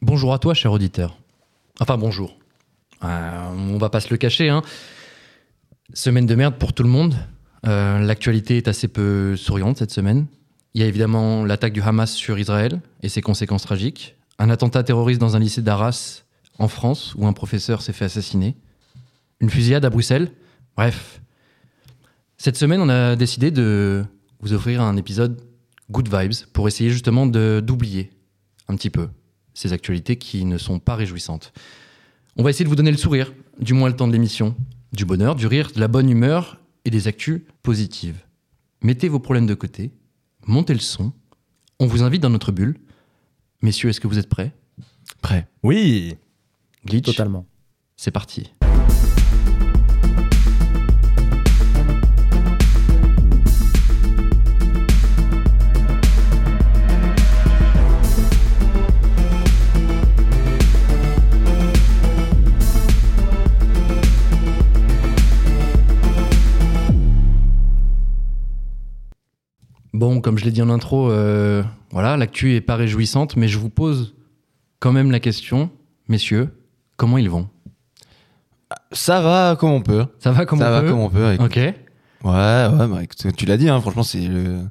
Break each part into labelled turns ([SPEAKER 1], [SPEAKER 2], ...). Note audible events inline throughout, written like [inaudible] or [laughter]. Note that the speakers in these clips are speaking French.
[SPEAKER 1] Bonjour à toi, cher auditeur. Enfin, bonjour. Euh, on va pas se le cacher. Hein. Semaine de merde pour tout le monde. Euh, L'actualité est assez peu souriante cette semaine. Il y a évidemment l'attaque du Hamas sur Israël et ses conséquences tragiques. Un attentat terroriste dans un lycée d'Arras, en France, où un professeur s'est fait assassiner. Une fusillade à Bruxelles. Bref. Cette semaine, on a décidé de vous offrir un épisode Good Vibes pour essayer justement de- d'oublier un petit peu ces actualités qui ne sont pas réjouissantes. On va essayer de vous donner le sourire, du moins le temps de l'émission, du bonheur, du rire, de la bonne humeur et des actus positives. Mettez vos problèmes de côté, montez le son, on vous invite dans notre bulle. Messieurs, est-ce que vous êtes prêts
[SPEAKER 2] Prêt. Oui.
[SPEAKER 1] Glitch,
[SPEAKER 3] Totalement.
[SPEAKER 1] c'est parti. Bon, comme je l'ai dit en intro, euh, voilà, l'actu est pas réjouissante, mais je vous pose quand même la question, messieurs, comment ils vont
[SPEAKER 2] Ça va comme on peut.
[SPEAKER 1] Ça va comme
[SPEAKER 2] ça
[SPEAKER 1] on
[SPEAKER 2] va
[SPEAKER 1] peut
[SPEAKER 2] comme on peut. écoute.
[SPEAKER 1] Ok.
[SPEAKER 2] Ouais, ouais, bah, écoute, tu l'as dit, hein, franchement, c'est le-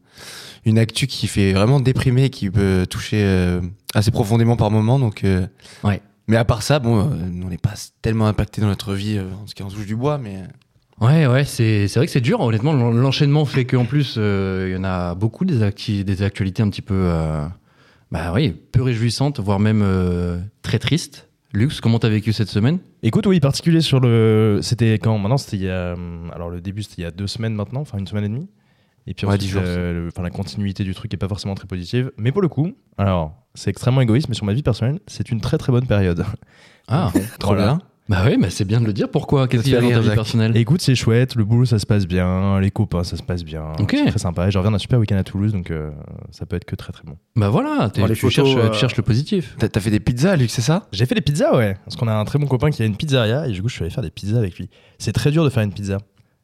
[SPEAKER 2] une actu qui fait vraiment déprimer, qui peut toucher euh, assez profondément par moment. Donc, euh,
[SPEAKER 1] Ouais.
[SPEAKER 2] Mais à part ça, bon, euh, on n'est pas tellement impacté dans notre vie euh, en ce qui en touche du bois, mais. euh,
[SPEAKER 1] Ouais, ouais, c'est c'est vrai que c'est dur. Honnêtement, l'en- l'enchaînement fait qu'en plus, euh, il y en a beaucoup des, acti- des actualités un petit peu, euh, bah oui, peu réjouissantes, voire même euh, très tristes. Lux, comment t'as vécu cette semaine
[SPEAKER 3] Écoute, oui, particulier sur le. C'était quand maintenant
[SPEAKER 4] C'était il y a, hum, alors le début c'était il y a deux semaines maintenant, enfin une semaine et demie. Et puis
[SPEAKER 2] Ouais,
[SPEAKER 4] ensuite,
[SPEAKER 2] dix jours,
[SPEAKER 4] euh, le- enfin, la continuité du truc est pas forcément très positive. Mais pour le coup, alors c'est extrêmement égoïste, mais sur ma vie personnelle, c'est une très très bonne période.
[SPEAKER 1] Ah,
[SPEAKER 2] [laughs] Trop
[SPEAKER 4] Voilà.
[SPEAKER 2] bien.
[SPEAKER 1] bah oui, mais c'est bien de le dire. Pourquoi Qu'est-ce qu'il y a
[SPEAKER 2] Fais
[SPEAKER 1] dans ta
[SPEAKER 2] rire,
[SPEAKER 1] vie
[SPEAKER 2] Jacques.
[SPEAKER 1] personnelle
[SPEAKER 4] Et écoute, c'est chouette, le boulot ça se passe bien, les copains ça se passe bien.
[SPEAKER 1] Ok.
[SPEAKER 4] C'est très sympa. Et je reviens d'un super week-end à Toulouse, donc euh, ça peut être que très très bon.
[SPEAKER 1] Bah voilà, t'es-
[SPEAKER 3] Dans les
[SPEAKER 1] tu,
[SPEAKER 3] photos,
[SPEAKER 1] cherches,
[SPEAKER 3] euh,
[SPEAKER 1] tu cherches le positif.
[SPEAKER 2] T'as t'as fait des pizzas, Luc, c'est ça
[SPEAKER 4] J'ai fait des pizzas, ouais. Parce qu'on a un très bon copain qui a une pizzeria et du coup je suis allé faire des pizzas avec lui. C'est très dur de faire une pizza.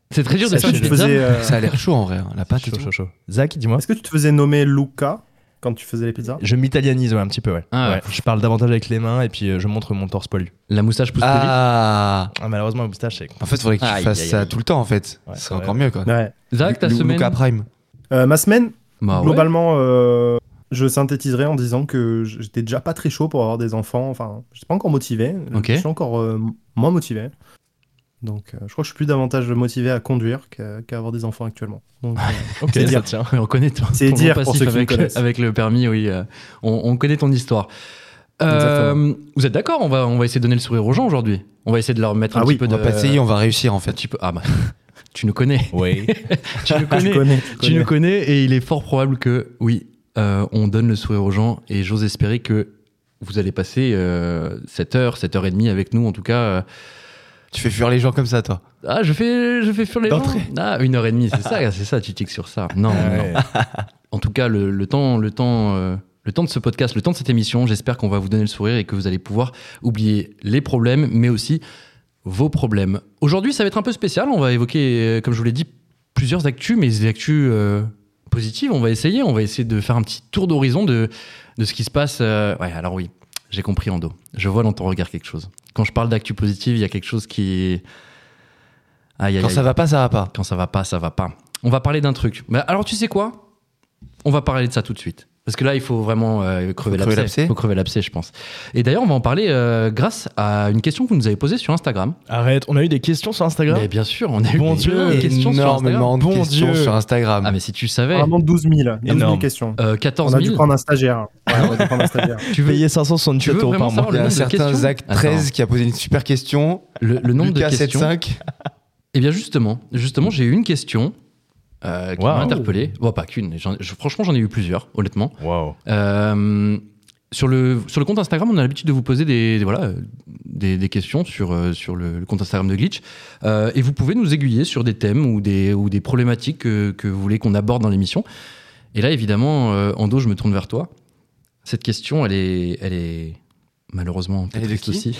[SPEAKER 1] C'est très dur de
[SPEAKER 4] Est-ce
[SPEAKER 1] faire
[SPEAKER 4] que
[SPEAKER 1] une
[SPEAKER 4] tu
[SPEAKER 1] pizza.
[SPEAKER 3] faisais, euh,
[SPEAKER 2] Ça a l'air chaud en vrai, hein, la pâte et
[SPEAKER 4] chaud,
[SPEAKER 2] tout.
[SPEAKER 4] chaud, chaud. Zach, dis-moi.
[SPEAKER 3] Est-ce que tu te faisais nommer Luca quand tu faisais les pizzas
[SPEAKER 4] Je m'italianise ouais, un petit peu, ouais.
[SPEAKER 1] Ah ouais.
[SPEAKER 4] Ouais, Je parle davantage avec les mains et puis euh, je montre mon torse poilu.
[SPEAKER 1] La moustache pousse plus vite.
[SPEAKER 2] Ah
[SPEAKER 4] Ah, malheureusement, au moustache, c'est.
[SPEAKER 2] En fait, il faudrait que tu
[SPEAKER 1] Aïe,
[SPEAKER 2] fasses
[SPEAKER 1] aïe,
[SPEAKER 2] ça
[SPEAKER 1] aïe.
[SPEAKER 2] tout le temps, en fait.
[SPEAKER 4] Ouais,
[SPEAKER 2] c'est
[SPEAKER 4] c'est
[SPEAKER 2] encore mieux, quoi.
[SPEAKER 3] Ouais.
[SPEAKER 1] Zach, ta
[SPEAKER 2] Lu- Lu-
[SPEAKER 1] semaine
[SPEAKER 2] Luca Prime.
[SPEAKER 3] Euh, ma semaine,
[SPEAKER 1] Bah ouais.
[SPEAKER 3] globalement, euh, je synthétiserai en disant que j- j'étais déjà pas très chaud pour avoir des enfants. Enfin, j'étais pas encore motivé.
[SPEAKER 1] Ok.
[SPEAKER 3] Je suis encore euh, moins motivé. Donc, euh, je crois que je suis plus davantage motivé à conduire qu'à qu'à avoir des enfants actuellement. Donc, euh,
[SPEAKER 4] Ok,
[SPEAKER 3] C'est dire.
[SPEAKER 4] tient.
[SPEAKER 1] Ouais, on connaît ton,
[SPEAKER 3] C'est
[SPEAKER 1] ton
[SPEAKER 3] dire
[SPEAKER 1] bon
[SPEAKER 3] pour
[SPEAKER 1] passif
[SPEAKER 3] ceux qui me
[SPEAKER 1] avec,
[SPEAKER 3] connaissent.
[SPEAKER 1] avec le permis, oui. euh, on, on connaît ton histoire. Euh, vous êtes d'accord on va, on va essayer de donner le sourire aux gens aujourd'hui. On va essayer de leur mettre un
[SPEAKER 3] Ah
[SPEAKER 1] petit
[SPEAKER 3] oui,
[SPEAKER 1] peu
[SPEAKER 2] On
[SPEAKER 1] de.
[SPEAKER 2] va pas essayer, on va réussir, en
[SPEAKER 1] un
[SPEAKER 2] fait.
[SPEAKER 1] petit peu- Ah bah, [laughs] tu nous connais.
[SPEAKER 4] Oui. [laughs]
[SPEAKER 1] [laughs] Tu nous
[SPEAKER 3] tu
[SPEAKER 1] connais.
[SPEAKER 3] connais.
[SPEAKER 1] Tu nous connais et il est fort probable que, oui, euh, on donne le sourire aux gens et j'ose espérer que vous allez passer euh, 7 heures, 7 heures et demie avec nous en tout cas. euh.
[SPEAKER 2] Tu fais fuir les gens comme ça, toi.
[SPEAKER 1] Ah, je fais, je fais fuir les gens.
[SPEAKER 2] D'entrée.
[SPEAKER 1] Ah, une heure et demie, c'est ça, [laughs] c'est ça, tu tiques sur ça. Non,
[SPEAKER 4] Ah,
[SPEAKER 1] non, non. En tout cas, le, le temps, le temps, euh, le temps de ce podcast, le temps de cette émission, j'espère qu'on va vous donner le sourire et que vous allez pouvoir oublier les problèmes, mais aussi vos problèmes. Aujourd'hui, ça va être un peu spécial. On va évoquer, euh, comme je vous l'ai dit, plusieurs actus, mais des actus euh, positives. On va essayer, on va essayer de faire un petit tour d'horizon de, de ce qui se passe. euh, Ouais, alors oui, j'ai compris en dos. Je vois dans ton regard quelque chose. Quand je parle d'actu positive, il y a quelque chose qui. Aïe, aïe,
[SPEAKER 2] Quand
[SPEAKER 1] aïe.
[SPEAKER 2] ça va pas, ça va pas.
[SPEAKER 1] Quand ça va pas, ça va pas. On va parler d'un truc. Bah, alors tu sais quoi On va parler de ça tout de suite. Parce que là, il faut vraiment euh, crever
[SPEAKER 2] Faut crever
[SPEAKER 1] l'abcès.
[SPEAKER 2] l'abcès.
[SPEAKER 1] faut crever l'abcès, je pense. Et d'ailleurs, on va en parler euh, grâce à une question que vous nous avez posée sur Instagram.
[SPEAKER 4] Arrête, on a eu des questions sur Instagram.
[SPEAKER 1] Mais bien sûr, on a eu
[SPEAKER 4] Bon
[SPEAKER 1] des-
[SPEAKER 4] Dieu,
[SPEAKER 1] plein de questions sur Instagram.
[SPEAKER 2] Énormément de
[SPEAKER 4] Bon
[SPEAKER 2] questions
[SPEAKER 4] Dieu.
[SPEAKER 2] sur Instagram.
[SPEAKER 1] Ah mais si tu savais,
[SPEAKER 3] Vraiment 12 000, 12 000
[SPEAKER 4] Énorme.
[SPEAKER 3] questions.
[SPEAKER 1] euh,
[SPEAKER 3] On
[SPEAKER 1] 14
[SPEAKER 3] a
[SPEAKER 1] 000.
[SPEAKER 3] dû prendre un stagiaire. Ouais, on a dû prendre un stagiaire.
[SPEAKER 4] Tu payais 568
[SPEAKER 1] Tu veux
[SPEAKER 4] euros par
[SPEAKER 1] vraiment
[SPEAKER 4] mois.
[SPEAKER 1] savoir
[SPEAKER 2] Il
[SPEAKER 1] Oh, le
[SPEAKER 2] y a un
[SPEAKER 1] nombre de
[SPEAKER 2] certain
[SPEAKER 1] questions
[SPEAKER 2] Zach 13 qui a posé une super question.
[SPEAKER 1] le, le nombre
[SPEAKER 2] Lucas
[SPEAKER 1] de questions.
[SPEAKER 2] 75.
[SPEAKER 1] Eh bien justement, justement, j'ai eu une question euh, qui
[SPEAKER 4] Wow.
[SPEAKER 1] m'a interpellé. Bon, pas qu'une. j'en- je- franchement, j'en ai eu plusieurs, honnêtement.
[SPEAKER 4] Waouh.
[SPEAKER 1] Euh, sur le, sur le compte Instagram, on a l'habitude de vous poser des, des- voilà, euh, des, des questions sur, euh, sur le, le compte Instagram de Glitch. Euh, et vous pouvez nous aiguiller sur des thèmes ou des, ou des problématiques que, que vous voulez qu'on aborde dans l'émission. Et là, évidemment, euh, Ando, je me tourne vers toi. Cette question, elle est, elle est malheureusement
[SPEAKER 2] Elle est de
[SPEAKER 1] triste
[SPEAKER 2] qui
[SPEAKER 1] aussi.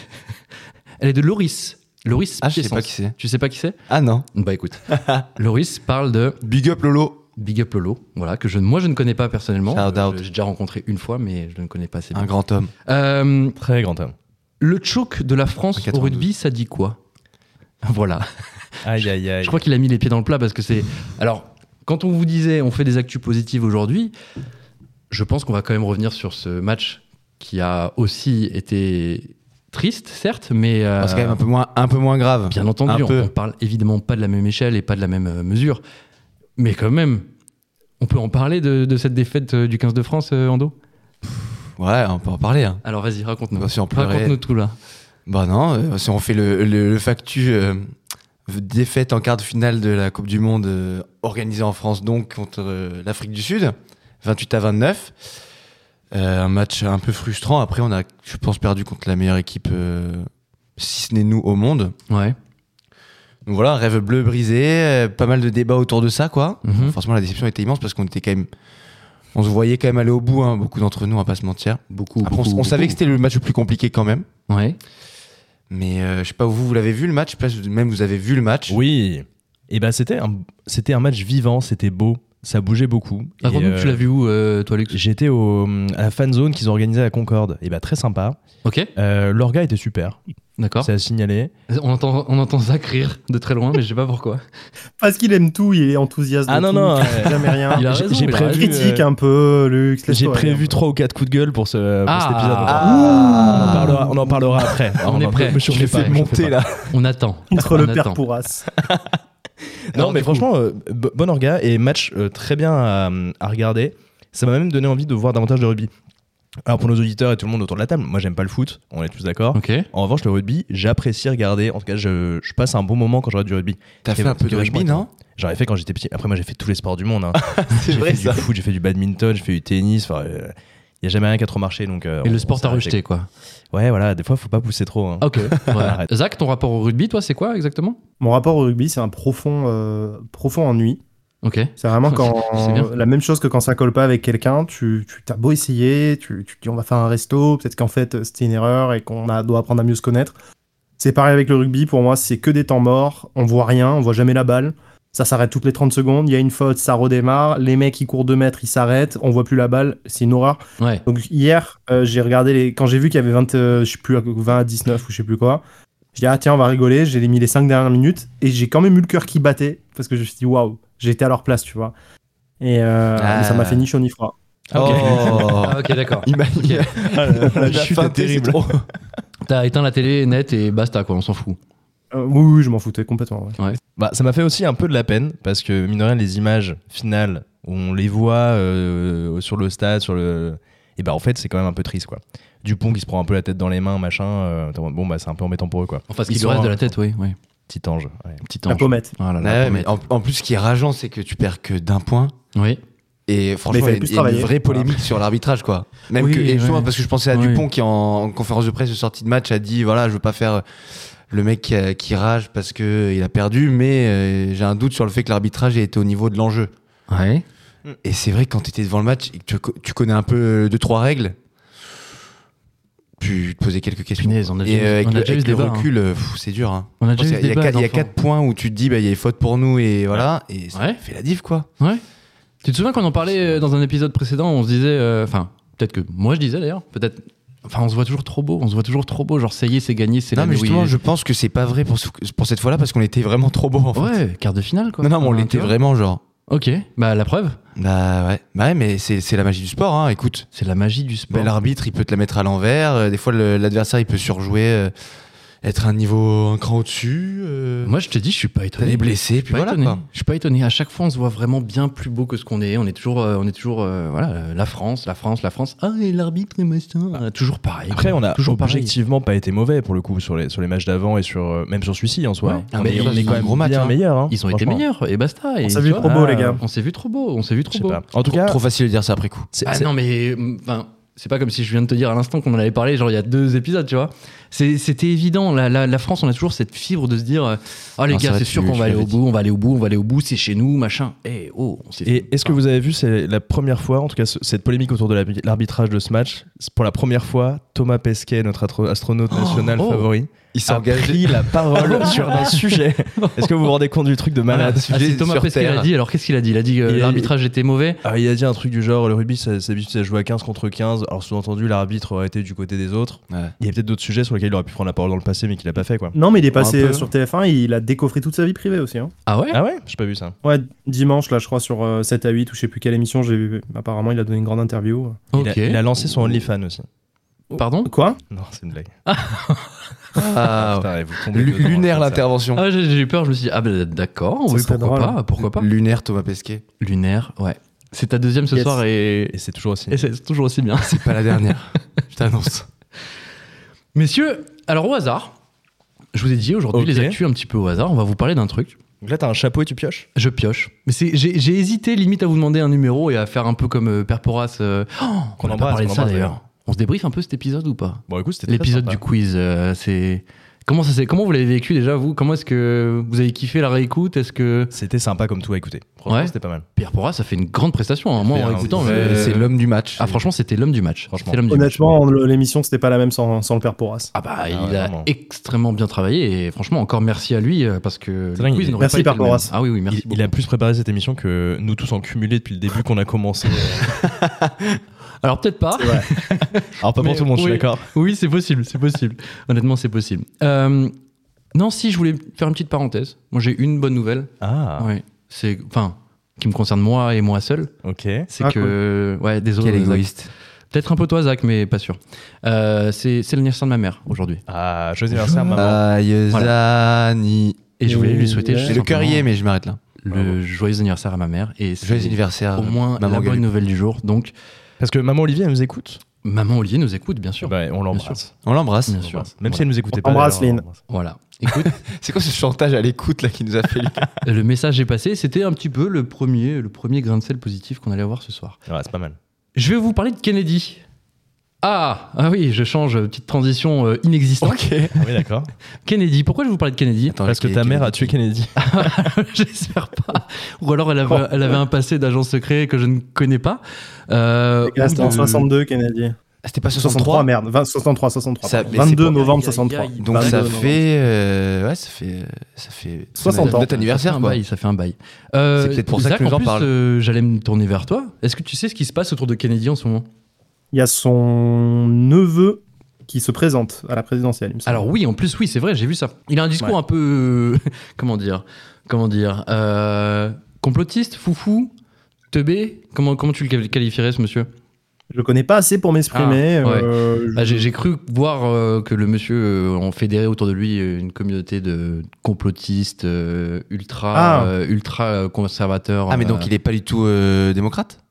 [SPEAKER 1] [laughs] elle est de Loris. Loris
[SPEAKER 2] Ah, je sais
[SPEAKER 1] Piessens.
[SPEAKER 2] pas qui c'est.
[SPEAKER 1] Tu sais pas qui c'est
[SPEAKER 2] Ah non.
[SPEAKER 1] Bah écoute, [laughs] Loris parle de
[SPEAKER 2] Big up Lolo.
[SPEAKER 1] Big Up Lolo, voilà, que je, moi je ne connais pas personnellement.
[SPEAKER 2] Shout out. Ah.
[SPEAKER 1] Euh, J'ai déjà rencontré une fois, mais je ne connais pas assez bien.
[SPEAKER 2] Un grand homme.
[SPEAKER 1] Euh,
[SPEAKER 4] Très grand homme.
[SPEAKER 1] le choke de la France au
[SPEAKER 2] 92.
[SPEAKER 1] rugby, ça dit quoi [laughs] Voilà.
[SPEAKER 4] Aïe, aïe, aïe.
[SPEAKER 1] Je crois qu'il a mis les pieds dans le plat parce que c'est. Alors, quand on vous disait on fait des actus positives aujourd'hui, je pense qu'on va quand même revenir sur ce match qui a aussi été triste, certes, mais. euh,
[SPEAKER 2] Ah, C'est quand même un peu moins, un peu moins grave.
[SPEAKER 1] Bien entendu,
[SPEAKER 2] Un
[SPEAKER 1] on,
[SPEAKER 2] peu.
[SPEAKER 1] on parle évidemment pas de la même échelle et pas de la même euh, mesure, mais quand même, on peut en parler de, de cette défaite euh, du 15 de France, euh, Ando
[SPEAKER 2] Ouais, on peut en parler. hein.
[SPEAKER 1] Alors vas-y, raconte-nous.
[SPEAKER 2] On va s'y en pleurer.
[SPEAKER 1] Raconte-nous tout là.
[SPEAKER 2] Bah non, euh, si on fait le, le, le factu euh, défaite en quart de finale de la Coupe du Monde euh, organisée en France donc contre euh, l'Afrique du Sud, 28 à 29. Euh, un match un peu frustrant. Après, on a, je pense, perdu contre la meilleure équipe, euh, si ce n'est nous, au monde.
[SPEAKER 1] Ouais.
[SPEAKER 2] Donc voilà, un rêve bleu brisé, euh, pas mal de débats autour de ça, quoi.
[SPEAKER 1] Mhm.
[SPEAKER 2] Forcément, la déception était immense parce qu'on était quand même. On se voyait quand même aller au bout, hein, beaucoup d'entre nous, on va pas se mentir.
[SPEAKER 1] Beaucoup.
[SPEAKER 2] Après, on,
[SPEAKER 1] beaucoup,
[SPEAKER 2] on savait que
[SPEAKER 1] beaucoup.
[SPEAKER 2] c'était le match le plus compliqué quand même.
[SPEAKER 1] Ouais.
[SPEAKER 2] Mais euh, je sais pas, vous, vous l'avez vu le match Je sais pas si même vous avez vu le match.
[SPEAKER 4] Oui. Et ben c'était un, c'était un match vivant, c'était beau, ça bougeait beaucoup. Et,
[SPEAKER 1] Raconte-nous,
[SPEAKER 4] euh,
[SPEAKER 1] tu l'as vu où, euh, toi, Luc
[SPEAKER 4] J'étais au, à la fan zone qu'ils organisaient à Concorde. Et bah très sympa.
[SPEAKER 1] Ok,
[SPEAKER 4] Euh, L'orga était super,
[SPEAKER 1] d'accord.
[SPEAKER 4] c'est à signaler.
[SPEAKER 1] On entend, on entend Zach rire de très loin, mais je sais pas pourquoi.
[SPEAKER 3] Parce qu'il aime tout, il est enthousiaste. de
[SPEAKER 4] Ah non,
[SPEAKER 3] tout,
[SPEAKER 4] non,
[SPEAKER 3] il fait
[SPEAKER 4] euh,
[SPEAKER 3] jamais rien.
[SPEAKER 1] Il a
[SPEAKER 4] J'ai-
[SPEAKER 1] raison,
[SPEAKER 4] j'ai
[SPEAKER 1] il a
[SPEAKER 4] prévu,
[SPEAKER 1] raison.
[SPEAKER 3] Critique
[SPEAKER 4] euh,
[SPEAKER 3] un peu, Luc.
[SPEAKER 4] J'ai prévu
[SPEAKER 3] trop.
[SPEAKER 4] trois ou quatre coups de gueule pour, ce, pour
[SPEAKER 1] Ah.
[SPEAKER 4] cet épisode. donc
[SPEAKER 2] Ah.
[SPEAKER 4] On, en parlera, on en parlera après.
[SPEAKER 1] On
[SPEAKER 4] en-
[SPEAKER 1] est prêt.
[SPEAKER 4] Je me suis
[SPEAKER 1] Je l'ai
[SPEAKER 4] fait
[SPEAKER 1] fait
[SPEAKER 4] monter là.
[SPEAKER 1] On attend.
[SPEAKER 3] Contre
[SPEAKER 1] on
[SPEAKER 3] le père
[SPEAKER 1] attend.
[SPEAKER 3] Pourras.
[SPEAKER 4] Non,
[SPEAKER 1] Alors,
[SPEAKER 4] mais
[SPEAKER 1] du coup-
[SPEAKER 4] franchement, euh, b- bon orga et match euh, très bien à, à regarder. Ça m'a même donné envie de voir davantage de rugby. Alors pour nos auditeurs et tout le monde autour de la table, moi j'aime pas le foot, on est tous d'accord.
[SPEAKER 1] Ok.
[SPEAKER 4] En revanche, le rugby, j'apprécie regarder. En tout cas, je, je passe un bon moment quand je regarde du rugby.
[SPEAKER 2] T'as
[SPEAKER 4] C'était-
[SPEAKER 2] fait un peu
[SPEAKER 4] c'était
[SPEAKER 2] de rugby,
[SPEAKER 4] vachement
[SPEAKER 2] non
[SPEAKER 4] J'en ai fait quand j'étais petit. Après, moi j'ai fait tous les sports du monde. hein.
[SPEAKER 2] C'est
[SPEAKER 4] j'ai fait [laughs] du foot, j'ai fait du badminton, j'ai fait du tennis. Enfin, il n'y a jamais rien qui a trop marché. Donc, euh,
[SPEAKER 1] Et
[SPEAKER 4] on- on
[SPEAKER 1] le sport
[SPEAKER 4] s'est
[SPEAKER 1] à
[SPEAKER 4] arrêté.
[SPEAKER 1] rejeté, quoi.
[SPEAKER 4] Ouais, voilà, des fois, faut pas pousser trop. hein.
[SPEAKER 1] Ok. voilà.
[SPEAKER 4] Arrête.
[SPEAKER 1] Zach, ton rapport au rugby, toi, c'est quoi exactement
[SPEAKER 3] Mon rapport au rugby, c'est un profond, euh, profond ennui.
[SPEAKER 1] Ok.
[SPEAKER 3] C'est vraiment
[SPEAKER 1] C'est bien.
[SPEAKER 3] quand la même chose que quand ça colle pas avec quelqu'un, tu, tu t'as beau essayer, tu, tu te dis on va faire un resto, peut-être qu'en fait euh, c'était une erreur et qu'on a, doit apprendre à mieux se connaître. C'est pareil avec le rugby, pour moi c'est que des temps morts, on voit rien, on voit jamais la balle, ça s'arrête toutes les 30 secondes, il y a une faute, ça redémarre, les mecs ils courent 2 mètres, ils s'arrêtent, on voit plus la balle, c'est une horreur.
[SPEAKER 1] Ouais.
[SPEAKER 3] Donc hier, euh, j'ai regardé les... quand j'ai vu qu'il y avait 20, euh, je sais plus, 20 à 19 ou je sais plus quoi. Je dis ah tiens on va rigoler, j'ai mis les 5 dernières minutes et j'ai quand même eu le cœur qui battait parce que je me suis dit waouh, j'étais à leur place tu vois. Et euh,
[SPEAKER 2] Ah.
[SPEAKER 3] mais ça m'a fait ni chaud ni froid.
[SPEAKER 2] Oh
[SPEAKER 1] Ah, ok, [laughs] d'accord.
[SPEAKER 2] Il m'a-
[SPEAKER 1] Ok.
[SPEAKER 2] La
[SPEAKER 4] chute
[SPEAKER 2] fin,
[SPEAKER 4] est terrible.
[SPEAKER 2] c'est trop.
[SPEAKER 1] T'as éteint la télé net et basta, quoi. On s'en fout.
[SPEAKER 3] Euh, oui oui je m'en foutais complètement. ouais.
[SPEAKER 4] Bah, ça m'a fait aussi un peu de la peine parce que, mine de rien, les images finales, on les voit euh, sur le stade, sur le. Et bah, en fait, c'est quand même un peu triste, quoi. Dupont qui se prend un peu la tête dans les mains, machin. euh, bon, bah, c'est un peu embêtant pour eux, quoi.
[SPEAKER 1] Enfin, ce
[SPEAKER 4] Ils
[SPEAKER 1] qu'il lui
[SPEAKER 4] sont
[SPEAKER 1] reste de
[SPEAKER 4] un-
[SPEAKER 1] la tête, oui. oui.
[SPEAKER 4] Petit ange. ouais.
[SPEAKER 1] Petit
[SPEAKER 3] La
[SPEAKER 1] ange.
[SPEAKER 3] pommette.
[SPEAKER 1] Ah là là,
[SPEAKER 2] Ouais,
[SPEAKER 1] la
[SPEAKER 2] mais
[SPEAKER 1] pommette.
[SPEAKER 2] en, en plus, ce qui est rageant, c'est que tu perds que d'un point.
[SPEAKER 1] Oui.
[SPEAKER 2] Et
[SPEAKER 3] Mais il
[SPEAKER 2] franchement,
[SPEAKER 3] fallait
[SPEAKER 2] il y a- il
[SPEAKER 3] plus
[SPEAKER 2] y a une
[SPEAKER 3] travailler.
[SPEAKER 2] vraie polémique sur l'arbitrage, quoi. Même
[SPEAKER 1] Oui,
[SPEAKER 2] que, et justement,
[SPEAKER 1] ouais.
[SPEAKER 2] parce que je pensais à
[SPEAKER 1] Oui.
[SPEAKER 2] Dupont qui, en, en conférence de presse de sortie de match, a dit voilà, je veux pas faire le mec qui, a- qui rage parce que il a perdu, mais euh, j'ai un doute sur le fait que l'arbitrage ait été au niveau de l'enjeu.
[SPEAKER 1] Ouais.
[SPEAKER 2] Et c'est vrai que quand tu étais devant le match et que tu, co- tu connais un peu euh, deux, trois règles, tu te posais quelques questions.
[SPEAKER 1] Punaise, on a
[SPEAKER 2] et
[SPEAKER 1] déjà eu-
[SPEAKER 2] euh, avec
[SPEAKER 1] on a
[SPEAKER 2] le,
[SPEAKER 1] déjà eu
[SPEAKER 2] avec
[SPEAKER 1] ce
[SPEAKER 2] le
[SPEAKER 1] débat,
[SPEAKER 2] recul, euh, pff, c'est dur. hein.
[SPEAKER 1] On a
[SPEAKER 2] Je pense
[SPEAKER 1] déjà eu
[SPEAKER 2] qu'il y a-
[SPEAKER 1] ce
[SPEAKER 2] Il y,
[SPEAKER 1] débat,
[SPEAKER 2] a quatre- il y a
[SPEAKER 1] les enfants.
[SPEAKER 2] quatre points où tu te dis, bah, il y a faute pour nous, et voilà, et ça
[SPEAKER 1] Ouais.
[SPEAKER 2] fait la diff, quoi.
[SPEAKER 1] Ouais. Tu te souviens qu'on en parlait euh, dans un épisode précédent, on se disait, euh, enfin, peut-être que moi je disais d'ailleurs, peut-être, enfin, on se voit toujours trop beau, on se voit toujours trop beau, genre ça y est, c'est gagné, c'est
[SPEAKER 2] Non,
[SPEAKER 1] la
[SPEAKER 2] mais justement, je pense que c'est pas vrai pour, ce- pour cette fois-là parce qu'on était vraiment trop beau en fait.
[SPEAKER 1] Ouais, quart de finale quoi.
[SPEAKER 2] non, non, mais on
[SPEAKER 1] Enfin, tu
[SPEAKER 2] l'était
[SPEAKER 1] vois.
[SPEAKER 2] vraiment genre.
[SPEAKER 1] Ok, bah la preuve,
[SPEAKER 2] Bah ouais, bah, ouais mais c'est c'est la magie du sport, hein. écoute.
[SPEAKER 1] c'est la magie du
[SPEAKER 2] bah,
[SPEAKER 1] sport.
[SPEAKER 2] L'arbitre, il peut te la mettre à l'envers. euh, des fois, le- l'adversaire, il peut surjouer, euh, être un niveau, un cran au-dessus. euh,
[SPEAKER 1] Moi je te dis, je suis pas
[SPEAKER 2] t'as
[SPEAKER 1] étonné.
[SPEAKER 2] des blessés,
[SPEAKER 1] Je
[SPEAKER 2] puis
[SPEAKER 1] suis pas
[SPEAKER 2] voilà.
[SPEAKER 1] étonné.
[SPEAKER 2] Quoi.
[SPEAKER 1] Je suis pas étonné. À chaque fois, on se voit vraiment bien plus beau que ce qu'on est. On est toujours, euh, on est toujours, euh, voilà, euh, la France, la France, la France. Ah, et l'arbitre est machin. Ah, toujours pareil.
[SPEAKER 4] Après, on a
[SPEAKER 1] Toujours pareil.
[SPEAKER 4] objectivement pas été mauvais pour le coup sur les, sur les matchs d'avant et sur, euh, même sur celui-ci en soi.
[SPEAKER 1] Ouais.
[SPEAKER 2] Ah,
[SPEAKER 4] On
[SPEAKER 2] mais
[SPEAKER 4] est-
[SPEAKER 2] ils
[SPEAKER 4] on
[SPEAKER 2] ont
[SPEAKER 4] est
[SPEAKER 2] fait
[SPEAKER 4] quand
[SPEAKER 2] un
[SPEAKER 4] même
[SPEAKER 2] gros match,
[SPEAKER 4] bien
[SPEAKER 2] hein.
[SPEAKER 4] meilleurs. hein,
[SPEAKER 1] ils ont été
[SPEAKER 4] franchement.
[SPEAKER 1] meilleurs et basta.
[SPEAKER 3] On
[SPEAKER 1] Et
[SPEAKER 3] s'est
[SPEAKER 1] tu
[SPEAKER 3] vu
[SPEAKER 1] vois,
[SPEAKER 3] trop beau, les gars.
[SPEAKER 1] On s'est vu trop beau. On s'est vu
[SPEAKER 4] Je
[SPEAKER 1] trop
[SPEAKER 4] sais
[SPEAKER 1] beau.
[SPEAKER 4] pas. En tout
[SPEAKER 2] Trop,
[SPEAKER 4] cas,
[SPEAKER 2] trop facile de dire ça après coup.
[SPEAKER 4] c'est-
[SPEAKER 1] Ah
[SPEAKER 4] c'est-
[SPEAKER 1] non mais, mm, enfin, c'est pas comme si je viens de te dire à l'instant qu'on en avait parlé, genre il y a deux épisodes, tu vois. C'est- C'était évident. La, la- la France, on a toujours cette fibre de se dire euh, Ah, les
[SPEAKER 2] Ah, ça
[SPEAKER 1] gars,
[SPEAKER 2] va,
[SPEAKER 1] c'est
[SPEAKER 2] tu-
[SPEAKER 1] sûr qu'on
[SPEAKER 2] tu
[SPEAKER 1] va aller au
[SPEAKER 2] l'avais
[SPEAKER 1] bout, on va aller au bout, on va aller au bout, c'est chez nous, machin. Eh, oh, on s'est
[SPEAKER 4] Et est-ce que vous avez vu, c'est la première fois, en tout cas, ce- cette polémique autour de la- l'arbitrage de ce match, c'est pour la première fois, Thomas Pesquet, notre atro- astronaute national
[SPEAKER 1] oh.
[SPEAKER 4] favori,
[SPEAKER 2] Il
[SPEAKER 4] a pris la parole [laughs] sur un sujet. Est-ce que vous vous rendez compte du truc de
[SPEAKER 1] Ah,
[SPEAKER 4] malade
[SPEAKER 1] ah,
[SPEAKER 2] sujet
[SPEAKER 1] c'est Thomas
[SPEAKER 2] sur
[SPEAKER 1] Pesquet
[SPEAKER 2] Terre.
[SPEAKER 1] l'a dit. Alors qu'est-ce qu'il a dit Il a dit que
[SPEAKER 4] Il a-
[SPEAKER 1] l'arbitrage était mauvais.
[SPEAKER 4] Ah, il a dit un truc du genre le rugby, ça, ça, ça joue à 15 contre 15. Alors, sous-entendu, l'arbitre aurait été du côté des autres.
[SPEAKER 2] Ouais.
[SPEAKER 4] Il y a peut-être d'autres sujets sur lesquels il aurait pu prendre la parole dans le passé, mais qu'il n'a pas fait, quoi.
[SPEAKER 3] Non, mais il est passé
[SPEAKER 2] peu.
[SPEAKER 3] euh, sur TF1 il a décoffré toute sa vie privée aussi. hein.
[SPEAKER 1] Ah ouais
[SPEAKER 4] Ah ouais J'ai pas vu ça.
[SPEAKER 3] Ouais, dimanche, là, je crois, sur euh, 7 à 8 ou je sais plus quelle émission, j'ai vu. Apparemment, il a donné une grande interview.
[SPEAKER 4] Il a-
[SPEAKER 1] Ok.
[SPEAKER 4] Il, a, lancé son OnlyFans aussi.
[SPEAKER 1] Pardon
[SPEAKER 2] Oh.
[SPEAKER 3] Quoi
[SPEAKER 4] Non, c'est une blague.
[SPEAKER 2] Ah,
[SPEAKER 4] Putain, et vous tombez
[SPEAKER 2] lu-
[SPEAKER 4] dedans, hein,
[SPEAKER 2] Lunaire
[SPEAKER 4] comme ça.
[SPEAKER 2] l'intervention.
[SPEAKER 1] Ah, j'ai j'ai eu peur. Je me suis dit ah ben d'accord.
[SPEAKER 3] Ça
[SPEAKER 1] oui,
[SPEAKER 3] serait
[SPEAKER 1] pourquoi
[SPEAKER 3] drôle.
[SPEAKER 1] pas Pourquoi pas
[SPEAKER 2] Lunaire Thomas Pesquet.
[SPEAKER 1] Lunaire. Ouais. C'est ta deuxième ce
[SPEAKER 3] Yes.
[SPEAKER 1] soir et,
[SPEAKER 4] Et c'est toujours aussi.
[SPEAKER 1] et c'est toujours aussi bien.
[SPEAKER 2] C'est pas la dernière. Je t'annonce.
[SPEAKER 1] Messieurs, alors au hasard, je vous ai dit aujourd'hui
[SPEAKER 4] Ok.
[SPEAKER 1] les actus un petit peu au hasard. On va vous parler d'un truc.
[SPEAKER 4] Donc là, t'as un chapeau et tu pioches
[SPEAKER 1] Je pioche. Mais c'est- j'ai j'ai hésité limite à vous demander un numéro et à faire un peu comme euh, Perporas. euh, oh,
[SPEAKER 4] Qu'on
[SPEAKER 1] on a
[SPEAKER 4] embrasse,
[SPEAKER 1] pas parlé de
[SPEAKER 4] qu'on
[SPEAKER 1] ça
[SPEAKER 4] embrasse,
[SPEAKER 1] d'ailleurs. On se débriefe un peu cet épisode ou pas
[SPEAKER 4] Bon, écoute, c'était très
[SPEAKER 1] L'épisode
[SPEAKER 4] sympa.
[SPEAKER 1] du quiz, euh, c'est comment ça s'est- Comment vous l'avez vécu déjà vous Comment est-ce que vous avez kiffé la réécoute Est-ce que
[SPEAKER 4] C'était sympa comme tout à écouter. Franchement,
[SPEAKER 1] Ouais.
[SPEAKER 4] c'était pas mal.
[SPEAKER 1] Pierre Porra, ça fait une grande prestation hein. Moi
[SPEAKER 4] fait
[SPEAKER 1] en
[SPEAKER 4] un-
[SPEAKER 1] réécoutant,
[SPEAKER 4] c'est-
[SPEAKER 1] euh,
[SPEAKER 2] C'est l'homme du match.
[SPEAKER 1] ah franchement c'était l'homme du match.
[SPEAKER 4] Franchement.
[SPEAKER 1] C'était l'homme du match.
[SPEAKER 3] Honnêtement, on- l'émission, c'était pas la même sans, sans le père Porras.
[SPEAKER 1] Ah bah il
[SPEAKER 4] ouais,
[SPEAKER 1] a
[SPEAKER 4] vraiment.
[SPEAKER 1] extrêmement bien travaillé et franchement encore merci à lui euh, parce que
[SPEAKER 4] C'est dingue, il-
[SPEAKER 1] n'aurait
[SPEAKER 3] Merci,
[SPEAKER 1] pas été
[SPEAKER 3] Pierre
[SPEAKER 1] le même.
[SPEAKER 3] Porras.
[SPEAKER 1] Ah oui oui merci.
[SPEAKER 4] Il, il a plus préparé cette émission que nous tous en cumulé depuis le début qu'on a [laughs] commencé.
[SPEAKER 1] beaucoup. Alors peut-être pas.
[SPEAKER 4] Alors, pas
[SPEAKER 1] Mais
[SPEAKER 4] pour tout le monde, je suis
[SPEAKER 1] oui.
[SPEAKER 4] d'accord.
[SPEAKER 1] Oui c'est possible c'est possible. Honnêtement c'est possible. Euh, non si je voulais faire une petite parenthèse. Moi j'ai une bonne nouvelle.
[SPEAKER 4] Ah,
[SPEAKER 1] Ouais. C'est enfin qui me concerne moi et moi seul.
[SPEAKER 4] ok.
[SPEAKER 1] C'est
[SPEAKER 3] Ah,
[SPEAKER 1] que. Ouais, désolé. Zach. Peut-être un peu toi, Zach, mais pas sûr. Euh, c'est c'est l'anniversaire de ma mère aujourd'hui.
[SPEAKER 4] Ah, joyeux anniversaire, maman.
[SPEAKER 2] Joyeux anniversaire.
[SPEAKER 1] Et je voulais lui souhaiter.
[SPEAKER 3] Ouais.
[SPEAKER 1] juste
[SPEAKER 2] J'ai le cœur y est,
[SPEAKER 1] simplement
[SPEAKER 2] mais je m'arrête là.
[SPEAKER 1] Le joyeux anniversaire à ma mère. Et c'est
[SPEAKER 2] Joyeux anniversaire.
[SPEAKER 1] Au moins la
[SPEAKER 2] maman
[SPEAKER 1] bonne
[SPEAKER 2] Galut.
[SPEAKER 1] nouvelle du jour. Donc,
[SPEAKER 4] Parce que maman Olivier, elle nous écoute.
[SPEAKER 1] maman Olivier nous écoute, bien sûr.
[SPEAKER 4] Bah, on
[SPEAKER 1] Bien
[SPEAKER 4] l'embrasse.
[SPEAKER 2] On l'embrasse.
[SPEAKER 1] Bien sûr.
[SPEAKER 4] Même si elle nous écoutait
[SPEAKER 3] On
[SPEAKER 4] pas.
[SPEAKER 3] t'embrasse,
[SPEAKER 4] d'ailleurs, on
[SPEAKER 3] Lynn.
[SPEAKER 4] l'embrasse.
[SPEAKER 1] Voilà. Écoute,
[SPEAKER 2] [laughs] C'est quoi ce chantage à l'écoute là qui nous a fait Lucas
[SPEAKER 1] [laughs] le message est passé. C'était un petit peu le premier, le premier grain de sel positif qu'on allait avoir ce soir.
[SPEAKER 4] Ouais, c'est pas mal.
[SPEAKER 1] Je vais vous parler de Kennedy. Ah, ah oui, je change, euh, petite transition euh, inexistante.
[SPEAKER 4] Ah oui, d'accord.
[SPEAKER 1] Kennedy, pourquoi je vais vous parler de Kennedy
[SPEAKER 2] Attends,
[SPEAKER 4] Parce que
[SPEAKER 2] Kennedy-
[SPEAKER 4] ta mère a tué Kennedy.
[SPEAKER 1] J'espère pas. Ou alors elle avait, elle avait un passé d'agent secret que je ne connais pas. Euh,
[SPEAKER 3] Les gars, C'était
[SPEAKER 1] ou
[SPEAKER 3] en
[SPEAKER 1] de-
[SPEAKER 3] 62, Kennedy.
[SPEAKER 2] Ah, C'était pas
[SPEAKER 3] 63,
[SPEAKER 2] 63, mais.
[SPEAKER 3] merde. 20 63, 63.
[SPEAKER 2] Ça-
[SPEAKER 3] pardon.
[SPEAKER 2] mais c'est
[SPEAKER 3] 22
[SPEAKER 2] pour-
[SPEAKER 3] novembre
[SPEAKER 1] Aïe, aïe, aïe.
[SPEAKER 3] 63.
[SPEAKER 2] Donc
[SPEAKER 1] Bah,
[SPEAKER 2] ça
[SPEAKER 1] non,
[SPEAKER 3] non, non.
[SPEAKER 2] fait, euh, ouais, ça fait, ça fait
[SPEAKER 3] 60 ans.
[SPEAKER 2] Notre anniversaire,
[SPEAKER 1] ça fait un
[SPEAKER 2] quoi.
[SPEAKER 1] bail, ça fait un bail. Euh,
[SPEAKER 2] C'est peut-être pour ça que
[SPEAKER 1] Zach,
[SPEAKER 2] les gens
[SPEAKER 1] plus,
[SPEAKER 2] parlent.
[SPEAKER 1] euh, J'allais me tourner vers toi. Est-ce que tu sais ce qui se passe autour de Kennedy en ce moment
[SPEAKER 3] Il y a son neveu qui se présente à la présidentielle, il me semble.
[SPEAKER 1] Alors oui, en plus oui, c'est vrai, j'ai vu ça. Il a un discours
[SPEAKER 4] Ouais.
[SPEAKER 1] un peu, [laughs] euh, comment dire, comment dire, euh, complotiste, foufou, teubé. Comment comment tu le qualifierais ce monsieur
[SPEAKER 3] Je le connais pas assez pour m'exprimer.
[SPEAKER 1] Ah, ouais.
[SPEAKER 3] euh, je-
[SPEAKER 1] Bah, j'ai, j'ai cru voir euh, que le monsieur euh, en fédérait autour de lui euh, une communauté de complotistes euh, ultra
[SPEAKER 3] Ah.
[SPEAKER 1] euh, ultra euh, conservateurs.
[SPEAKER 2] Ah mais
[SPEAKER 1] euh.
[SPEAKER 2] donc il est pas du tout euh, démocrate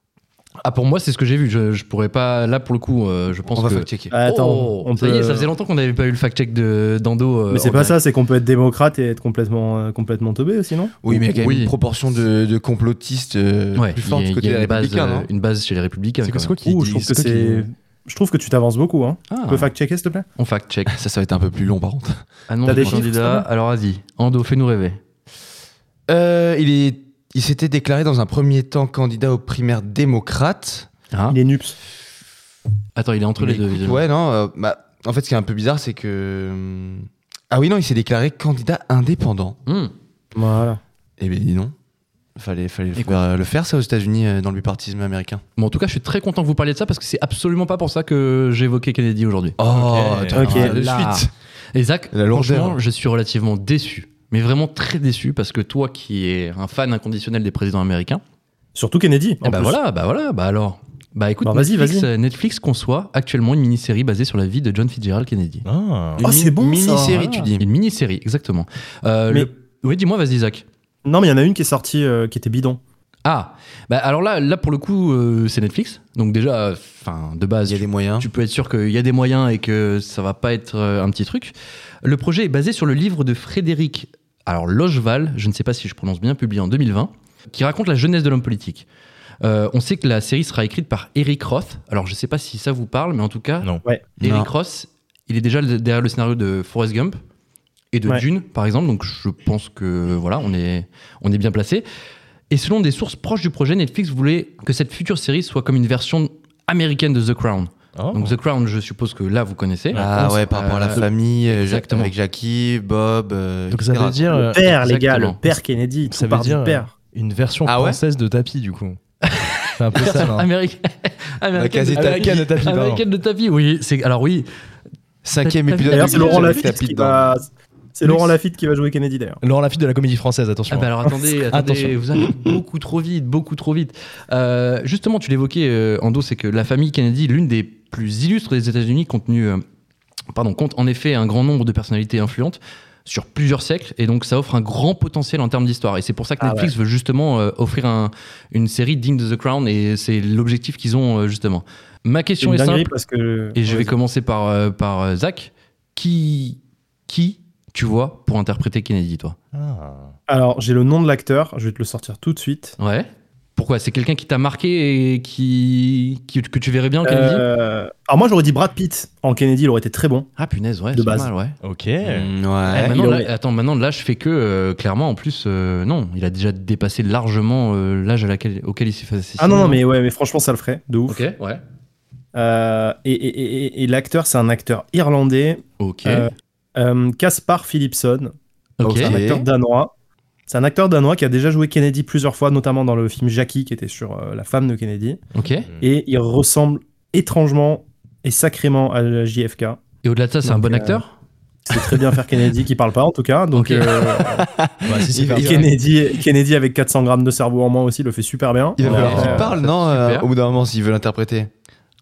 [SPEAKER 1] Ah, pour moi c'est ce que j'ai vu. Je, je pourrais pas là pour le coup. euh, je pense
[SPEAKER 2] On va
[SPEAKER 1] que.
[SPEAKER 2] fact checker.
[SPEAKER 3] Ah, Attends,
[SPEAKER 1] Oh,
[SPEAKER 3] on
[SPEAKER 1] ça
[SPEAKER 3] peut-
[SPEAKER 1] y est, ça faisait longtemps qu'on n'avait pas eu le fact-check de d'Ando. euh,
[SPEAKER 3] Mais c'est
[SPEAKER 1] en
[SPEAKER 3] pas
[SPEAKER 1] direct.
[SPEAKER 3] ça, c'est qu'on peut être démocrate et être complètement, euh, complètement teubé aussi, non
[SPEAKER 2] Oui, mais il y a quand
[SPEAKER 1] Oui.
[SPEAKER 2] même une proportion de, de complotistes euh,
[SPEAKER 1] Ouais,
[SPEAKER 2] plus forte
[SPEAKER 1] il y
[SPEAKER 2] du
[SPEAKER 1] a,
[SPEAKER 2] côté
[SPEAKER 1] il y a
[SPEAKER 2] des
[SPEAKER 1] une, base,
[SPEAKER 2] républicains,
[SPEAKER 1] euh,
[SPEAKER 2] non
[SPEAKER 1] une base chez les républicains.
[SPEAKER 4] C'est quoi,
[SPEAKER 1] quand
[SPEAKER 4] c'est
[SPEAKER 1] même.
[SPEAKER 4] quoi qui
[SPEAKER 3] Ouh,
[SPEAKER 4] dit-
[SPEAKER 3] je trouve
[SPEAKER 4] quoi
[SPEAKER 3] que
[SPEAKER 4] qui-
[SPEAKER 3] c'est. Je trouve que tu t'avances beaucoup. Hein.
[SPEAKER 1] Ah,
[SPEAKER 3] Tu peux fact-checker, s'il te plaît
[SPEAKER 1] on [laughs] fact-check.
[SPEAKER 2] Ça, ça va être un peu plus long par contre.
[SPEAKER 1] Annonce
[SPEAKER 3] T'as
[SPEAKER 1] des
[SPEAKER 3] des chiffres,
[SPEAKER 1] candidats.
[SPEAKER 3] c'est ça
[SPEAKER 1] Alors vas-y, Ando, fais-nous rêver.
[SPEAKER 2] [laughs] Euh, il est, il s'était déclaré dans un premier temps candidat aux primaires démocrates.
[SPEAKER 1] Hein
[SPEAKER 3] Il est nups.
[SPEAKER 1] Attends, il est entre
[SPEAKER 2] Mais
[SPEAKER 1] les deux.
[SPEAKER 2] écoute,
[SPEAKER 1] visiblement.
[SPEAKER 2] ouais, non. euh, bah, en fait, ce qui est un peu bizarre, c'est que. hum, Ah oui, non, il s'est déclaré candidat indépendant.
[SPEAKER 1] Hmm.
[SPEAKER 3] Voilà.
[SPEAKER 2] Eh bien, dis non. Fallait, fallait le
[SPEAKER 1] Écoute.
[SPEAKER 2] faire, le faire, ça, aux États-Unis, euh, dans le bipartisme américain.
[SPEAKER 1] Bon, en tout cas, je suis très content que vous parliez de ça parce que c'est absolument pas pour ça que j'ai évoqué Kennedy aujourd'hui.
[SPEAKER 2] Oh, attends,
[SPEAKER 3] Ok,
[SPEAKER 2] de
[SPEAKER 1] là.
[SPEAKER 2] suite.
[SPEAKER 1] Et Zach,
[SPEAKER 2] La lourdeur.
[SPEAKER 1] franchement, je suis relativement déçu, mais vraiment très déçu parce que toi qui es un fan inconditionnel des présidents américains,
[SPEAKER 3] Surtout Kennedy. en
[SPEAKER 1] eh bah
[SPEAKER 3] plus.
[SPEAKER 1] voilà, bah voilà, bah alors. Bah écoute,
[SPEAKER 3] Bah, vas-y,
[SPEAKER 1] Netflix,
[SPEAKER 3] vas-y.
[SPEAKER 1] euh, Netflix conçoit actuellement une mini-série basée sur la vie de John Fitzgerald Kennedy.
[SPEAKER 4] Ah.
[SPEAKER 3] Ah, c'est bon, ça. Ah.
[SPEAKER 2] Mini-série, tu dis.
[SPEAKER 1] Une mini-série, exactement. Euh,
[SPEAKER 3] Mais-
[SPEAKER 1] le- Oui, dis-moi, vas-y, Zach.
[SPEAKER 3] Non, mais il y en a une qui est sortie euh, qui était bidon.
[SPEAKER 1] Ah, bah alors là, là pour le coup, euh, c'est Netflix. Donc déjà, enfin, de base,
[SPEAKER 2] Il y a
[SPEAKER 1] tu-
[SPEAKER 2] des moyens.
[SPEAKER 1] tu peux être sûr qu'il y a des moyens et que ça va pas être euh, un petit truc. Le projet est basé sur le livre de Frédéric alors Logeval, je ne sais pas si je prononce bien, publié en 2020, qui raconte la jeunesse de l'homme politique. Euh, on sait que la série sera écrite par Eric Roth. Alors, je sais pas si ça vous parle, mais en tout cas,
[SPEAKER 4] Non.
[SPEAKER 3] Ouais.
[SPEAKER 2] Non.
[SPEAKER 1] Eric Roth, il est déjà le- derrière le scénario de Forrest Gump et de
[SPEAKER 3] Ouais.
[SPEAKER 1] Dune, par exemple. Donc, je pense que voilà, on est, on est bien placé. Et selon des sources proches du projet, Netflix voulait que cette future série soit comme une version américaine de The Crown.
[SPEAKER 4] Oh.
[SPEAKER 1] Donc, The Crown, je suppose que là, vous connaissez.
[SPEAKER 2] Ah ouais, par rapport à la
[SPEAKER 1] Euh,
[SPEAKER 2] famille, euh, Jacques-
[SPEAKER 1] exactement.
[SPEAKER 2] avec Jackie, Bob. euh,
[SPEAKER 4] Donc ça
[SPEAKER 2] etc.
[SPEAKER 4] veut dire euh,
[SPEAKER 3] Le père, les gars,
[SPEAKER 1] Ah, exactement.
[SPEAKER 3] le père Kennedy. Tout
[SPEAKER 4] Ça veut
[SPEAKER 3] part du
[SPEAKER 4] dire, euh,
[SPEAKER 3] père.
[SPEAKER 4] une version
[SPEAKER 2] Ah ouais
[SPEAKER 4] française de tapis du coup. C'est un peu ça. non
[SPEAKER 1] Américaine, américaine,
[SPEAKER 2] quasi
[SPEAKER 1] de,
[SPEAKER 2] tapis.
[SPEAKER 1] américaine,
[SPEAKER 4] Américaine de tapis. pardon.
[SPEAKER 1] Ah, américaine de tapis, oui. c'est- Alors oui,
[SPEAKER 2] Cinquième
[SPEAKER 1] T'as-
[SPEAKER 2] épisode.
[SPEAKER 1] t'as-
[SPEAKER 3] D'ailleurs,
[SPEAKER 2] du
[SPEAKER 3] c'est
[SPEAKER 1] Luc,
[SPEAKER 3] Laurent
[SPEAKER 2] Jacques
[SPEAKER 3] Lafitte
[SPEAKER 2] Tapie
[SPEAKER 3] qui
[SPEAKER 2] dans-
[SPEAKER 3] va. C'est
[SPEAKER 4] Luc-
[SPEAKER 3] Laurent Lafitte qui va jouer Kennedy d'ailleurs.
[SPEAKER 4] Laurent Lafitte de la comédie française, attention.
[SPEAKER 1] Ah bah alors attendez, attendez
[SPEAKER 4] Attention.
[SPEAKER 1] vous allez beaucoup trop vite, beaucoup trop vite. Euh, justement, tu l'évoquais, euh, Ando, c'est que la famille Kennedy, l'une des plus illustres des États-Unis, contenu, euh, pardon, compte en effet un grand nombre de personnalités influentes sur plusieurs siècles, et donc ça offre un grand potentiel en termes d'histoire. Et c'est pour ça que
[SPEAKER 3] Ah
[SPEAKER 1] Netflix veut justement euh, offrir un- une série digne de The Crown, et c'est l'objectif qu'ils ont euh, justement. Ma
[SPEAKER 3] C'est
[SPEAKER 1] question
[SPEAKER 3] une
[SPEAKER 1] est
[SPEAKER 3] dinguerie
[SPEAKER 1] simple,
[SPEAKER 3] parce que.
[SPEAKER 1] et je vais
[SPEAKER 3] Ouais,
[SPEAKER 1] commencer par, euh, par euh, Zach. Qui, qui tu vois pour interpréter Kennedy, toi
[SPEAKER 4] Ah.
[SPEAKER 3] Alors, j'ai le nom de l'acteur, je vais te le sortir tout de suite.
[SPEAKER 1] Ouais. Pourquoi C'est quelqu'un qui t'a marqué et qui, qui- que tu verrais bien en Kennedy
[SPEAKER 3] Euh, Alors, moi, j'aurais dit Brad Pitt en Kennedy, il aurait été très bon.
[SPEAKER 1] Ah punaise, ouais,
[SPEAKER 3] de
[SPEAKER 1] c'est
[SPEAKER 3] base.
[SPEAKER 1] mal, ouais.
[SPEAKER 4] Ok.
[SPEAKER 2] Mm,
[SPEAKER 1] Eh,
[SPEAKER 2] Ouais.
[SPEAKER 1] maintenant,
[SPEAKER 3] il
[SPEAKER 1] là-
[SPEAKER 3] aurait-
[SPEAKER 1] attends, maintenant là, je fais que euh, clairement. En plus, euh, non, il a déjà dépassé largement euh, l'âge à laquelle- auquel il s'est fait assassiner.
[SPEAKER 3] Ah non, non, mais ouais, mais franchement, ça le ferait, de ouf.
[SPEAKER 1] Ok, ouais.
[SPEAKER 3] Euh, et et- et- et- et l'acteur, c'est un acteur irlandais,
[SPEAKER 1] Ok.
[SPEAKER 3] Euh, euh, Caspar Philipson,
[SPEAKER 1] ok.
[SPEAKER 2] ok.
[SPEAKER 3] c'est un acteur danois. C'est un acteur danois qui a déjà joué Kennedy plusieurs fois, notamment dans le film Jackie, qui était sur euh, la femme de Kennedy.
[SPEAKER 1] ok.
[SPEAKER 3] Et il ressemble étrangement et sacrément à JFK.
[SPEAKER 1] Et au-delà de ça, c'est un
[SPEAKER 3] Donc,
[SPEAKER 1] bon
[SPEAKER 3] euh,
[SPEAKER 1] acteur
[SPEAKER 3] C'est très bien faire Kennedy qui parle pas en tout cas. Donc
[SPEAKER 1] Ok.
[SPEAKER 3] euh,
[SPEAKER 4] Bah, si, si,
[SPEAKER 2] Il-
[SPEAKER 4] bah,
[SPEAKER 3] et Kennedy, Kennedy avec 400 grammes de cerveau en moins aussi le fait super bien.
[SPEAKER 2] Il va
[SPEAKER 1] Ouais.
[SPEAKER 2] falloir qu'il
[SPEAKER 1] Ouais.
[SPEAKER 2] parle, non
[SPEAKER 1] Super. Eh,
[SPEAKER 2] euh, Au bout d'un moment, s'il veut l'interpréter.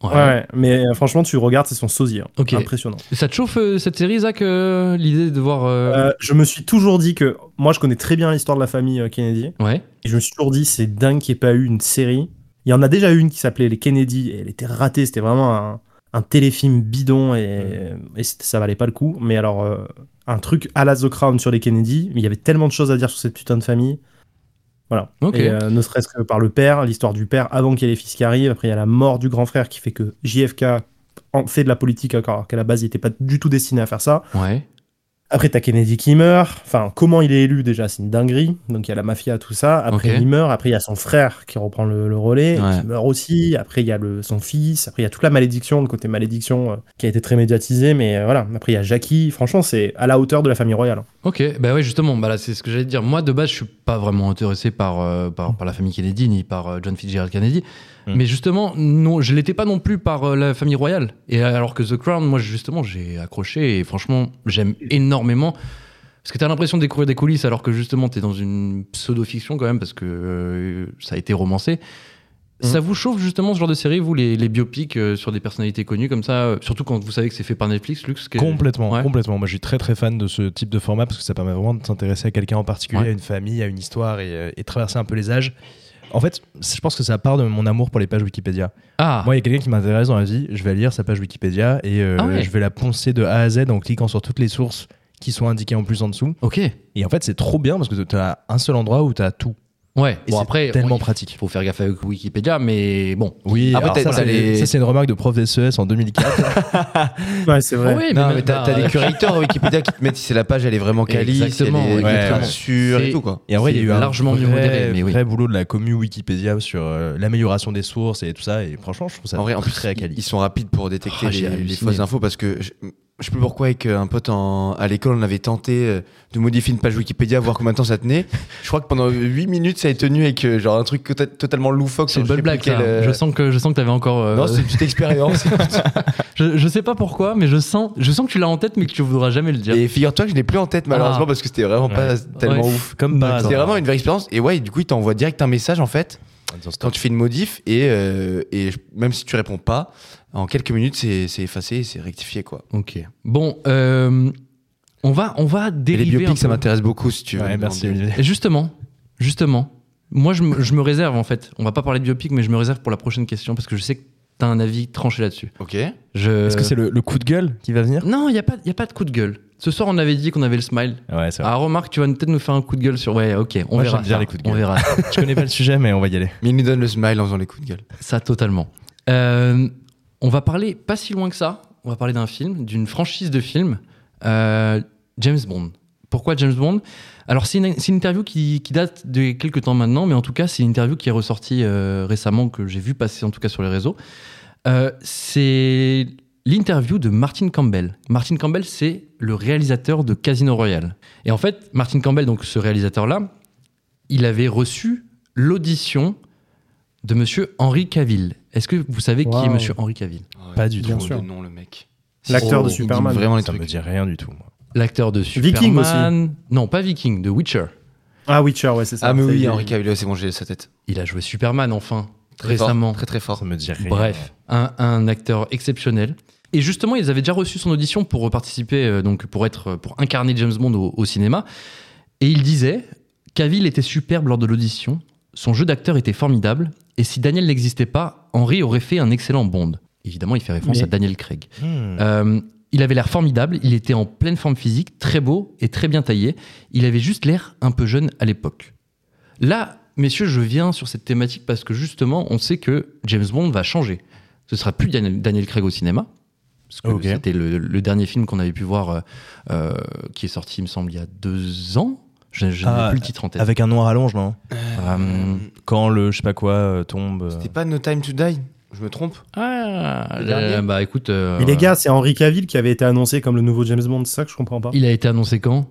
[SPEAKER 3] Ouais, ouais. mais euh, franchement, tu regardes, c'est son sosie. hein.
[SPEAKER 1] Ok.
[SPEAKER 3] Impressionnant.
[SPEAKER 1] Ça te chauffe euh, cette série, Zach euh, L'idée de voir. euh,
[SPEAKER 3] Euh, je me suis toujours dit que moi, je connais très bien l'histoire de la famille euh, Kennedy.
[SPEAKER 1] ouais.
[SPEAKER 3] Et je me suis toujours dit, c'est dingue qu'il n'y ait pas eu une série. Il y en a déjà une qui s'appelait Les Kennedy et elle était ratée. C'était vraiment un, un téléfilm bidon et, et c'était- ça valait pas le coup. Mais alors, euh, un truc à la The Crown sur les Kennedy, mais il y avait tellement de choses à dire sur cette putain de famille. Voilà.
[SPEAKER 1] Ok.
[SPEAKER 3] Et, euh, ne serait-ce que par le père, l'histoire du père avant qu'il y ait les fils qui arrivent. Après, il y a la mort du grand frère qui fait que JFK en fait de la politique, alors qu'à la base, il n'était pas du tout destiné à faire ça.
[SPEAKER 1] Ouais.
[SPEAKER 3] Après, t'as Kennedy qui meurt. Enfin, comment il est élu déjà, c'est une dinguerie. Donc il y a la mafia, tout ça. Après,
[SPEAKER 1] Ok.
[SPEAKER 3] il meurt. Après, il y a son frère qui reprend le, le relais,
[SPEAKER 2] Ouais.
[SPEAKER 3] qui meurt aussi. Après, il y a le, son fils. Après, il y a toute la malédiction, le côté malédiction euh, qui a été très médiatisé. Mais euh, voilà. Après, il y a Jackie. Franchement, c'est à la hauteur de la famille royale.
[SPEAKER 1] Ok, bah ouais, justement, bah là, c'est ce que j'allais te dire. Moi, de base, je suis pas vraiment intéressé par, euh, par, par la famille Kennedy ni par euh, John Fitzgerald Kennedy.
[SPEAKER 4] Mm.
[SPEAKER 1] Mais justement, non, je l'étais pas non plus par euh, la famille royale. Et alors que The Crown, moi, justement, j'ai accroché et franchement, j'aime énormément. Parce que t'as l'impression de découvrir des coulisses alors que justement, t'es dans une pseudo-fiction quand même parce que euh, ça a été romancé.
[SPEAKER 3] Mm.
[SPEAKER 1] Ça vous chauffe justement ce genre de série, vous, les, les biopics euh, sur des personnalités connues comme ça, euh, surtout quand vous savez que c'est fait par Netflix, Lux que-
[SPEAKER 4] Complètement,
[SPEAKER 1] Ouais.
[SPEAKER 4] complètement. Moi, je suis très très fan de ce type de format parce que ça permet vraiment de s'intéresser à quelqu'un en particulier,
[SPEAKER 1] Ouais.
[SPEAKER 4] à une famille, à une histoire et, euh, et traverser un peu les âges. En fait, c- je pense que ça part de mon amour pour les pages Wikipédia.
[SPEAKER 1] Ah,
[SPEAKER 4] Moi, il y a quelqu'un qui m'intéresse dans la vie, je vais lire sa page Wikipédia et euh,
[SPEAKER 1] Ah ouais.
[SPEAKER 4] je vais la poncer de A à Z en cliquant sur toutes les sources qui sont indiquées en plus en dessous.
[SPEAKER 1] ok.
[SPEAKER 4] Et en fait, c'est trop bien parce que tu as un seul endroit où tu as tout.
[SPEAKER 1] Ouais,
[SPEAKER 4] Et
[SPEAKER 1] bon
[SPEAKER 4] c'est
[SPEAKER 1] après,
[SPEAKER 4] tellement
[SPEAKER 1] on-
[SPEAKER 4] pratique.
[SPEAKER 1] faut faire gaffe avec Wikipédia, mais bon.
[SPEAKER 4] Oui,
[SPEAKER 2] Ah,
[SPEAKER 4] alors ça,
[SPEAKER 2] peut-être t'as
[SPEAKER 4] c'est-
[SPEAKER 2] les-
[SPEAKER 4] ça, c'est une remarque de prof SES en 2004.
[SPEAKER 3] Ouais, c'est vrai.
[SPEAKER 1] Ah oui,
[SPEAKER 2] Non,
[SPEAKER 1] même
[SPEAKER 2] mais t'as
[SPEAKER 1] pas,
[SPEAKER 2] t'as
[SPEAKER 1] euh,
[SPEAKER 2] des
[SPEAKER 1] [laughs]
[SPEAKER 2] curateurs Wikipédia qui te mettent si c'est la page, elle est vraiment quali, si elle
[SPEAKER 1] Exactement,
[SPEAKER 2] est
[SPEAKER 1] ouais,
[SPEAKER 2] elle est
[SPEAKER 4] ouais.
[SPEAKER 2] sûre
[SPEAKER 1] C'est-
[SPEAKER 2] et tout, quoi.
[SPEAKER 4] Et en vrai, il y a
[SPEAKER 1] C'est
[SPEAKER 4] eu un
[SPEAKER 1] largement
[SPEAKER 4] vrai,
[SPEAKER 1] mieux modéré, mais oui.
[SPEAKER 4] vrai boulot de la commu Wikipédia sur euh, l'amélioration des sources et tout ça. Et franchement, je trouve ça
[SPEAKER 2] En vrai, en
[SPEAKER 4] très,
[SPEAKER 2] plus,
[SPEAKER 4] très
[SPEAKER 2] ils-
[SPEAKER 4] quali.
[SPEAKER 2] ils sont rapides pour détecter
[SPEAKER 1] Oh, j'ai
[SPEAKER 2] les, les
[SPEAKER 1] halluciné.
[SPEAKER 2] fausses infos parce que je, je sais plus pourquoi avec euh, un pote en- à l'école, on avait tenté euh, de modifier une page Wikipédia, voir combien de temps ça tenait. Je crois que pendant 8 minutes, ça a tenu avec euh, genre un truc tota- totalement loufoque.
[SPEAKER 1] C'est une
[SPEAKER 2] sur
[SPEAKER 1] bonne
[SPEAKER 2] je sais
[SPEAKER 1] blague,
[SPEAKER 2] plus
[SPEAKER 1] ça.
[SPEAKER 2] quel, euh,
[SPEAKER 1] Je sens que je sens que t'avais encore. euh,
[SPEAKER 2] Non, c'est une
[SPEAKER 1] [laughs]
[SPEAKER 2] petite expérience.
[SPEAKER 1] je, je sais pas pourquoi, mais je sens, je sens que tu l'as en tête, mais que tu voudras jamais le dire.
[SPEAKER 2] et figure-toi que je l'ai plus en tête malheureusement
[SPEAKER 1] Ah.
[SPEAKER 2] parce que c'était vraiment pas tellement
[SPEAKER 1] Ouais.
[SPEAKER 2] ouf.
[SPEAKER 4] Comme par
[SPEAKER 2] C'était
[SPEAKER 4] hasard.
[SPEAKER 2] vraiment une vraie expérience. Et ouais, du coup, il t'envoie direct un message en fait quand tu fais une modif et, euh, et je- même si tu réponds pas, en quelques minutes, c'est c'est effacé, et c'est rectifié quoi.
[SPEAKER 1] Ok. Bon, euh, on va, on va
[SPEAKER 2] Et les
[SPEAKER 1] dériver. un
[SPEAKER 2] biopics, ça
[SPEAKER 1] peu.
[SPEAKER 2] m'intéresse beaucoup si tu veux.
[SPEAKER 4] Ouais,
[SPEAKER 2] me
[SPEAKER 4] merci,
[SPEAKER 2] demander.
[SPEAKER 4] Olivier.
[SPEAKER 1] Et Justement, justement. Moi, je, me- je me réserve en fait. On va pas parler de biopic, mais je me réserve pour la prochaine question parce que je sais que t'as un avis tranché là-dessus.
[SPEAKER 2] Ok.
[SPEAKER 1] Je...
[SPEAKER 2] Euh,
[SPEAKER 4] Est-ce que c'est le, le coup de gueule qui va venir
[SPEAKER 1] Non, il n'y a, pas- y a pas de coup de gueule. Ce soir, on avait dit qu'on avait le smile.
[SPEAKER 4] Ouais, c'est vrai.
[SPEAKER 1] Ah, remarque, tu vas peut-être nous faire un coup de gueule sur. Ouais, ok, on
[SPEAKER 4] Moi,
[SPEAKER 1] verra.
[SPEAKER 4] j'aime bien
[SPEAKER 1] ça.
[SPEAKER 4] les coups de
[SPEAKER 1] On
[SPEAKER 4] gueule.
[SPEAKER 1] verra
[SPEAKER 4] Ah, Je connais pas le sujet, mais on va y aller.
[SPEAKER 2] Mais il nous donne le smile en faisant les coups de gueule.
[SPEAKER 1] ça totalement. Euh, on va parler pas si loin que ça. On va parler d'un film, d'une franchise de films. euh, James Bond. Pourquoi James Bond Alors, c'est une, c'est une interview qui, qui date de quelques temps maintenant, mais en tout cas, c'est une interview qui est ressortie euh, récemment, que j'ai vu passer en tout cas sur les réseaux. Euh, c'est l'interview de Martin Campbell. Martin Campbell, c'est le réalisateur de Casino Royale. Et en fait, Martin Campbell, donc ce réalisateur-là, il avait reçu l'audition de monsieur Henri Cavill. Est-ce que vous savez qui est
[SPEAKER 3] Waouh.
[SPEAKER 1] monsieur Henri Cavill
[SPEAKER 4] Pas du
[SPEAKER 3] Bien
[SPEAKER 2] Trop
[SPEAKER 3] sûr.
[SPEAKER 2] de nom, le mec.
[SPEAKER 3] L'acteur de
[SPEAKER 2] Il dit
[SPEAKER 3] Superman.
[SPEAKER 2] Vraiment les
[SPEAKER 4] Ça me
[SPEAKER 2] trucs.
[SPEAKER 4] dit rien du tout. Moi.
[SPEAKER 1] L'acteur de
[SPEAKER 3] Viking
[SPEAKER 1] Superman. Non, pas Viking, de Witcher.
[SPEAKER 3] Ah, Witcher, ouais, c'est ça.
[SPEAKER 2] Ah, mais
[SPEAKER 3] Ça y
[SPEAKER 2] oui,
[SPEAKER 3] est.
[SPEAKER 2] Henri Cavill, c'est bon, j'ai sa tête.
[SPEAKER 1] Il a joué Superman, enfin,
[SPEAKER 2] Très
[SPEAKER 1] récemment.
[SPEAKER 2] fort, Très, très fort.
[SPEAKER 4] Ça me dit rien.
[SPEAKER 1] Bref, un, un acteur exceptionnel. Et justement, ils avaient déjà reçu son audition pour participer, euh, donc pour être, euh, pour incarner James Bond au, au cinéma. Et il disait, Cavill était superbe lors de l'audition, son jeu d'acteur était formidable, et si Daniel n'existait pas, Henry aurait fait un excellent Bond. Évidemment, il fait référence
[SPEAKER 3] Mais-
[SPEAKER 1] à Daniel Craig.
[SPEAKER 2] Ah,
[SPEAKER 4] Hmm.
[SPEAKER 1] Euh, il avait l'air formidable, il était en pleine forme physique, très beau et très bien taillé. Il avait juste l'air un peu jeune à l'époque. Là, messieurs, je viens sur cette thématique parce que justement, on sait que James Bond va changer. Ce sera plus Dan- Daniel Craig au cinéma. Parce que
[SPEAKER 4] Ok.
[SPEAKER 1] c'était le, le dernier film qu'on avait pu voir euh, euh, qui est sorti, il me semble, il y a deux ans. Je, je
[SPEAKER 4] Ah,
[SPEAKER 1] n'ai plus le titre en tête.
[SPEAKER 4] Avec un noir à l'ange, non
[SPEAKER 1] Euh,
[SPEAKER 4] Quand le je sais pas quoi euh, tombe. euh,
[SPEAKER 2] C'était pas No Time to Die Je me trompe
[SPEAKER 1] ah,
[SPEAKER 2] Le dernier
[SPEAKER 1] euh, bah écoute. euh,
[SPEAKER 3] Mais les gars, c'est Henri Cavill qui avait été annoncé comme le nouveau James Bond, c'est ça que je comprends pas.
[SPEAKER 1] il a été annoncé quand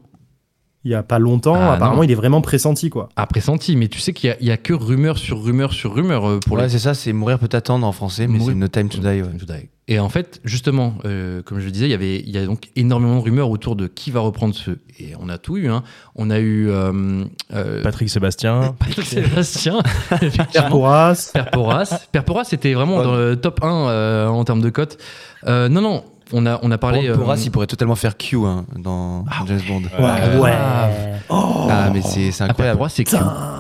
[SPEAKER 3] Il y a pas longtemps,
[SPEAKER 1] Ah,
[SPEAKER 3] apparemment,
[SPEAKER 1] non.
[SPEAKER 3] il est vraiment pressenti, quoi.
[SPEAKER 1] Ah, pressenti, mais tu sais qu'il y a- il y, a que rumeur sur rumeur sur rumeur euh, pour
[SPEAKER 2] Ouais,
[SPEAKER 1] les
[SPEAKER 2] c'est ça, c'est Mourir peut t'attendre en français, mais
[SPEAKER 1] Mourir-
[SPEAKER 2] c'est No Time to Die. ouais.
[SPEAKER 1] Time to Die. Et en fait, justement, euh, comme je le disais, il y avait, il y a donc énormément de rumeurs autour de qui va reprendre ce. Et on a tout eu. Hein. On a eu euh, euh,
[SPEAKER 4] Patrick Sébastien.
[SPEAKER 1] Patrick Sébastien, effectivement.
[SPEAKER 3] Percoras,
[SPEAKER 1] [laughs] Perporas. Perporas était vraiment dans le top 1 euh, en termes de cote. Euh, non, non, on a, on a parlé.
[SPEAKER 2] Pour- pour
[SPEAKER 1] euh,
[SPEAKER 2] As, il pourrait totalement faire Q hein, dans James Bond.
[SPEAKER 4] Ouais.
[SPEAKER 3] ouais.
[SPEAKER 2] Ah, mais c'est c'est
[SPEAKER 1] ah,
[SPEAKER 2] incroyable.
[SPEAKER 1] Perporas, c'est Q.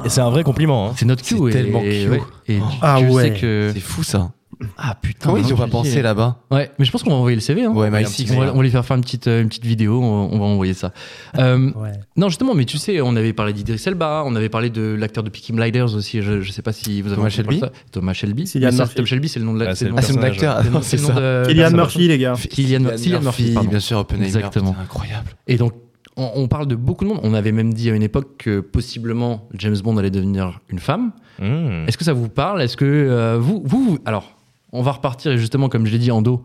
[SPEAKER 4] Et c'est un vrai compliment. hein.
[SPEAKER 1] C'est notre Q.
[SPEAKER 2] C'est
[SPEAKER 1] et-
[SPEAKER 2] tellement
[SPEAKER 1] et,
[SPEAKER 2] Q.
[SPEAKER 1] ouais. Et tu-
[SPEAKER 3] Ah
[SPEAKER 1] tu sais
[SPEAKER 3] ouais.
[SPEAKER 1] que-
[SPEAKER 2] C'est fou ça.
[SPEAKER 1] Ah putain.
[SPEAKER 2] Comment ils
[SPEAKER 1] hein,
[SPEAKER 2] ont pas
[SPEAKER 1] tu dis,
[SPEAKER 2] pensé
[SPEAKER 1] euh,
[SPEAKER 2] là-bas
[SPEAKER 1] Ouais, mais je pense qu'on va envoyer le CV. Hein.
[SPEAKER 2] Ouais,
[SPEAKER 1] on, va,
[SPEAKER 2] MI6,
[SPEAKER 1] on va-
[SPEAKER 2] ouais.
[SPEAKER 1] on va lui faire faire une petite, euh, une petite vidéo. On, on va envoyer ça. Euh, Non, justement, mais tu sais, on avait parlé d'Idris Elba, on avait parlé de l'acteur de Peaky Blinders aussi, je, je sais pas si vous avez
[SPEAKER 2] Thomas
[SPEAKER 1] entendu parler
[SPEAKER 2] Shelby
[SPEAKER 1] de ça. Thomas Shelby.
[SPEAKER 3] Cillian
[SPEAKER 1] Mais ça,
[SPEAKER 3] Murphy.
[SPEAKER 1] Thomas Shelby, c'est le nom de
[SPEAKER 4] Ah,
[SPEAKER 1] l'acteur.
[SPEAKER 4] c'est
[SPEAKER 2] Ah, c'est mon
[SPEAKER 4] personnage,
[SPEAKER 2] acteur.
[SPEAKER 1] c'est le nom-
[SPEAKER 2] Ah, C'est
[SPEAKER 1] c'est le nom
[SPEAKER 2] ça.
[SPEAKER 1] de-
[SPEAKER 3] Kylian
[SPEAKER 1] personne.
[SPEAKER 3] Murphy, les gars.
[SPEAKER 1] Cillian Murphy, Cillian Murphy, pardon.
[SPEAKER 2] bien sûr, Oppenheimer.
[SPEAKER 1] Exactement.
[SPEAKER 2] putain, Incroyable.
[SPEAKER 1] Et donc, on, on parle de beaucoup de monde. On avait même dit à une époque que possiblement James Bond allait devenir une femme.
[SPEAKER 4] Hmm.
[SPEAKER 1] Est-ce que ça vous parle Est-ce que euh, vous, vous, vous- Alors, on va repartir, et justement, comme je l'ai dit en dos,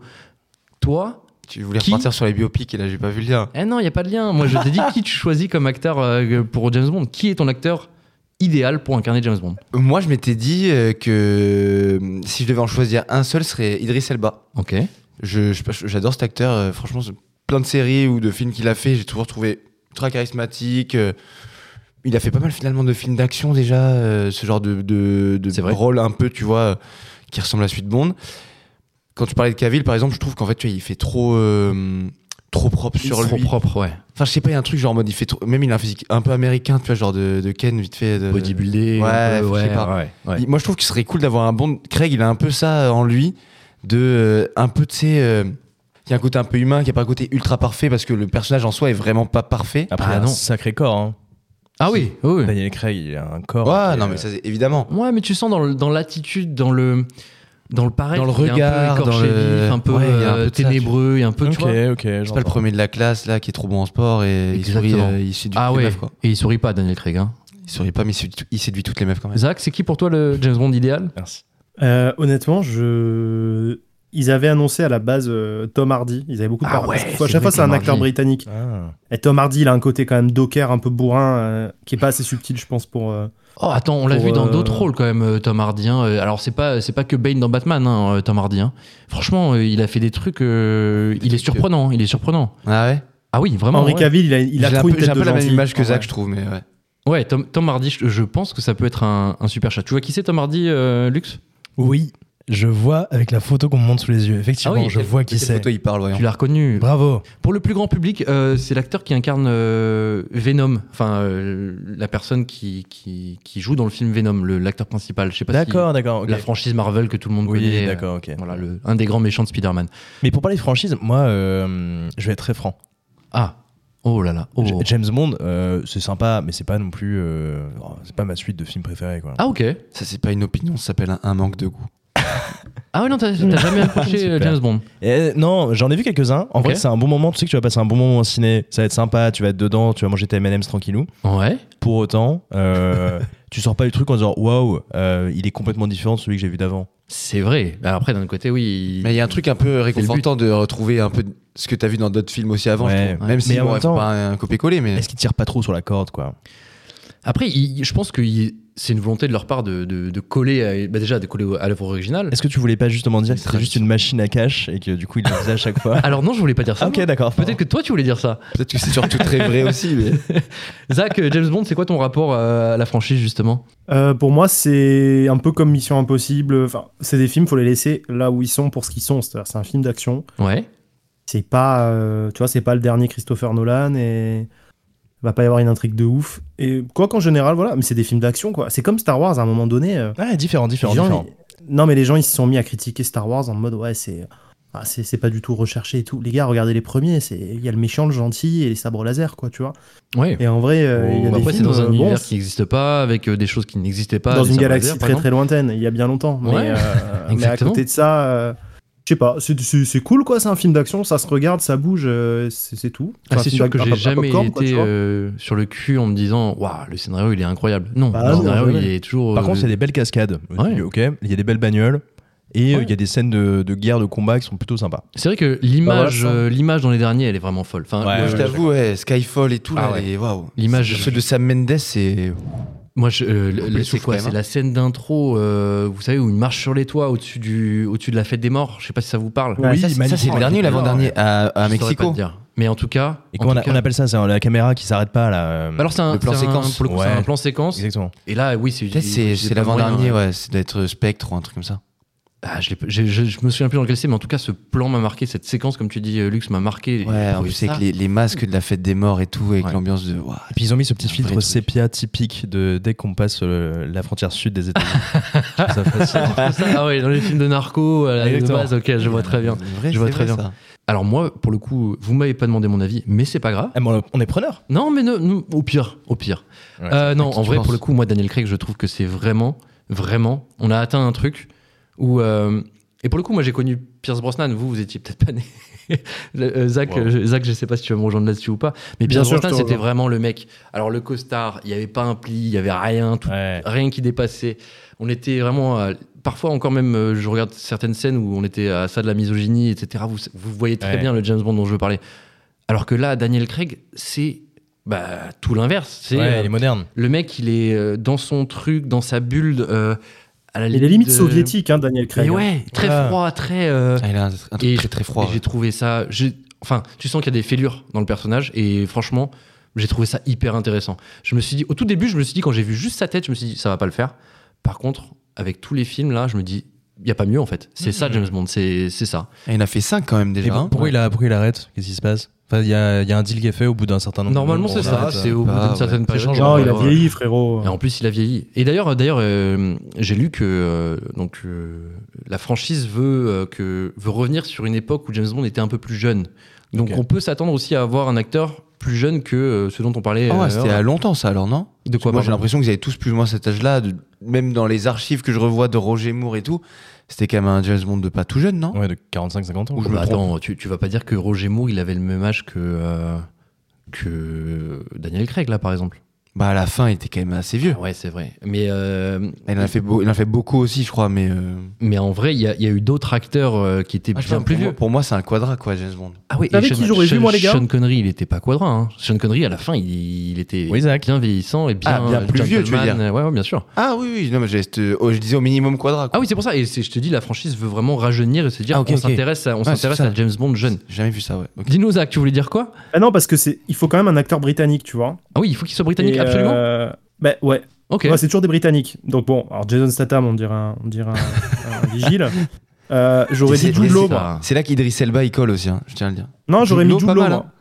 [SPEAKER 1] toi.
[SPEAKER 2] Tu voulais
[SPEAKER 1] Qui
[SPEAKER 2] repartir sur les biopics et là, j'ai pas vu le lien.
[SPEAKER 1] Eh non, il n'y a pas de lien. Moi, je t'ai dit qui tu choisis comme acteur euh, pour James Bond. Qui est ton acteur idéal pour incarner James Bond
[SPEAKER 2] Moi, je m'étais dit euh, que euh, si je devais en choisir un seul, ce serait Idris Elba.
[SPEAKER 1] Ok.
[SPEAKER 2] Je- je- J'adore cet acteur. euh, franchement, c'est- plein de séries ou de films qu'il a fait, j'ai toujours trouvé très charismatique. euh, il a fait pas mal finalement de films d'action déjà, euh, ce genre de, de, de
[SPEAKER 1] C'est vrai.
[SPEAKER 2] rôle un peu, tu vois, euh, qui ressemble à celui de Bond. Quand tu parlais de Cavill, par exemple, je trouve qu'en fait, tu vois, il fait trop, euh, trop propre sur
[SPEAKER 1] Trop
[SPEAKER 2] lui.
[SPEAKER 1] propre, ouais.
[SPEAKER 2] Enfin, je sais pas, il y a un truc genre en mode, il fait trop- même il a un physique un peu américain, tu vois, genre de, de Ken, vite fait. de-
[SPEAKER 1] bodybuildé,
[SPEAKER 2] ouais,
[SPEAKER 1] un peu,
[SPEAKER 2] je sais
[SPEAKER 1] ouais,
[SPEAKER 2] pas.
[SPEAKER 1] ouais, ouais.
[SPEAKER 2] il- Moi, je trouve que ce serait cool d'avoir un bon. Craig, il a un peu ça euh, en lui, de euh, un peu, tu sais, euh, il y a un côté un peu humain, qui a pas un côté ultra parfait parce que le personnage en soi est vraiment pas parfait.
[SPEAKER 4] Après,
[SPEAKER 1] Ah,
[SPEAKER 4] il a un
[SPEAKER 1] non.
[SPEAKER 4] sacré corps. hein.
[SPEAKER 1] Ah oui, oui. oui.
[SPEAKER 4] Daniel Craig, il a un corps. Euh,
[SPEAKER 2] ouais,
[SPEAKER 4] qui
[SPEAKER 2] non,
[SPEAKER 4] est-
[SPEAKER 2] mais ça, c'est- évidemment.
[SPEAKER 1] Ouais, mais tu sens dans le- dans l'attitude, dans le dans le pareil,
[SPEAKER 2] Dans le
[SPEAKER 1] il est
[SPEAKER 2] regard,
[SPEAKER 1] un peu écorché
[SPEAKER 2] dans le-
[SPEAKER 1] vif, un peu,
[SPEAKER 2] Ouais, il y a un
[SPEAKER 1] euh,
[SPEAKER 2] peu de ça,
[SPEAKER 1] ténébreux, et un peu,
[SPEAKER 4] Ok,
[SPEAKER 1] tu vois.
[SPEAKER 4] ok.
[SPEAKER 2] C'est pas le premier de la classe là qui est trop bon en sport et il
[SPEAKER 1] Exactement.
[SPEAKER 2] sourit, euh, il séduit
[SPEAKER 1] Ah
[SPEAKER 2] toutes
[SPEAKER 1] ouais.
[SPEAKER 2] les meufs quoi.
[SPEAKER 1] Et il sourit pas, Daniel Craig. Hein.
[SPEAKER 2] Il sourit pas mais il séduit, il séduit toutes les meufs quand même.
[SPEAKER 1] Zach, c'est qui pour toi le James Bond idéal
[SPEAKER 4] Merci.
[SPEAKER 3] Euh, honnêtement, je. Ils avaient annoncé à la base euh, Tom Hardy. Ils avaient beaucoup de
[SPEAKER 2] Ah
[SPEAKER 3] parents.
[SPEAKER 2] ouais,
[SPEAKER 3] à
[SPEAKER 2] c'est
[SPEAKER 3] chaque
[SPEAKER 2] vrai,
[SPEAKER 3] fois, c'est un
[SPEAKER 2] Tom
[SPEAKER 3] acteur
[SPEAKER 2] Hardy.
[SPEAKER 3] britannique.
[SPEAKER 4] Ah.
[SPEAKER 3] Et Tom Hardy, il a un côté quand même docker, un peu bourrin, euh, qui est pas assez subtil, je pense, pour. euh,
[SPEAKER 1] Oh, attends, on l'a
[SPEAKER 3] Pour,
[SPEAKER 1] vu dans
[SPEAKER 3] euh,
[SPEAKER 1] d'autres rôles quand même, euh, Tom Hardy. hein. Euh, Alors c'est pas c'est pas que Bane dans Batman, hein, euh, Tom Hardy. hein. Franchement, euh, il a fait des trucs. euh, il est
[SPEAKER 2] trucs, euh,
[SPEAKER 1] surprenant, hein, il est surprenant.
[SPEAKER 2] Ah ouais.
[SPEAKER 1] Ah oui, vraiment.
[SPEAKER 3] Henri
[SPEAKER 1] ouais. Ah
[SPEAKER 3] Cavill, il a, il a
[SPEAKER 2] J'ai un
[SPEAKER 3] trop
[SPEAKER 2] peu,
[SPEAKER 3] une tête
[SPEAKER 2] j'ai un
[SPEAKER 3] de
[SPEAKER 2] peu la même
[SPEAKER 3] gentil,
[SPEAKER 2] image que
[SPEAKER 3] en
[SPEAKER 2] Zach
[SPEAKER 3] vrai.
[SPEAKER 2] je trouve mais ouais.
[SPEAKER 1] Ouais, Tom, Tom Hardy, je, je pense que ça peut être un, un super chat. Tu vois qui c'est Tom Hardy, euh, Lux
[SPEAKER 4] Oui, je vois avec la photo qu'on me montre sous les yeux. Effectivement,
[SPEAKER 1] Ah oui,
[SPEAKER 4] je vois qui
[SPEAKER 2] Quelle
[SPEAKER 4] c'est.
[SPEAKER 2] photo il parle voyons.
[SPEAKER 1] Tu l'as reconnu
[SPEAKER 4] Bravo.
[SPEAKER 1] Pour le plus grand public, euh, c'est l'acteur qui incarne euh, Venom, enfin euh, la personne qui, qui, qui joue dans le film Venom, le- l'acteur principal. Je sais pas
[SPEAKER 4] D'accord, d'accord.
[SPEAKER 1] si
[SPEAKER 4] ok.
[SPEAKER 1] la franchise Marvel que tout le monde connaît.
[SPEAKER 4] Oui,
[SPEAKER 1] euh,
[SPEAKER 4] d'accord, ok.
[SPEAKER 1] Voilà, le, un des grands méchants de Spider-Man.
[SPEAKER 4] Mais pour parler de franchise, moi, euh, je vais être très franc.
[SPEAKER 1] Ah, Oh là là. oh.
[SPEAKER 4] J- James Bond, euh, c'est sympa, mais c'est pas non plus. euh, oh, c'est pas ma suite de films préférés, quoi.
[SPEAKER 1] Ah ok.
[SPEAKER 2] Ça, c'est pas une opinion, ça s'appelle un, un manque de goût.
[SPEAKER 1] Ah ouais, non, t'as t'as
[SPEAKER 4] [laughs]
[SPEAKER 1] jamais approché euh,
[SPEAKER 4] Super.
[SPEAKER 1] James Bond.
[SPEAKER 4] Eh, non, j'en ai vu quelques-uns. En
[SPEAKER 1] Ok.
[SPEAKER 4] vrai, c'est un bon moment. Tu sais que tu vas passer un bon moment au ciné. Ça va être sympa. Tu vas être dedans. Tu vas manger tes M&M's tranquillou.
[SPEAKER 1] Ouais.
[SPEAKER 4] Pour autant,
[SPEAKER 1] [laughs]
[SPEAKER 4] euh, tu sors pas du truc en disant waouh, euh, il est complètement différent de celui que j'ai vu d'avant.
[SPEAKER 1] C'est vrai. Alors après, d'un autre côté, oui.
[SPEAKER 2] Mais il y a un truc un peu réconfortant de retrouver un peu de- ce que t'as vu dans d'autres films aussi avant.
[SPEAKER 4] Ouais.
[SPEAKER 2] je trouve.
[SPEAKER 1] Ouais.
[SPEAKER 2] Même si
[SPEAKER 4] Mais en
[SPEAKER 2] bon,
[SPEAKER 4] même
[SPEAKER 2] faut
[SPEAKER 4] temps-
[SPEAKER 2] pas un copier-coller, mais
[SPEAKER 4] Est-ce qu'il tire pas trop sur la corde, quoi
[SPEAKER 1] Après, il- je pense que il- c'est une volonté de leur part de, de- de coller, à- bah déjà, de coller à l'œuvre originale.
[SPEAKER 4] Est-ce que tu voulais pas justement dire que c'était juste
[SPEAKER 1] Tradition.
[SPEAKER 4] une machine à cash et que du coup il le faisait à chaque fois
[SPEAKER 1] Alors non, je voulais pas dire ça.
[SPEAKER 4] [laughs] Ah, Ok,
[SPEAKER 1] moi.
[SPEAKER 4] d'accord.
[SPEAKER 1] Peut-être que toi, tu voulais dire ça.
[SPEAKER 2] peut-être que c'est surtout très vrai aussi. mais-
[SPEAKER 1] Zach, euh, James Bond, c'est quoi ton rapport euh, à la franchise, justement
[SPEAKER 3] Euh, pour moi, c'est un peu comme Mission Impossible. Enfin, c'est des films, faut les laisser là où ils sont pour ce qu'ils sont. C'est-à-dire, c'est un film d'action.
[SPEAKER 1] Ouais.
[SPEAKER 3] C'est pas, euh, tu vois, c'est pas le dernier Christopher Nolan et il va pas y avoir une intrigue de ouf. Et quoi qu'en général, voilà, mais c'est des films d'action, quoi. C'est comme Star Wars à un moment donné. euh,
[SPEAKER 4] Ah, différent, différent,
[SPEAKER 3] les gens,
[SPEAKER 4] différent.
[SPEAKER 3] ils- Non, mais les gens, ils se sont mis à critiquer Star Wars en mode, ouais, c'est. ah, c'est c'est pas du tout recherché et tout. Les gars, regardez les premiers. c'est- Il y a le méchant, le gentil et les sabres laser, quoi, tu vois.
[SPEAKER 1] Ouais.
[SPEAKER 3] Et en vrai, euh, il y
[SPEAKER 1] Bon,
[SPEAKER 3] a des
[SPEAKER 1] Oh, après, c'est
[SPEAKER 3] films,
[SPEAKER 1] dans un
[SPEAKER 3] euh, bons,
[SPEAKER 1] univers qui n'existe pas, avec euh, des choses qui n'existaient pas.
[SPEAKER 3] dans
[SPEAKER 1] des
[SPEAKER 3] une
[SPEAKER 1] sabres
[SPEAKER 3] galaxie
[SPEAKER 1] laser, par
[SPEAKER 3] très
[SPEAKER 1] exemple.
[SPEAKER 3] très lointaine, il y a bien longtemps. Mais,
[SPEAKER 1] Ouais,
[SPEAKER 3] euh, mais à
[SPEAKER 1] exactement.
[SPEAKER 3] côté de ça, euh, je sais pas, c'est- c'est c'est cool quoi, c'est un film d'action, ça se regarde, ça bouge, euh, c'est c'est tout.
[SPEAKER 1] Ah,
[SPEAKER 3] Enfin,
[SPEAKER 1] c'est
[SPEAKER 3] film
[SPEAKER 1] sûr que
[SPEAKER 3] d'ac-
[SPEAKER 1] j'ai
[SPEAKER 3] à- à
[SPEAKER 1] jamais
[SPEAKER 3] popcorn, quoi,
[SPEAKER 1] été
[SPEAKER 3] tu vois.
[SPEAKER 1] euh, sur le cul en me disant Waouh, le scénario il est incroyable. Non,
[SPEAKER 3] Bah
[SPEAKER 1] le
[SPEAKER 3] non,
[SPEAKER 1] scénario
[SPEAKER 3] jamais.
[SPEAKER 1] il est toujours.
[SPEAKER 4] Par
[SPEAKER 1] euh,
[SPEAKER 4] contre, il y a des belles cascades.
[SPEAKER 1] Ouais.
[SPEAKER 4] Ok, il y a des belles bagnoles. Et euh, il
[SPEAKER 3] Ouais.
[SPEAKER 4] y a des scènes de, de guerre, de combat qui sont plutôt sympas.
[SPEAKER 1] C'est vrai que l'image,
[SPEAKER 3] Bah voilà, ça.
[SPEAKER 1] euh, l'image dans les derniers, elle est vraiment folle. Enfin,
[SPEAKER 4] Ouais,
[SPEAKER 1] le-
[SPEAKER 2] Moi, je t'avoue, ouais, Skyfall et tout,
[SPEAKER 1] Ah
[SPEAKER 2] là,
[SPEAKER 1] ouais.
[SPEAKER 2] les- waouh.
[SPEAKER 1] L'image-
[SPEAKER 2] Ceux de Sam Mendes, c'est.
[SPEAKER 1] Moi, je, euh, le-
[SPEAKER 2] Couper
[SPEAKER 1] le-
[SPEAKER 2] le
[SPEAKER 1] c'est
[SPEAKER 2] souffle,
[SPEAKER 1] quoi
[SPEAKER 2] quand même, hein.
[SPEAKER 1] C'est la scène d'intro, euh, vous savez, où il marche sur les toits au-dessus du, au-dessus de la fête des morts. Je sais pas si ça vous parle.
[SPEAKER 3] Ouais,
[SPEAKER 2] ça, c'est- ça, c'est
[SPEAKER 4] magnifique.
[SPEAKER 2] le dernier ou l'avant-dernier à, à
[SPEAKER 1] Je saurais pas
[SPEAKER 2] Mexico
[SPEAKER 1] te dire. Mais en tout cas,
[SPEAKER 4] Et
[SPEAKER 1] en
[SPEAKER 4] comment on,
[SPEAKER 1] tout
[SPEAKER 4] a-
[SPEAKER 1] cas-
[SPEAKER 4] on appelle ça C'est hein, la caméra qui s'arrête pas là. euh,
[SPEAKER 1] alors c'est un
[SPEAKER 2] le plan
[SPEAKER 1] c'est un-
[SPEAKER 2] séquence.
[SPEAKER 1] pour le coup, c'est
[SPEAKER 4] Ouais.
[SPEAKER 1] un plan séquence.
[SPEAKER 4] Exactement.
[SPEAKER 1] Et là, oui, c'est
[SPEAKER 2] Peut-être c'est
[SPEAKER 1] j'ai
[SPEAKER 2] c'est
[SPEAKER 1] pas le moyen,
[SPEAKER 2] l'avant-dernier,
[SPEAKER 1] hein.
[SPEAKER 2] ouais, c'est d'être Spectre ou un truc comme ça.
[SPEAKER 1] Ah, je, l'ai pas- j'ai- je- je me souviens plus dans lequel c'est, mais en tout cas, ce plan m'a marqué, cette séquence, comme tu dis, euh, Lux, m'a marqué.
[SPEAKER 2] Ouais, en
[SPEAKER 1] J'ai
[SPEAKER 2] plus,
[SPEAKER 1] trouvé
[SPEAKER 2] c'est
[SPEAKER 1] ça
[SPEAKER 2] avec les, les masques de la fête des morts et tout, avec
[SPEAKER 1] Ouais.
[SPEAKER 2] l'ambiance de. waouh.
[SPEAKER 4] Et Ah, puis ils ont mis ce petit
[SPEAKER 2] Un vrai
[SPEAKER 4] filtre
[SPEAKER 2] truc.
[SPEAKER 4] sépia typique de dès qu'on passe euh, la frontière sud des [laughs] États-Unis. Je trouve ça fascinant.
[SPEAKER 1] Ah ouais, dans les films de narco, à la de
[SPEAKER 4] Exactement.
[SPEAKER 1] base, ok, je vois très bien.
[SPEAKER 2] C'est vrai,
[SPEAKER 1] Je vois
[SPEAKER 2] c'est
[SPEAKER 1] très
[SPEAKER 2] vrai,
[SPEAKER 1] bien.
[SPEAKER 2] ça.
[SPEAKER 1] Alors moi, pour le coup, vous m'avez pas demandé mon avis, mais c'est pas grave.
[SPEAKER 4] Ah, mais on- on est preneur.
[SPEAKER 1] Non, mais ne- nous, au pire, au pire.
[SPEAKER 4] Ouais,
[SPEAKER 1] Euh, non,
[SPEAKER 2] qui
[SPEAKER 1] en
[SPEAKER 2] tu
[SPEAKER 1] vrai,
[SPEAKER 2] penses
[SPEAKER 1] pour le coup, moi, Daniel Craig, je trouve que c'est vraiment, vraiment, on a atteint un truc où. euh, et pour le coup, moi, j'ai connu Pierce Brosnan. Vous, vous étiez peut-être pas né. [laughs] Le- euh, Zach,
[SPEAKER 4] Wow.
[SPEAKER 1] euh, je, Zach, je sais pas si tu vas me rejoindre là-dessus ou pas. Mais
[SPEAKER 3] Bien
[SPEAKER 1] Pierce
[SPEAKER 3] sûr, je te
[SPEAKER 1] Brosnan, c'était
[SPEAKER 3] rejoins.
[SPEAKER 1] vraiment le mec. Alors, le costard, il y avait pas un pli, il y avait rien, tout
[SPEAKER 4] Ouais.
[SPEAKER 1] rien qui dépassait. On était vraiment. à- Parfois, encore même, euh, je regarde certaines scènes où on était à ça de la misogynie, etc. Vous, vous voyez très
[SPEAKER 4] Ouais.
[SPEAKER 1] bien le James Bond dont je veux parler. Alors que là, Daniel Craig, c'est bah, tout l'inverse. C'est
[SPEAKER 4] Ouais,
[SPEAKER 1] euh,
[SPEAKER 4] il est moderne.
[SPEAKER 1] le mec, il est euh, dans son truc, dans sa bulle. euh, à la
[SPEAKER 3] Il est limite
[SPEAKER 1] euh,
[SPEAKER 3] soviétique, hein, Daniel Craig.
[SPEAKER 1] Mais ouais, très
[SPEAKER 4] Ouais.
[SPEAKER 1] froid, très. euh,
[SPEAKER 2] Ah, il a un, un truc
[SPEAKER 1] et
[SPEAKER 2] très très froid.
[SPEAKER 1] et J'ai trouvé ça. j'ai- Enfin, tu sens qu'il y a des fêlures dans le personnage et franchement, j'ai trouvé ça hyper intéressant. Je me suis dit, au tout début, je me suis dit, quand j'ai vu juste sa tête, je me suis dit, ça va pas le faire. Par contre, avec tous les films là, je me dis, y a pas mieux en fait.
[SPEAKER 2] Mm.
[SPEAKER 1] C'est ça, James Bond, c'est c'est ça.
[SPEAKER 2] Ah, il en a fait 5 quand même déjà.
[SPEAKER 4] Et
[SPEAKER 1] ben,
[SPEAKER 4] pour-
[SPEAKER 2] hein.
[SPEAKER 4] pourquoi, il a, pourquoi il arrête Qu'est-ce qui se passe Enfin, il y a, il y a un deal qui est fait au bout d'un certain nombre. de
[SPEAKER 1] Normalement,
[SPEAKER 4] jours,
[SPEAKER 1] c'est
[SPEAKER 4] on
[SPEAKER 1] ça.
[SPEAKER 4] arrête.
[SPEAKER 1] C'est au bout
[SPEAKER 2] Ah,
[SPEAKER 1] d'une
[SPEAKER 2] ouais.
[SPEAKER 1] certaine
[SPEAKER 2] C'est
[SPEAKER 1] période.
[SPEAKER 3] Non, il a
[SPEAKER 1] Ouais.
[SPEAKER 3] vieilli, frérot.
[SPEAKER 1] Et en plus, il a vieilli. Et d'ailleurs, d'ailleurs, euh, j'ai lu que euh, donc euh, la franchise veut euh, que veut revenir sur une époque où James Bond était un peu plus jeune. Donc,
[SPEAKER 4] Ok.
[SPEAKER 1] on peut s'attendre aussi à avoir un acteur plus jeune que euh, ce dont on parlait.
[SPEAKER 2] Ah ouais,
[SPEAKER 1] euh,
[SPEAKER 2] c'était à longtemps ça alors, non
[SPEAKER 1] de quoi
[SPEAKER 2] Moi j'ai
[SPEAKER 1] pardon
[SPEAKER 2] l'impression que vous avez tous plus ou moins cet âge-là, de- même dans les archives que je revois de Roger Moore et tout, c'était quand même un James Bond de pas tout jeune, non
[SPEAKER 4] euh, Ouais, de 45-50 ans.
[SPEAKER 2] Ou je
[SPEAKER 1] Bah,
[SPEAKER 2] me trompe.
[SPEAKER 1] Attends, tu, tu vas pas dire que Roger Moore, il avait le même âge que euh, que Daniel Craig là, par exemple.
[SPEAKER 2] Bah à la fin, il était quand même assez vieux.
[SPEAKER 1] Ouais, c'est vrai. Mais euh,
[SPEAKER 2] Il en a fait, beau- il en a fait beaucoup aussi, je crois, mais. euh,
[SPEAKER 1] mais en vrai, il y, a- il y a eu d'autres acteurs euh, qui étaient
[SPEAKER 2] ah, je sais
[SPEAKER 1] bien
[SPEAKER 2] pas,
[SPEAKER 1] plus
[SPEAKER 2] pour
[SPEAKER 1] vieux.
[SPEAKER 2] moi- Pour moi, c'est un quadra, quoi, James Bond.
[SPEAKER 1] Ah oui,
[SPEAKER 3] Vous savez
[SPEAKER 1] et
[SPEAKER 3] qui j'aurais vu,
[SPEAKER 1] Sean-
[SPEAKER 3] moi, les gars
[SPEAKER 1] Sean Connery, il était pas quadra. Hein. Sean Connery, à la fin, il, il était
[SPEAKER 4] Oui, Zach.
[SPEAKER 1] bien vieillissant et bien,
[SPEAKER 2] Ah, bien
[SPEAKER 1] euh,
[SPEAKER 2] plus vieux, tu veux
[SPEAKER 1] gentleman. Ouais, ouais, bien sûr.
[SPEAKER 2] Ah oui, oui, non, mais j'ai- c'était- oh, je disais au minimum quadra.
[SPEAKER 1] Ah
[SPEAKER 2] quoi.
[SPEAKER 1] oui, c'est pour ça. Et c'est- je te dis, la franchise veut vraiment rajeunir et se dire
[SPEAKER 2] Ah, ok,
[SPEAKER 1] on
[SPEAKER 2] ok.
[SPEAKER 1] s'intéresse à, on
[SPEAKER 2] c'est
[SPEAKER 1] s'intéresse
[SPEAKER 2] ça.
[SPEAKER 1] à James Bond jeune.
[SPEAKER 2] J'ai jamais vu ça, ouais. Ok.
[SPEAKER 1] Dis-nous, Zach, tu voulais dire quoi
[SPEAKER 3] Ah non, parce que c'est, il faut quand même un acteur britannique, tu vois.
[SPEAKER 1] Ah oui, il faut qu'il soit britannique,
[SPEAKER 3] Et,
[SPEAKER 1] absolument.
[SPEAKER 3] euh, Bah ouais.
[SPEAKER 1] ok.
[SPEAKER 3] Ouais, c'est toujours des britanniques. Donc bon, alors Jason Statham, on dirait un, on dirait un, un vigile. Euh, j'aurais
[SPEAKER 2] C'est-
[SPEAKER 3] dit Jude
[SPEAKER 2] c'est-
[SPEAKER 3] Law.
[SPEAKER 1] ça.
[SPEAKER 3] moi.
[SPEAKER 2] Ah. C'est là qu'Idris Elba, il colle aussi, hein, je tiens à le dire.
[SPEAKER 3] Non, Ah, j'aurais
[SPEAKER 2] Jude
[SPEAKER 3] mis
[SPEAKER 2] Law,
[SPEAKER 3] Jude
[SPEAKER 2] pas
[SPEAKER 3] Law.
[SPEAKER 2] mal,
[SPEAKER 3] moi.
[SPEAKER 2] hein.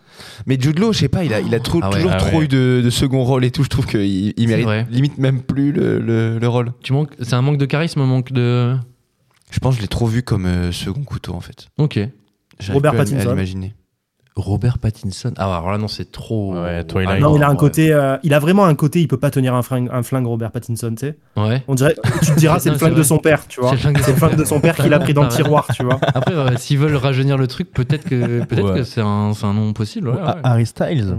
[SPEAKER 2] Mais Jude Law, je sais pas, il a, il a trop-
[SPEAKER 1] Ah ouais.
[SPEAKER 2] toujours
[SPEAKER 4] Ah
[SPEAKER 2] trop
[SPEAKER 4] ouais.
[SPEAKER 2] eu de, de second rôle et tout. Je trouve qu'il il mérite
[SPEAKER 1] vrai.
[SPEAKER 2] limite même plus le, le- le rôle.
[SPEAKER 1] Tu manques, c'est un manque de charisme, un manque de.
[SPEAKER 2] Je pense que je l'ai trop vu comme euh, second couteau en fait.
[SPEAKER 1] Ok.
[SPEAKER 2] J'arrive
[SPEAKER 3] Robert
[SPEAKER 2] plus à- à
[SPEAKER 3] Pattinson.
[SPEAKER 2] l'imaginer.
[SPEAKER 1] Robert Pattinson. Ah, alors là, non, c'est trop. Ah
[SPEAKER 4] Ouais,
[SPEAKER 1] hein.
[SPEAKER 4] Twilight.
[SPEAKER 3] Non, il a un
[SPEAKER 4] ouais.
[SPEAKER 3] côté, euh, il a vraiment un côté, il peut pas tenir un flingue, un flingue Robert Pattinson, tu sais.
[SPEAKER 1] Ouais.
[SPEAKER 3] On dirait, tu te diras, c'est
[SPEAKER 1] Non,
[SPEAKER 3] le flingue
[SPEAKER 1] c'est
[SPEAKER 3] de son père, tu vois.
[SPEAKER 1] C'est le flingue de
[SPEAKER 3] C'est le
[SPEAKER 1] son
[SPEAKER 3] flingue
[SPEAKER 1] père.
[SPEAKER 3] de son père qu'il a pris dans le
[SPEAKER 1] Ouais.
[SPEAKER 3] tiroir, tu vois.
[SPEAKER 1] [laughs] Après, euh, s'ils veulent rajeunir le truc, peut-être que, peut
[SPEAKER 4] Ouais.
[SPEAKER 1] que c'est un, c'est un nom possible. ouais, Ah, ouais.
[SPEAKER 2] Ah,
[SPEAKER 1] Ah,
[SPEAKER 4] Harry Styles.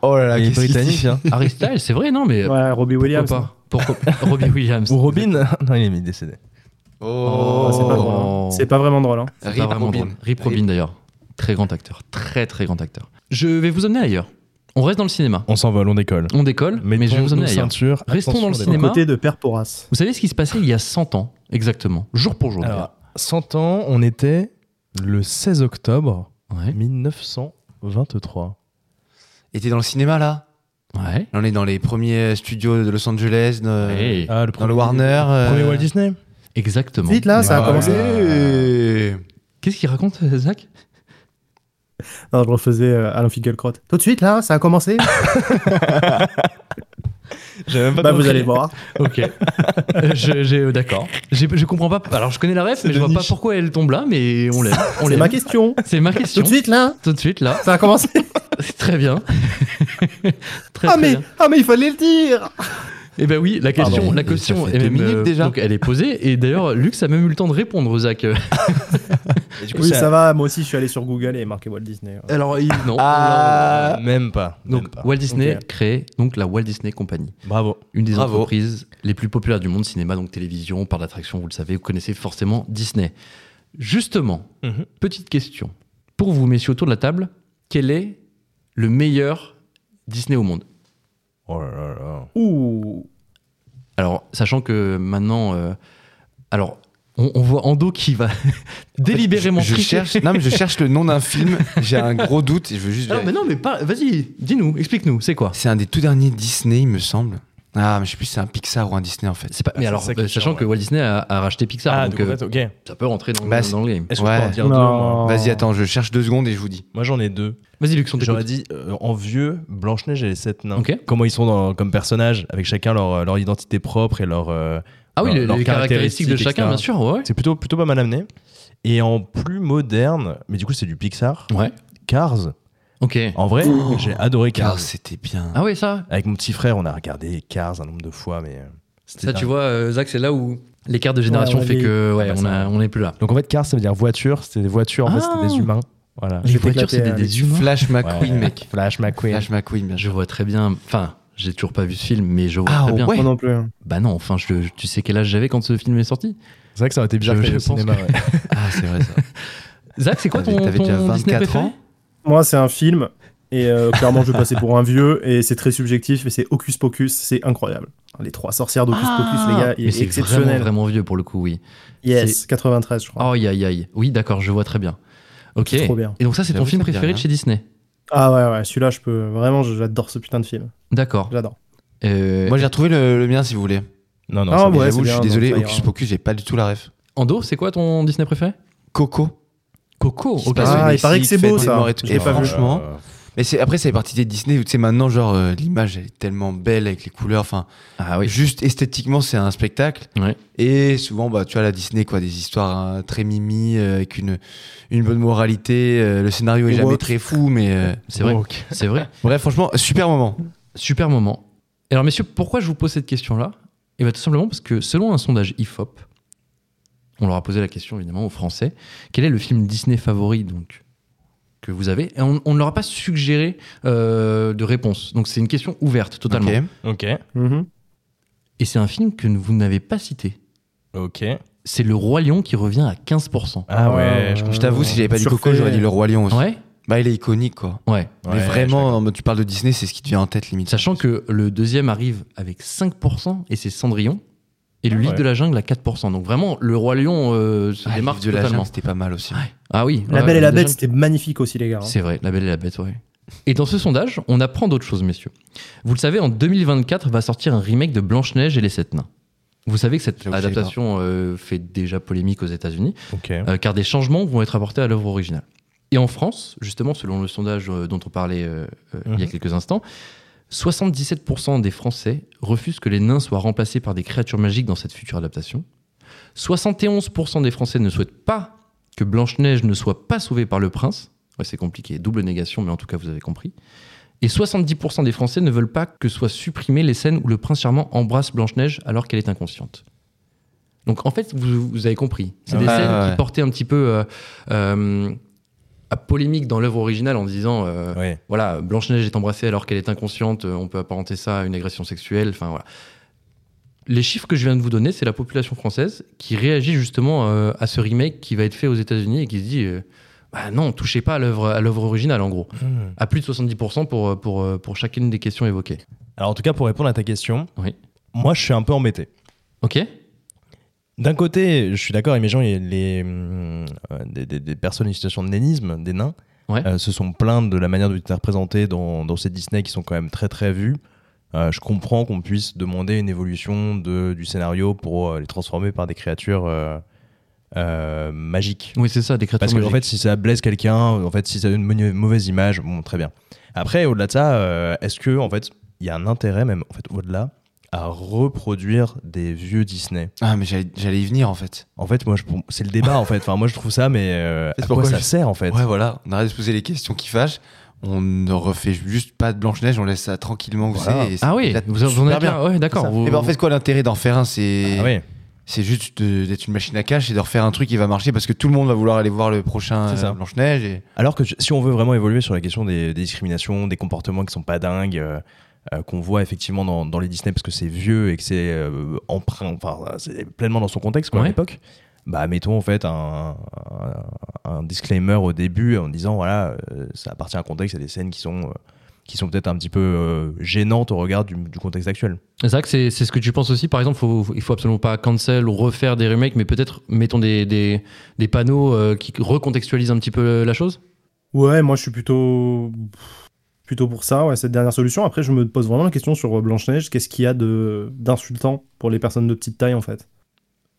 [SPEAKER 2] Oh là là,
[SPEAKER 4] Il est
[SPEAKER 2] qu'est-ce qu'il
[SPEAKER 4] britannique.
[SPEAKER 2] dit
[SPEAKER 4] hein.
[SPEAKER 1] Harry Styles, c'est vrai, non, mais
[SPEAKER 3] Ouais, Robbie
[SPEAKER 1] pourquoi
[SPEAKER 3] Williams.
[SPEAKER 1] pas Pourquoi [laughs] Robbie Williams.
[SPEAKER 4] Ou Robin. [laughs] non, il est décédé.
[SPEAKER 2] Oh,
[SPEAKER 3] c'est pas drôle. C'est pas vraiment drôle. hein.
[SPEAKER 1] C'est
[SPEAKER 2] Rip
[SPEAKER 1] pas vraiment
[SPEAKER 2] Robin.
[SPEAKER 1] drôle. Rip
[SPEAKER 2] Rip.
[SPEAKER 1] Robin d'ailleurs. Très grand acteur. Très très grand acteur. Je vais vous emmener ailleurs. On reste dans le cinéma.
[SPEAKER 4] On s'envole, on décolle.
[SPEAKER 1] On décolle, mais je vais vous
[SPEAKER 4] Mettons nos
[SPEAKER 1] emmener ailleurs.
[SPEAKER 4] ceintures.
[SPEAKER 1] Restons dans
[SPEAKER 4] Attention,
[SPEAKER 1] le
[SPEAKER 4] on est
[SPEAKER 1] cinéma.
[SPEAKER 3] Côté de Père Porras.
[SPEAKER 1] Vous savez ce qui se passait il y a 100 ans, exactement, jour pour jour.
[SPEAKER 4] Alors, 100 ans, on était le 16 octobre
[SPEAKER 1] d'ailleurs. Ouais.
[SPEAKER 4] 1923.
[SPEAKER 2] Et t'es dans le cinéma là
[SPEAKER 1] Ouais.
[SPEAKER 2] On est dans les premiers studios de Los Angeles. de-
[SPEAKER 1] Ouais.
[SPEAKER 4] Ah, le
[SPEAKER 2] Dans le Warner. euh,
[SPEAKER 4] Premier Walt Disney
[SPEAKER 1] Eh, Exactement.
[SPEAKER 3] Vite là, ça
[SPEAKER 2] ah,
[SPEAKER 3] a commencé.
[SPEAKER 2] ouais.
[SPEAKER 1] Qu'est-ce qu'il raconte, euh, Zach
[SPEAKER 3] Non, je refaisais euh, Alain Finkielkraut. Tout de suite là, ça a commencé.
[SPEAKER 4] J'avais même pas
[SPEAKER 3] bah vous
[SPEAKER 4] compris.
[SPEAKER 3] allez voir.
[SPEAKER 1] [laughs] Ok. je, j'ai- euh, d'accord. J'ai- je comprends pas. Alors, je connais la ref,
[SPEAKER 4] C'est
[SPEAKER 1] mais je
[SPEAKER 4] le
[SPEAKER 1] vois pas
[SPEAKER 4] niche.
[SPEAKER 1] pourquoi elle tombe là, mais on
[SPEAKER 3] [laughs]
[SPEAKER 1] l'aime. On
[SPEAKER 3] C'est
[SPEAKER 1] l'aime.
[SPEAKER 3] ma question.
[SPEAKER 1] C'est ma
[SPEAKER 3] Tout
[SPEAKER 1] question.
[SPEAKER 3] de suite là,
[SPEAKER 1] Tout de suite, là.
[SPEAKER 3] ça a commencé.
[SPEAKER 1] C'est très bien. très,
[SPEAKER 3] [laughs] ah
[SPEAKER 1] très
[SPEAKER 3] mais
[SPEAKER 1] bien.
[SPEAKER 3] ah mais il fallait le dire.
[SPEAKER 1] Eh ben oui, la question,
[SPEAKER 2] Pardon.
[SPEAKER 1] la
[SPEAKER 2] Ça
[SPEAKER 1] question
[SPEAKER 2] fait
[SPEAKER 1] est
[SPEAKER 2] deux
[SPEAKER 1] même, euh,
[SPEAKER 2] minutes déjà.
[SPEAKER 1] Donc elle est posée et d'ailleurs Lux a même eu le temps de répondre Zach.
[SPEAKER 4] Et du coup,
[SPEAKER 3] Oui,
[SPEAKER 4] c'est-
[SPEAKER 3] ça va. Moi aussi, je suis allé sur Google et marqué Walt Disney. ouais.
[SPEAKER 1] Alors il, non.
[SPEAKER 2] Ah.
[SPEAKER 4] Même pas.
[SPEAKER 1] Non, non, non.
[SPEAKER 4] même
[SPEAKER 1] Euh,
[SPEAKER 4] pas.
[SPEAKER 1] donc Walt Disney
[SPEAKER 3] Ok.
[SPEAKER 1] crée donc la Walt Disney Company,
[SPEAKER 4] Bravo.
[SPEAKER 1] une des
[SPEAKER 2] Bravo.
[SPEAKER 1] entreprises les plus populaires du monde cinéma donc télévision par d'attraction vous le savez vous connaissez forcément Disney. Justement
[SPEAKER 4] Mhm.
[SPEAKER 1] petite question pour vous messieurs autour de la table quel est le meilleur Disney au monde
[SPEAKER 4] Oh là là là.
[SPEAKER 1] Ah,
[SPEAKER 3] Ouh.
[SPEAKER 1] Alors, sachant que maintenant, euh, alors on, on voit Ando qui va [laughs] délibérément
[SPEAKER 2] Je, je
[SPEAKER 1] tricher.
[SPEAKER 2] cherche. Non, mais je cherche le nom d'un film. J'ai un gros doute et je veux juste.
[SPEAKER 1] Alors, mais non, mais pas. Vas-y, dis-nous, explique-nous, c'est quoi
[SPEAKER 2] C'est un des tout derniers Disney, il me semble. Ah, mais je sais plus si c'est un Pixar ou un Disney en fait.
[SPEAKER 1] C'est pas. Mais
[SPEAKER 4] c'est
[SPEAKER 1] alors,
[SPEAKER 4] ça qui
[SPEAKER 1] euh,
[SPEAKER 4] est
[SPEAKER 1] sachant
[SPEAKER 4] chiant,
[SPEAKER 1] que
[SPEAKER 4] ouais.
[SPEAKER 1] Walt Disney a, a racheté Pixar,
[SPEAKER 4] Ah,
[SPEAKER 1] donc
[SPEAKER 4] donc en
[SPEAKER 1] euh,
[SPEAKER 4] fait, ok. Est-ce
[SPEAKER 1] ça peut rentrer dans,
[SPEAKER 2] Bah,
[SPEAKER 1] dans- dans le game.
[SPEAKER 4] que je peux
[SPEAKER 2] Ouais.
[SPEAKER 4] en dire deux moi
[SPEAKER 3] Non.
[SPEAKER 2] Vas-y, attends, je cherche deux secondes et je vous dis.
[SPEAKER 4] Moi, j'en ai deux.
[SPEAKER 1] Vas-y, Luc, on t'écoute.
[SPEAKER 4] J'aurais dit euh, en vieux, Blanche-Neige et les sept nains.
[SPEAKER 1] Ok.
[SPEAKER 4] Comment ils sont dans- comme personnages, avec chacun leur, leur identité propre et leur. euh,
[SPEAKER 1] Ah oui,
[SPEAKER 4] Leur-
[SPEAKER 1] les,
[SPEAKER 4] leurs
[SPEAKER 1] les caractéristiques de
[SPEAKER 4] caractéristiques,
[SPEAKER 1] chacun,
[SPEAKER 4] etc.
[SPEAKER 1] bien sûr. Ouais.
[SPEAKER 4] C'est plutôt, plutôt pas mal amené. Et en plus moderne, mais du coup, c'est du Pixar.
[SPEAKER 1] Ouais.
[SPEAKER 4] Cars.
[SPEAKER 1] Ok.
[SPEAKER 4] En vrai, j'ai adoré Cars.
[SPEAKER 2] Car c'était bien.
[SPEAKER 1] Ah oui, ça.
[SPEAKER 4] Avec mon petit frère, on a regardé Cars un nombre de fois, mais. euh, c'était
[SPEAKER 1] Ça, tu
[SPEAKER 4] dingue.
[SPEAKER 1] vois, euh, Zach, c'est là où l'écart de génération
[SPEAKER 3] Ouais, on a
[SPEAKER 1] fait
[SPEAKER 3] des-
[SPEAKER 1] que ouais,
[SPEAKER 4] Ah bah,
[SPEAKER 1] on a-
[SPEAKER 4] ça-
[SPEAKER 1] on n'est plus là.
[SPEAKER 4] Donc en fait, Cars, ça veut dire voiture. C'était des voitures, en fait,
[SPEAKER 1] Ah.
[SPEAKER 4] c'était des humains. Voilà.
[SPEAKER 1] Les
[SPEAKER 3] Je vais
[SPEAKER 1] voitures,
[SPEAKER 3] t'éclater,
[SPEAKER 1] c'était
[SPEAKER 3] euh,
[SPEAKER 1] des humains.
[SPEAKER 2] Flash McQueen,
[SPEAKER 4] Ouais.
[SPEAKER 2] mec.
[SPEAKER 4] Flash McQueen.
[SPEAKER 2] Flash McQueen, bien sûr.
[SPEAKER 1] Je vois très bien. Enfin, j'ai toujours pas vu ce film, mais je vois
[SPEAKER 2] Ah,
[SPEAKER 1] très bien.
[SPEAKER 2] ouais.
[SPEAKER 3] Moi non plus. hein.
[SPEAKER 1] Bah non, enfin, je- je- tu sais quel âge j'avais quand ce film est sorti
[SPEAKER 4] C'est vrai que ça aurait été bizarre
[SPEAKER 1] Je-
[SPEAKER 4] que
[SPEAKER 1] je
[SPEAKER 4] t'ailles au
[SPEAKER 1] pense
[SPEAKER 4] cinéma. ouais.
[SPEAKER 2] Ah, c'est vrai ça.
[SPEAKER 1] Zach, c'est quoi ton,
[SPEAKER 2] T'avais- t'avais
[SPEAKER 1] ton
[SPEAKER 2] déjà
[SPEAKER 1] Disney
[SPEAKER 2] 24
[SPEAKER 1] préféré
[SPEAKER 2] ans
[SPEAKER 3] Moi, c'est un film. Et euh, clairement, je vais passer pour un vieux. Et c'est très subjectif. Et c'est Hocus Pocus. C'est incroyable. Les trois sorcières d'Hocus
[SPEAKER 1] Ah,
[SPEAKER 3] Pocus, les gars, il
[SPEAKER 1] mais
[SPEAKER 3] est
[SPEAKER 1] c'est
[SPEAKER 3] exceptionnel.
[SPEAKER 1] vraiment, vraiment vieux pour le coup, oui.
[SPEAKER 3] Yes, 93, je crois.
[SPEAKER 1] Aïe, aïe, aïe. Oui, d'accord, je vois très bien. Ok.
[SPEAKER 3] C'est trop bien.
[SPEAKER 1] Et donc ça, c'est ton
[SPEAKER 2] J'avoue,
[SPEAKER 1] film
[SPEAKER 2] ça me dit
[SPEAKER 1] préféré de
[SPEAKER 2] rien.
[SPEAKER 1] chez Disney
[SPEAKER 3] Ah ouais, ouais, celui-là, je peux. Vraiment, je- j'adore ce putain de film.
[SPEAKER 1] D'accord.
[SPEAKER 3] J'adore.
[SPEAKER 1] Euh,
[SPEAKER 2] Moi j'ai retrouvé le, le mien si vous voulez.
[SPEAKER 4] Non, non,
[SPEAKER 3] Ah,
[SPEAKER 4] ça-
[SPEAKER 2] Mais
[SPEAKER 3] ouais,
[SPEAKER 2] j'avoue,
[SPEAKER 3] c'est
[SPEAKER 2] je suis
[SPEAKER 3] bien,
[SPEAKER 2] désolé,
[SPEAKER 3] donc ça
[SPEAKER 2] Hocus
[SPEAKER 3] ira.
[SPEAKER 2] Pocus, j'ai pas du tout la ref.
[SPEAKER 1] Ando, c'est quoi ton Disney préféré
[SPEAKER 2] Coco.
[SPEAKER 1] Coco.
[SPEAKER 2] Qui se
[SPEAKER 1] Oh, ok.
[SPEAKER 2] passe au
[SPEAKER 3] Ah, il
[SPEAKER 2] Mexique,
[SPEAKER 3] paraît que c'est
[SPEAKER 2] fête
[SPEAKER 3] beau,
[SPEAKER 2] des
[SPEAKER 3] ça.
[SPEAKER 2] morts et tout.
[SPEAKER 3] J'ai
[SPEAKER 2] Et
[SPEAKER 3] pas vu.
[SPEAKER 2] franchement,
[SPEAKER 4] Euh,
[SPEAKER 2] mais c'est après c'est partie des Disney où tu sais maintenant genre euh, l'image elle est tellement belle avec les couleurs, enfin
[SPEAKER 1] Ah oui.
[SPEAKER 2] juste esthétiquement c'est un spectacle.
[SPEAKER 1] Ouais.
[SPEAKER 2] Et souvent bah tu as la Disney quoi, des histoires hein, très mimi euh, avec une une bonne moralité. euh, le scénario est
[SPEAKER 3] Et
[SPEAKER 2] jamais
[SPEAKER 3] woke.
[SPEAKER 2] très fou,
[SPEAKER 1] [laughs]
[SPEAKER 2] mais euh,
[SPEAKER 1] C'est vrai.
[SPEAKER 4] woke.
[SPEAKER 1] C'est vrai.
[SPEAKER 2] bref franchement super moment.
[SPEAKER 1] Super moment. Et Alors, messieurs, pourquoi je vous pose cette question-là Eh bien, tout simplement parce que selon un sondage IFOP, on leur a posé la question évidemment aux Français quel est le film Disney favori donc que vous avez Et on on ne leur a pas suggéré euh, de réponse. Donc, c'est une question ouverte totalement.
[SPEAKER 2] Ok.
[SPEAKER 4] Ok.
[SPEAKER 3] Mhm.
[SPEAKER 1] Et c'est un film que vous n'avez pas cité.
[SPEAKER 4] Ok.
[SPEAKER 1] C'est Le Roi Lion qui revient à 15%.
[SPEAKER 4] Ah ouais.
[SPEAKER 3] Ah,
[SPEAKER 4] je-
[SPEAKER 2] Je t'avoue si j'avais pas dit
[SPEAKER 3] Surfait.
[SPEAKER 2] Coco j'aurais dit le roi lion aussi.
[SPEAKER 1] Ouais
[SPEAKER 2] Bah il est iconique quoi.
[SPEAKER 1] Ouais.
[SPEAKER 4] ouais,
[SPEAKER 2] mais
[SPEAKER 4] je-
[SPEAKER 2] vraiment en mode, tu parles de Disney c'est ce qui te vient en tête limite.
[SPEAKER 1] Sachant que le deuxième arrive avec 5% et c'est Cendrillon. Et le
[SPEAKER 4] Ah
[SPEAKER 1] livre
[SPEAKER 4] ouais.
[SPEAKER 1] de la jungle à 4%. Donc vraiment, le Roi Lion euh, se
[SPEAKER 2] Ah,
[SPEAKER 1] démarque
[SPEAKER 2] Livre de la
[SPEAKER 1] totalement.
[SPEAKER 2] jungle, c'était pas mal aussi.
[SPEAKER 1] Ouais. Ah oui.
[SPEAKER 3] La
[SPEAKER 1] ouais,
[SPEAKER 3] Belle et la
[SPEAKER 1] déjà-
[SPEAKER 3] Bête, c'était magnifique aussi, les gars. hein.
[SPEAKER 1] C'est vrai, La Belle et la Bête, ouais. Et dans ce sondage, on apprend d'autres choses, messieurs. Vous le savez, en 2024 va sortir un remake de Blanche-Neige et les Sept Nains. Vous savez que cette
[SPEAKER 2] J'avoue que j'avais
[SPEAKER 1] adaptation euh, fait déjà polémique aux États-Unis.
[SPEAKER 4] Ok.
[SPEAKER 1] Euh, car des changements vont être apportés à l'œuvre originale. Et en France, justement, selon le sondage euh, dont on parlait euh, euh, il y a
[SPEAKER 4] Mhm.
[SPEAKER 1] quelques instants, 77% des Français refusent que les nains soient remplacés par des créatures magiques dans cette future adaptation. 71% des Français ne souhaitent pas que Blanche-Neige ne soit pas sauvée par le prince, Ouais, c'est compliqué. Double négation, mais en tout cas, vous avez compris. Et 70% des Français ne veulent pas que soient supprimées les scènes où le prince charmant embrasse Blanche-Neige alors qu'elle est inconsciente. Donc en fait, vous, vous avez compris. C'est des
[SPEAKER 2] Ah,
[SPEAKER 1] scènes
[SPEAKER 2] ouais.
[SPEAKER 1] qui portaient un petit peu euh, euh, à polémique dans l'œuvre originale en disant euh,
[SPEAKER 4] Ouais.
[SPEAKER 1] voilà, Blanche-Neige est embrassée alors qu'elle est inconsciente, euh, on peut apparenter ça à une agression sexuelle, enfin voilà. Les chiffres que je viens de vous donner, c'est la population française qui réagit justement euh, à ce remake qui va être fait aux États-Unis et qui se dit euh, bah non, touchez pas à l'œuvre à l'œuvre originale en gros.
[SPEAKER 4] Hmm.
[SPEAKER 1] À plus de 70% pour, euh, pour, euh, pour chacune des questions évoquées.
[SPEAKER 4] Alors en tout cas, pour répondre à ta question,
[SPEAKER 1] Oui.
[SPEAKER 4] moi je suis un peu embêté.
[SPEAKER 1] Ok
[SPEAKER 4] D'un côté, je suis d'accord, les gens, les, les, hum, euh, des, des- des personnes en situation de nanisme, des nains,
[SPEAKER 1] Ouais.
[SPEAKER 4] euh, se sont plaintes de la manière dont ils étaient représentés dans, dans ces Disney qui sont quand même très très vus. Euh, je comprends qu'on puisse demander une évolution de, du scénario pour euh, les transformer par des créatures euh, euh, magiques.
[SPEAKER 1] Oui, c'est ça, des créatures
[SPEAKER 4] Parce que en
[SPEAKER 1] magiques.
[SPEAKER 4] fait, si ça blesse quelqu'un, en fait, si ça donne une mauvaise image, bon, très bien. Après, au-delà de ça, euh, est-ce que en fait, il y a un intérêt même, en fait, au-delà, à reproduire des vieux Disney
[SPEAKER 2] Ah, mais j'allais j'allais y venir en fait.
[SPEAKER 4] en fait, moi, je- pour- c'est le débat, en fait. Enfin, moi, je trouve ça, mais euh,
[SPEAKER 2] C'est
[SPEAKER 4] à quoi
[SPEAKER 2] pourquoi
[SPEAKER 4] ça
[SPEAKER 2] je-
[SPEAKER 4] sert, en fait
[SPEAKER 2] Ouais, voilà, on arrête de se poser les questions qui fâchent. On ne refait juste pas de Blanche-Neige, on laisse ça tranquillement gousser.
[SPEAKER 4] Voilà.
[SPEAKER 2] et c'est-
[SPEAKER 1] ah oui,
[SPEAKER 2] là,
[SPEAKER 1] vous, vous en
[SPEAKER 2] super
[SPEAKER 1] êtes là. Ouais, d'accord.
[SPEAKER 4] C'est ça.
[SPEAKER 1] vous-
[SPEAKER 2] Eh ben, en fait, quoi, l'intérêt d'en faire un, c'est
[SPEAKER 4] Ah ouais,
[SPEAKER 2] c'est juste de- d'être une machine à cash et de refaire un truc qui va marcher parce que tout le monde va vouloir aller voir le prochain
[SPEAKER 4] C'est ça.
[SPEAKER 2] euh, Blanche-Neige. Et...
[SPEAKER 4] Alors que tu- si on veut vraiment évoluer sur la question des, des discriminations, des comportements qui sont pas dingues, euh, euh, qu'on voit effectivement dans, dans les Disney parce que c'est vieux et que c'est euh, emprunt, enfin, c'est pleinement dans son contexte, quoi,
[SPEAKER 1] Ouais.
[SPEAKER 4] à l'époque. Bah, mettons en fait un, un- un disclaimer au début en disant voilà, euh, ça appartient à un contexte, il y a des scènes qui sont, euh, qui sont peut-être un petit peu euh, gênantes au regard du, du contexte actuel.
[SPEAKER 1] C'est vrai que c'est c'est ce que tu penses aussi. Par exemple, faut, faut- il faut absolument pas cancel ou refaire des remakes, mais peut-être mettons des, des, des panneaux euh, qui recontextualisent un petit peu la chose.
[SPEAKER 3] Ouais, moi je suis plutôt plutôt pour ça, ouais, cette dernière solution. Après, je me pose vraiment la question sur euh, Blanche-Neige, qu'est-ce qu'il y a de d'insultant pour les personnes de petite taille en fait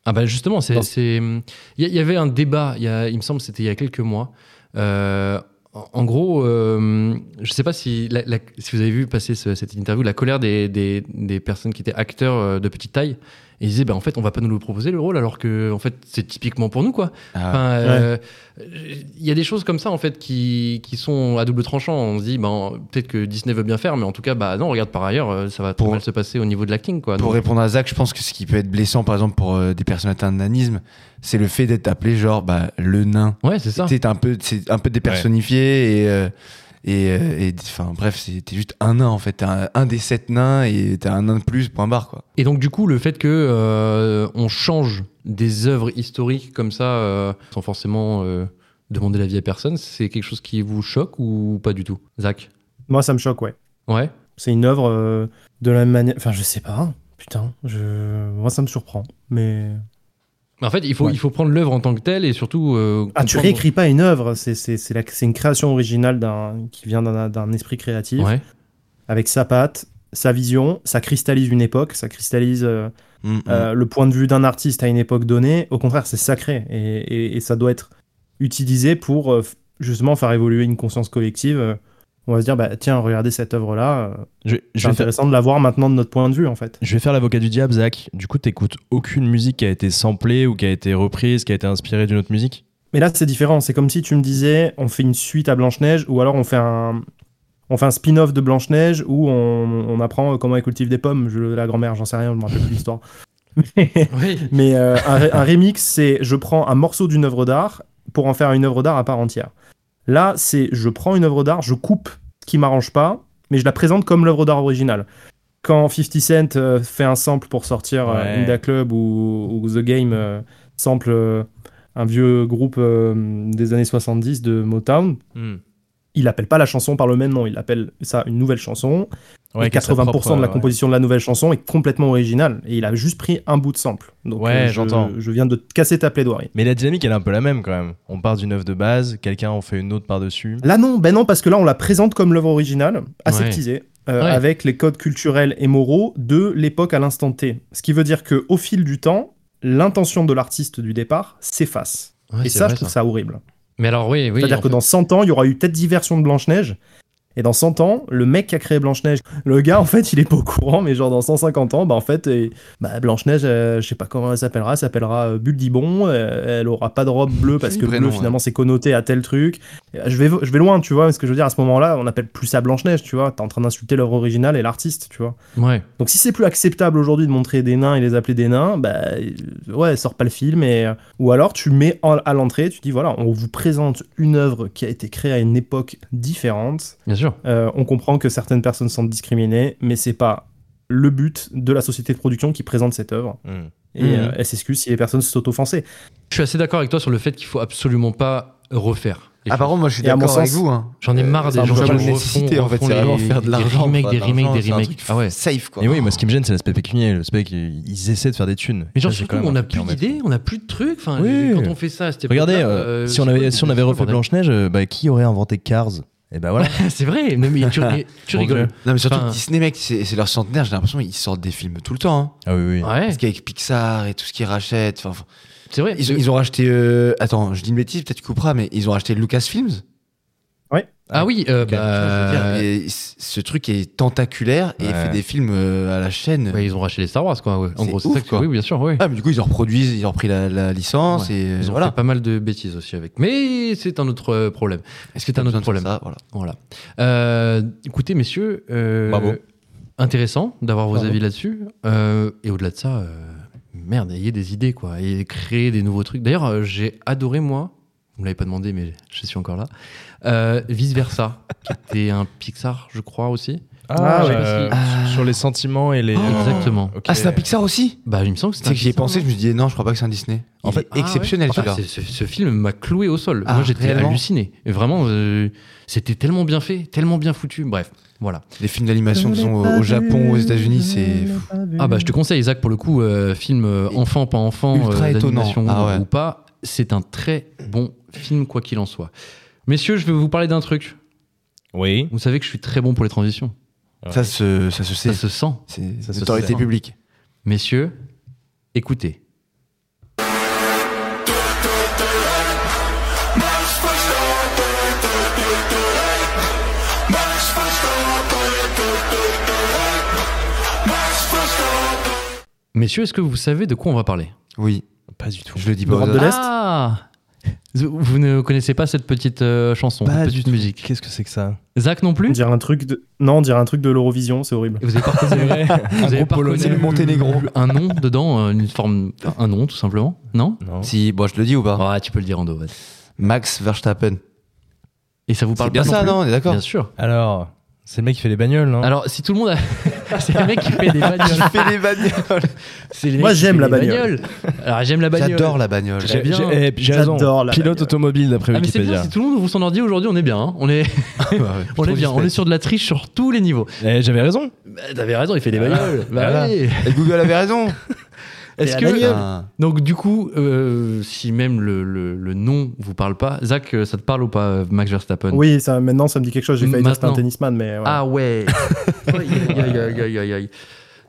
[SPEAKER 1] Ah bah justement, c'est
[SPEAKER 3] Non.
[SPEAKER 1] c'est- il y, a- il y avait un débat. Il, y a- il me semble, c'était il y a quelques mois. Euh, en en gros, euh, je sais pas si, la- la- si vous avez vu passer ce- cette interview, la colère des, des, des personnes qui étaient acteurs euh, de petite taille. Et ils disaient, bah, en fait, on va pas nous le proposer le rôle, alors que en fait, c'est typiquement pour nous, quoi.
[SPEAKER 2] Ah,
[SPEAKER 1] Enfin, euh, il y a des choses comme ça en fait qui, qui sont à double tranchant. On se dit, ben, peut-être que Disney veut bien faire, mais en tout cas, bah non, regarde par ailleurs, euh, ça va trop
[SPEAKER 2] Pour-
[SPEAKER 1] mal se passer au niveau de l'acting, quoi.
[SPEAKER 2] Pour
[SPEAKER 1] Donc,
[SPEAKER 2] répondre à Zach, je pense que ce qui peut être blessant, par exemple, pour euh, des personnes atteintes de nanisme, c'est le fait d'être appelé genre bah, le nain.
[SPEAKER 1] ouais, c'est ça.
[SPEAKER 2] C'est un peu, c'est un peu dépersonnifié et. euh, et, euh, et- enfin bref, c'est- t'es juste un nain en fait, t'es un, un des sept nains et t'es un nain de plus, point barre quoi.
[SPEAKER 1] Et donc du coup, le fait que euh, on change des œuvres historiques comme ça, euh, sans forcément euh, demander l'avis à personne, c'est quelque chose qui vous choque ou pas du tout, Zach
[SPEAKER 3] Moi, ça me choque, ouais.
[SPEAKER 1] Ouais.
[SPEAKER 3] C'est une œuvre euh, de la même manière. Enfin, je sais pas. Putain, je... moi ça me surprend. Mais
[SPEAKER 1] Mais En fait, il faut
[SPEAKER 4] Ouais.
[SPEAKER 1] il faut prendre l'œuvre en tant que telle et surtout. euh,
[SPEAKER 3] ah, tu
[SPEAKER 1] comprendre-
[SPEAKER 3] réécris pas une œuvre. C'est c'est c'est la... c'est une création originale d'un qui vient d'un d'un esprit créatif
[SPEAKER 2] [laughs]
[SPEAKER 1] Ouais.
[SPEAKER 3] avec sa patte, sa vision. Ça cristallise une époque. Ça cristallise. euh,
[SPEAKER 2] Mm, mm.
[SPEAKER 3] Euh, le point de vue d'un artiste à une époque donnée, au contraire, c'est sacré et, et- et ça doit être utilisé pour euh, f- justement faire évoluer une conscience collective. Euh, On va se dire, bah, tiens, regardez cette œuvre-là, euh,
[SPEAKER 4] Je,
[SPEAKER 3] c'est intéressant de la voir maintenant de notre point de vue, en fait.
[SPEAKER 4] Je vais faire l'avocat du diable, Zach. Du coup, t'écoutes aucune musique qui a été samplée ou qui a été reprise, qui a été inspirée d'une autre musique
[SPEAKER 3] Mais là, c'est différent. C'est comme si tu me disais, on fait une suite à Blanche-Neige ou alors on fait un, on fait un spin-off de Blanche-Neige où on, on apprend euh, comment elle cultive des pommes. Je, la grand-mère, j'en sais rien, je me rappelle plus l'histoire.
[SPEAKER 1] Oui.
[SPEAKER 3] Mais euh, un, re- un remix, c'est je prends un morceau d'une œuvre d'art pour en faire une œuvre d'art à part entière. Là, c'est je prends une œuvre d'art, je coupe ce qui m'arrange pas, mais je la présente comme l'œuvre d'art originale. Quand 50 Cent euh, fait un sample pour sortir euh,
[SPEAKER 4] Ouais.
[SPEAKER 3] Inda Club ou, ou The Game euh, sample euh, un vieux groupe euh, des années 70 de Motown,
[SPEAKER 1] Hmm.
[SPEAKER 3] il appelle pas la chanson par le même nom, il appelle ça une nouvelle chanson. et
[SPEAKER 4] qui a sa
[SPEAKER 3] 80% de la
[SPEAKER 4] propre,
[SPEAKER 3] composition de la nouvelle chanson est complètement originale. Et il a juste pris un bout de sample. Donc euh,
[SPEAKER 4] Ouais,
[SPEAKER 3] je-
[SPEAKER 4] j'entends.
[SPEAKER 3] Je viens de te casser ta plaidoirie.
[SPEAKER 4] ouais. Mais la dynamique, elle est un peu la même quand même. On part d'une œuvre de base, quelqu'un en fait une autre par-dessus.
[SPEAKER 3] Là non, ben non, parce que là on la présente comme l'œuvre originale, aseptisée, euh,
[SPEAKER 1] Ouais.
[SPEAKER 3] avec les codes culturels et moraux de l'époque à l'instant T. Ce qui veut dire que au fil du temps, l'intention de l'artiste du départ s'efface.
[SPEAKER 1] Ouais,
[SPEAKER 3] et
[SPEAKER 1] c'est
[SPEAKER 3] ça,
[SPEAKER 1] vrai,
[SPEAKER 3] je trouve ça horrible.
[SPEAKER 1] Mais alors oui, oui.
[SPEAKER 3] C'est-à-dire
[SPEAKER 1] en
[SPEAKER 3] que dans 100 ans, il y aura eu peut-être 10 versions de Blanche-Neige. Et dans 100 ans, le mec qui a créé Blanche-Neige, le gars, en fait, il est pas au courant, mais genre dans 150 ans, bah en fait, eh, bah, Blanche-Neige, euh, je sais pas comment elle s'appellera, elle s'appellera euh, Bulle Dibon, euh, elle aura pas de robe bleue parce que
[SPEAKER 2] Prénom,
[SPEAKER 3] bleu,
[SPEAKER 2] ouais.
[SPEAKER 3] finalement, c'est connoté à tel truc, euh, Je vais, je vais loin, tu vois, mais ce que je veux dire, à ce moment-là, on appelle plus ça Blanche-Neige, tu vois. T'es en train d'insulter l'œuvre originale et l'artiste, tu vois.
[SPEAKER 1] Ouais.
[SPEAKER 3] Donc si c'est plus acceptable aujourd'hui de montrer des nains et les appeler des nains, bah euh, ouais, sors pas le film. Et... euh, Ou alors tu mets en- à l'entrée, tu dis voilà, on vous présente une œuvre qui a été créée à une époque différente.
[SPEAKER 1] Bien sûr.
[SPEAKER 3] Euh, on comprend que certaines personnes sont discriminées, mais c'est pas le but de la société de production qui présente cette œuvre.
[SPEAKER 4] Hmm.
[SPEAKER 3] Et
[SPEAKER 1] Mhm.
[SPEAKER 3] euh, elle s'excuse si les personnes se sont offensées.
[SPEAKER 1] Je suis assez d'accord avec toi sur le fait qu'il faut absolument pas refaire. les
[SPEAKER 2] Ah, par
[SPEAKER 1] choses.
[SPEAKER 2] contre, moi, je suis
[SPEAKER 3] Et à mon
[SPEAKER 2] d'accord avec
[SPEAKER 3] sens-
[SPEAKER 2] vous. hein.
[SPEAKER 1] J'en ai marre
[SPEAKER 2] C'est
[SPEAKER 1] Ah, des
[SPEAKER 2] un
[SPEAKER 1] gens qui
[SPEAKER 2] problème de
[SPEAKER 1] refont-
[SPEAKER 2] nécessité, en fait.
[SPEAKER 1] refont
[SPEAKER 2] C'est
[SPEAKER 1] les-
[SPEAKER 2] vraiment faire de
[SPEAKER 1] des
[SPEAKER 2] l'argent.
[SPEAKER 1] remakes,
[SPEAKER 2] quoi.
[SPEAKER 1] des
[SPEAKER 2] L'argent,
[SPEAKER 1] remakes, des
[SPEAKER 2] c'est un
[SPEAKER 1] remakes.
[SPEAKER 2] truc
[SPEAKER 1] Ah ouais.
[SPEAKER 2] Safe, quoi.
[SPEAKER 4] Et oui, moi, ce qui me gêne, c'est l'aspect pécunier. Le spec, ils essaient de faire des thunes.
[SPEAKER 1] Mais genre,
[SPEAKER 4] Ça, c'est
[SPEAKER 1] surtout,
[SPEAKER 4] quand même
[SPEAKER 1] on n'a
[SPEAKER 4] un truc
[SPEAKER 1] plus
[SPEAKER 4] qui embête.
[SPEAKER 1] d'idées, on n'a plus de trucs. Enfin,
[SPEAKER 4] Oui.
[SPEAKER 1] Quand on fait ça, c'était
[SPEAKER 4] Regardez, euh, si, on avait, si on avait refait Blanche-Neige, euh, bah, qui aurait inventé Cars Et bah voilà.
[SPEAKER 1] ah, [laughs] C'est vrai, mais,
[SPEAKER 4] [laughs]
[SPEAKER 1] mais tu, mais tu
[SPEAKER 4] Mon
[SPEAKER 1] rigoles.
[SPEAKER 2] Non, mais surtout,
[SPEAKER 1] Enfin-
[SPEAKER 2] Disney, mec, c'est c'est leur centenaire. J'ai l'impression qu'ils sortent des films tout le temps. hein.
[SPEAKER 4] Ah oui, oui.
[SPEAKER 1] Ouais,
[SPEAKER 2] Parce qu'avec Pixar et tout ce qu'ils rachètent. enfin, enfin,
[SPEAKER 1] c'est vrai.
[SPEAKER 2] Ils, ont- ils ont racheté. euh, Attends, je dis une bêtise, peut-être tu couperas, mais ils ont racheté Lucasfilms.
[SPEAKER 1] Ah oui, euh, bah,
[SPEAKER 2] Et c- ce truc est tentaculaire et
[SPEAKER 4] Ouais.
[SPEAKER 2] fait des films euh, à la chaîne.
[SPEAKER 1] ouais, bah, ils ont racheté les Star Wars, quoi. ouais. En
[SPEAKER 2] C'est
[SPEAKER 1] gros, c'est
[SPEAKER 2] ouf,
[SPEAKER 1] ça que
[SPEAKER 2] quoi.
[SPEAKER 1] Oui, bien sûr, ouais.
[SPEAKER 2] Ah, mais du coup, ils en reproduisent, ils ont repris la, la licence
[SPEAKER 1] Ouais.
[SPEAKER 2] et euh,
[SPEAKER 1] Ils ont
[SPEAKER 2] voilà.
[SPEAKER 1] fait pas mal de bêtises aussi avec. Mais c'est un autre euh, problème.
[SPEAKER 2] Est-ce
[SPEAKER 1] que t'as un autre problème
[SPEAKER 2] ça, voilà.
[SPEAKER 1] Voilà. Euh, écoutez, messieurs, euh,
[SPEAKER 4] Bravo.
[SPEAKER 1] intéressant d'avoir vos
[SPEAKER 3] Bravo.
[SPEAKER 1] avis là-dessus. Euh, et au-delà de ça, euh, merde, ayez des idées, quoi. Et créez des nouveaux trucs. D'ailleurs, euh, j'ai adoré, moi, vous ne l'avez pas demandé, mais je suis encore là, euh, Vice
[SPEAKER 2] [laughs]
[SPEAKER 1] Versa, qui était un Pixar, je crois, aussi.
[SPEAKER 3] Ah,
[SPEAKER 4] je sais
[SPEAKER 3] ouais.
[SPEAKER 4] pas si-
[SPEAKER 2] Ah.
[SPEAKER 4] euh, sur- Sur les sentiments et les. euh,
[SPEAKER 1] Oh, exactement.
[SPEAKER 4] ok.
[SPEAKER 2] Ah, c'est un Pixar aussi
[SPEAKER 1] Bah, il me semble que
[SPEAKER 2] Tu sais
[SPEAKER 1] c'était
[SPEAKER 2] que j'y ai
[SPEAKER 1] un Pixar,
[SPEAKER 2] pensé, je me suis dit, non, je crois pas que c'est un Disney.
[SPEAKER 1] Il
[SPEAKER 2] En
[SPEAKER 1] est-
[SPEAKER 2] fait,
[SPEAKER 1] ah ouais.
[SPEAKER 2] exceptionnel,
[SPEAKER 1] Ah,
[SPEAKER 2] celui-là.
[SPEAKER 1] c'est- ce, ce film m'a cloué au sol.
[SPEAKER 2] Ah,
[SPEAKER 1] Moi, j'étais
[SPEAKER 2] réellement
[SPEAKER 1] halluciné. Et vraiment, euh, c'était tellement bien fait, tellement bien foutu. Bref, voilà.
[SPEAKER 2] Les films d'animation qui sont au, au Japon, aux États-Unis, c'est. fou.
[SPEAKER 1] Ah bah je te conseille Isaac pour le coup euh, film euh,
[SPEAKER 2] Et-
[SPEAKER 1] enfant pas enfant
[SPEAKER 2] Mm. Ultra
[SPEAKER 1] euh,
[SPEAKER 2] étonnant.
[SPEAKER 1] d'animation
[SPEAKER 2] Ah ouais.
[SPEAKER 1] ou pas c'est un très bon film quoi qu'il en soit messieurs je vais vous parler d'un truc
[SPEAKER 4] Oui.
[SPEAKER 1] vous savez que je suis très bon pour les transitions
[SPEAKER 2] Ça se, ça se sait.
[SPEAKER 1] ça se hein. sent
[SPEAKER 2] C'est
[SPEAKER 4] Ça
[SPEAKER 2] c'est
[SPEAKER 4] se
[SPEAKER 2] autorité
[SPEAKER 4] sait.
[SPEAKER 2] publique.
[SPEAKER 1] messieurs écoutez Messieurs, est-ce que vous savez de quoi on va parler
[SPEAKER 2] Oui,
[SPEAKER 4] Pas du tout.
[SPEAKER 2] je le dis pas.
[SPEAKER 3] Europe
[SPEAKER 2] aux
[SPEAKER 3] de
[SPEAKER 2] autres.
[SPEAKER 3] l'Est
[SPEAKER 1] Ah Vous ne connaissez pas cette petite euh, chanson, cette petite musique.
[SPEAKER 4] Qu'est-ce que c'est que ça
[SPEAKER 1] Zach non plus
[SPEAKER 3] Dire un truc de... Non, dire un truc de l'Eurovision, c'est horrible.
[SPEAKER 1] Vous avez pas reconnu- vous avez
[SPEAKER 4] groupe
[SPEAKER 1] pas reconnu
[SPEAKER 4] polonais,
[SPEAKER 2] le Monténégro.
[SPEAKER 1] Un nom dedans, euh, une forme, un nom tout simplement, non
[SPEAKER 4] Non.
[SPEAKER 2] Si, bon, je le dis ou pas
[SPEAKER 1] Ouais, tu peux le dire en dos. vas-y.
[SPEAKER 2] Max Verstappen.
[SPEAKER 1] Et ça vous
[SPEAKER 2] C'est
[SPEAKER 1] parle
[SPEAKER 2] bien
[SPEAKER 1] pas
[SPEAKER 2] ça,
[SPEAKER 1] non, plus
[SPEAKER 2] non On est d'accord
[SPEAKER 1] Bien sûr.
[SPEAKER 4] Alors, c'est le mec qui fait les bagnoles, non
[SPEAKER 1] Alors, si tout le monde a... C'est le mec qui fait des bagnoles.
[SPEAKER 2] Fais les bagnoles
[SPEAKER 1] C'est le mec
[SPEAKER 3] Moi,
[SPEAKER 1] qui
[SPEAKER 3] j'aime
[SPEAKER 1] fait
[SPEAKER 3] la
[SPEAKER 1] des
[SPEAKER 3] bagnole.
[SPEAKER 1] [laughs] bagnoles. Alors, j'aime la bagnole.
[SPEAKER 2] J'adore la bagnole.
[SPEAKER 1] J'ai- bien.
[SPEAKER 4] eh, puis j'ai raison.
[SPEAKER 3] J'adore la
[SPEAKER 4] Pilote
[SPEAKER 3] bagnole.
[SPEAKER 4] automobile d'après
[SPEAKER 1] Ah, mais c'est bien,
[SPEAKER 4] Wikipédia.
[SPEAKER 1] si tout le monde ouvre son ordi aujourd'hui, on est bien. hein. On est,
[SPEAKER 2] Ouais, ouais.
[SPEAKER 1] on est
[SPEAKER 2] Trop
[SPEAKER 1] bien, on est
[SPEAKER 2] respect.
[SPEAKER 1] sur de la triche sur tous les niveaux.
[SPEAKER 4] Eh, J'avais raison.
[SPEAKER 1] Bah, T'avais raison, il fait des bagnoles. Bah
[SPEAKER 4] Voilà.
[SPEAKER 1] oui.
[SPEAKER 2] Et Google
[SPEAKER 1] [laughs]
[SPEAKER 2] avait raison. Ah,
[SPEAKER 1] Est-ce
[SPEAKER 3] la
[SPEAKER 1] que.
[SPEAKER 3] bagnole.
[SPEAKER 2] Putain.
[SPEAKER 1] Donc du coup, euh, si même le, le, le nom vous parle pas, Zach, euh, ça te parle ou pas, euh, Max Verstappen
[SPEAKER 3] Oui, ça, maintenant ça me dit quelque chose. J'ai failli dire que c'était un
[SPEAKER 1] Maintenant.
[SPEAKER 3] tennisman, mais. voilà.
[SPEAKER 1] Ah ouais. [laughs] Aïe, aïe, aïe, aïe, aïe, aïe.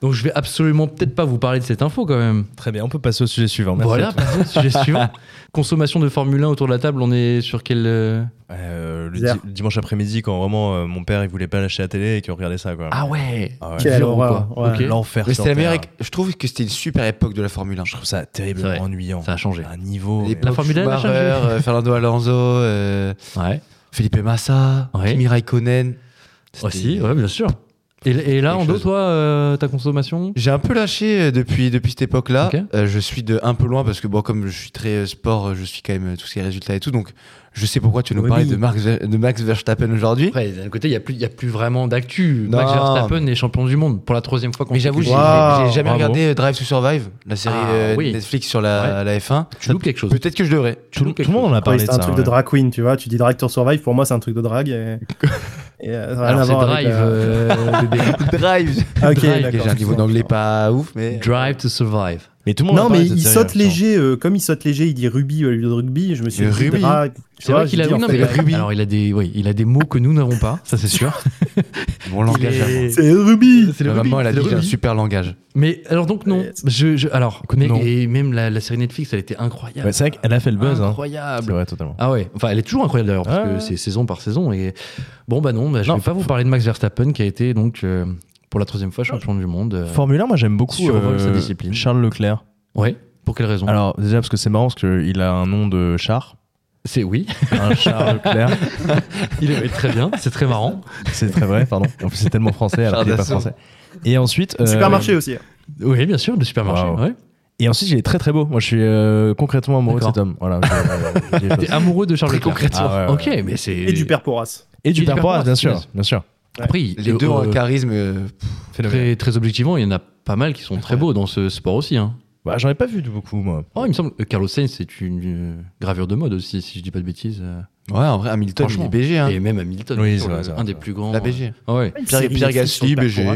[SPEAKER 1] Donc je vais absolument peut-être pas vous parler de cette info quand même.
[SPEAKER 4] Très bien, on peut passer au sujet suivant. Merci à
[SPEAKER 1] voilà,
[SPEAKER 4] toi.
[SPEAKER 1] passons au sujet [laughs] suivant. Consommation de Formule 1 autour de la table, on est sur quel... euh,
[SPEAKER 4] Euh, le
[SPEAKER 3] Bizarre.
[SPEAKER 4] di- dimanche après-midi, quand vraiment euh, mon père il voulait pas lâcher la télé et qu'on regardait ça, quoi.
[SPEAKER 1] Ah ouais
[SPEAKER 4] Ah ouais.
[SPEAKER 3] Quelle
[SPEAKER 1] Dur ou
[SPEAKER 3] horreur,
[SPEAKER 1] pas
[SPEAKER 3] ouais.
[SPEAKER 1] Ok.
[SPEAKER 4] L'enfer.
[SPEAKER 2] Mais
[SPEAKER 4] sur
[SPEAKER 2] c'était la meilleure
[SPEAKER 4] Terre.
[SPEAKER 2] éc- Je trouve que c'était une super époque de la Formule 1.
[SPEAKER 4] Je trouve ça
[SPEAKER 1] C'est vrai.
[SPEAKER 4] terriblement ennuyant.
[SPEAKER 1] Ça a changé.
[SPEAKER 4] Un niveau.
[SPEAKER 2] Les
[SPEAKER 4] mais-
[SPEAKER 1] La Formule 1 a
[SPEAKER 2] Schumacher,
[SPEAKER 1] changé.
[SPEAKER 2] euh, Fernando Alonso, euh,
[SPEAKER 1] Ouais.
[SPEAKER 2] Felipe Massa,
[SPEAKER 1] Ouais.
[SPEAKER 2] Kimi Raikkonen. C'était-
[SPEAKER 1] Aussi, Ah, ouais, bien sûr. Et, et là,
[SPEAKER 2] Quelque
[SPEAKER 1] en dos,
[SPEAKER 2] chose.
[SPEAKER 1] toi, euh, ta consommation
[SPEAKER 2] J'ai un peu lâché euh, depuis, depuis cette époque-là.
[SPEAKER 1] Ok.
[SPEAKER 2] Euh, je suis de un peu loin parce que, bon, comme je suis très euh, sport, euh, je suis quand même euh, tout ce qui est résultats et tout. Donc, je sais pourquoi tu veux nous
[SPEAKER 3] Oui.
[SPEAKER 2] parler de, Marx- de Max Verstappen aujourd'hui.
[SPEAKER 1] Après, d'un côté, il n'y a, plus- il y a plus vraiment d'actu. Max
[SPEAKER 2] Non.
[SPEAKER 1] Verstappen est champion du monde pour la troisième fois qu'on
[SPEAKER 2] Mais j'avoue, j'ai
[SPEAKER 3] Wow.
[SPEAKER 2] j'ai- j'ai jamais
[SPEAKER 4] Bravo.
[SPEAKER 2] regardé euh, Drive to Survive, la série
[SPEAKER 1] Ah,
[SPEAKER 2] euh,
[SPEAKER 1] oui.
[SPEAKER 2] Netflix sur la, la F1.
[SPEAKER 1] tu loupes quelque chose.
[SPEAKER 2] Peut-être que je devrais.
[SPEAKER 1] Tu loupes
[SPEAKER 4] Tout,
[SPEAKER 1] quelque
[SPEAKER 4] tout le monde en a
[SPEAKER 3] Oui,
[SPEAKER 4] parlé
[SPEAKER 3] c'est
[SPEAKER 4] de
[SPEAKER 3] un
[SPEAKER 4] ça.
[SPEAKER 3] truc de
[SPEAKER 4] ouais.
[SPEAKER 3] drag queen, tu vois. Tu dis drag to survive, pour moi c'est un truc de drag et. et, euh, ça n'a
[SPEAKER 1] Alors,
[SPEAKER 3] rien à
[SPEAKER 1] c'est
[SPEAKER 3] voir
[SPEAKER 1] Drive,
[SPEAKER 3] avec, euh,
[SPEAKER 4] [laughs]
[SPEAKER 1] euh, bébé.
[SPEAKER 2] [laughs] Drive
[SPEAKER 3] ah, ok,
[SPEAKER 1] Drive,
[SPEAKER 2] J'ai
[SPEAKER 3] d'accord.
[SPEAKER 2] un niveau d'anglais pas ouf, mais.
[SPEAKER 1] Drive to Survive.
[SPEAKER 4] Mais tout le monde en a
[SPEAKER 3] Non,
[SPEAKER 4] parlé
[SPEAKER 3] mais
[SPEAKER 4] de cette
[SPEAKER 3] il
[SPEAKER 4] série,
[SPEAKER 3] saute
[SPEAKER 4] je sens.
[SPEAKER 3] léger, euh, comme il saute léger, il dit rubis au lieu de rugby. Je me suis
[SPEAKER 2] Le
[SPEAKER 3] dit
[SPEAKER 2] rubis.
[SPEAKER 3] drag. tu
[SPEAKER 1] C'est
[SPEAKER 3] vois,
[SPEAKER 1] vrai qu'il
[SPEAKER 3] j'ai
[SPEAKER 1] a,
[SPEAKER 3] dit,
[SPEAKER 1] oui,
[SPEAKER 3] en
[SPEAKER 1] non,
[SPEAKER 3] fait,
[SPEAKER 1] mais- alors il a des, oui, il a des mots que nous n'avons pas, ça c'est sûr.
[SPEAKER 2] [laughs] Bon
[SPEAKER 1] Il
[SPEAKER 2] langage.
[SPEAKER 1] est-
[SPEAKER 2] avant.
[SPEAKER 3] C'est rubis
[SPEAKER 1] C'est le
[SPEAKER 2] Ma maman,
[SPEAKER 1] rugby,
[SPEAKER 2] elle a
[SPEAKER 1] c'est
[SPEAKER 2] dit
[SPEAKER 1] le
[SPEAKER 2] j'ai un
[SPEAKER 1] rugby.
[SPEAKER 2] super langage.
[SPEAKER 1] Mais alors donc non,
[SPEAKER 3] Ouais,
[SPEAKER 1] je, je- alors
[SPEAKER 4] Écoute,
[SPEAKER 1] mais-
[SPEAKER 4] non.
[SPEAKER 1] et même la, la série Netflix, elle était incroyable.
[SPEAKER 4] Ouais, c'est vrai qu'elle a fait le buzz. hein. C'est
[SPEAKER 1] incroyable.
[SPEAKER 4] vrai, totalement.
[SPEAKER 1] Ah ouais, enfin elle est toujours incroyable d'ailleurs parce
[SPEAKER 4] Ouais,
[SPEAKER 1] que
[SPEAKER 4] ouais.
[SPEAKER 1] c'est saison par saison et bon bah non, bah, je
[SPEAKER 4] Non,
[SPEAKER 1] vais pas vous parler de Max Verstappen qui a été donc euh, pour la troisième fois champion du monde. euh,
[SPEAKER 4] Formule 1, moi j'aime beaucoup
[SPEAKER 1] survole sa
[SPEAKER 4] euh,
[SPEAKER 1] discipline.
[SPEAKER 4] Charles Leclerc.
[SPEAKER 1] Ouais, pour quelle raison
[SPEAKER 4] Alors déjà parce que c'est marrant parce qu'il a un nom de char.
[SPEAKER 1] C'est oui, [laughs]
[SPEAKER 4] Un Charles Leclerc.
[SPEAKER 1] il est très bien, c'est très marrant.
[SPEAKER 4] C'est très vrai, pardon. En plus, c'est tellement français alors qu'il n'est pas
[SPEAKER 2] Charles Dassault.
[SPEAKER 4] français. Et ensuite. euh,
[SPEAKER 3] Supermarché aussi. hein.
[SPEAKER 1] Oui, bien sûr, le supermarché.
[SPEAKER 4] Wow.
[SPEAKER 1] ouais.
[SPEAKER 4] Et ensuite, il est très très beau. Moi, je suis euh, concrètement amoureux de cet
[SPEAKER 1] D'accord.
[SPEAKER 4] homme. Voilà. je- euh,
[SPEAKER 1] [laughs]
[SPEAKER 4] j'ai-
[SPEAKER 1] T'es amoureux de Charles
[SPEAKER 2] Très
[SPEAKER 1] Leclerc.
[SPEAKER 4] concrètement. Ah, ouais, ouais, ouais.
[SPEAKER 1] Ok, Eh, mais c'est.
[SPEAKER 3] Et du père Porras.
[SPEAKER 4] et du
[SPEAKER 1] Et du
[SPEAKER 4] père
[SPEAKER 1] Père
[SPEAKER 4] Porras, bien
[SPEAKER 1] Porras,
[SPEAKER 4] sûr,
[SPEAKER 1] yes.
[SPEAKER 4] bien sûr.
[SPEAKER 1] Après, il-
[SPEAKER 2] Les
[SPEAKER 1] euh,
[SPEAKER 2] deux ont
[SPEAKER 1] euh,
[SPEAKER 2] un charisme. euh, pff,
[SPEAKER 1] très, très objectivement, il y en a pas mal qui sont très beaux dans ce sport aussi. hein.
[SPEAKER 4] Bah, J'en ai pas vu du beaucoup, moi.
[SPEAKER 1] Oh, il me semble que Carlos Sainz, c'est une euh, gravure de mode aussi, si je dis pas de bêtises. euh.
[SPEAKER 2] Ouais, en vrai, Hamilton, il
[SPEAKER 1] Franchement.
[SPEAKER 2] est BG. Hein.
[SPEAKER 1] Et même Hamilton,
[SPEAKER 4] Oui,
[SPEAKER 1] oh là
[SPEAKER 4] c'est vrai,
[SPEAKER 1] là,
[SPEAKER 4] c'est
[SPEAKER 1] un
[SPEAKER 4] vrai,
[SPEAKER 1] des
[SPEAKER 4] c'est
[SPEAKER 1] plus grands.
[SPEAKER 2] La BG.
[SPEAKER 1] euh, ouais.
[SPEAKER 2] Pierre- Pierre Gasly, BG.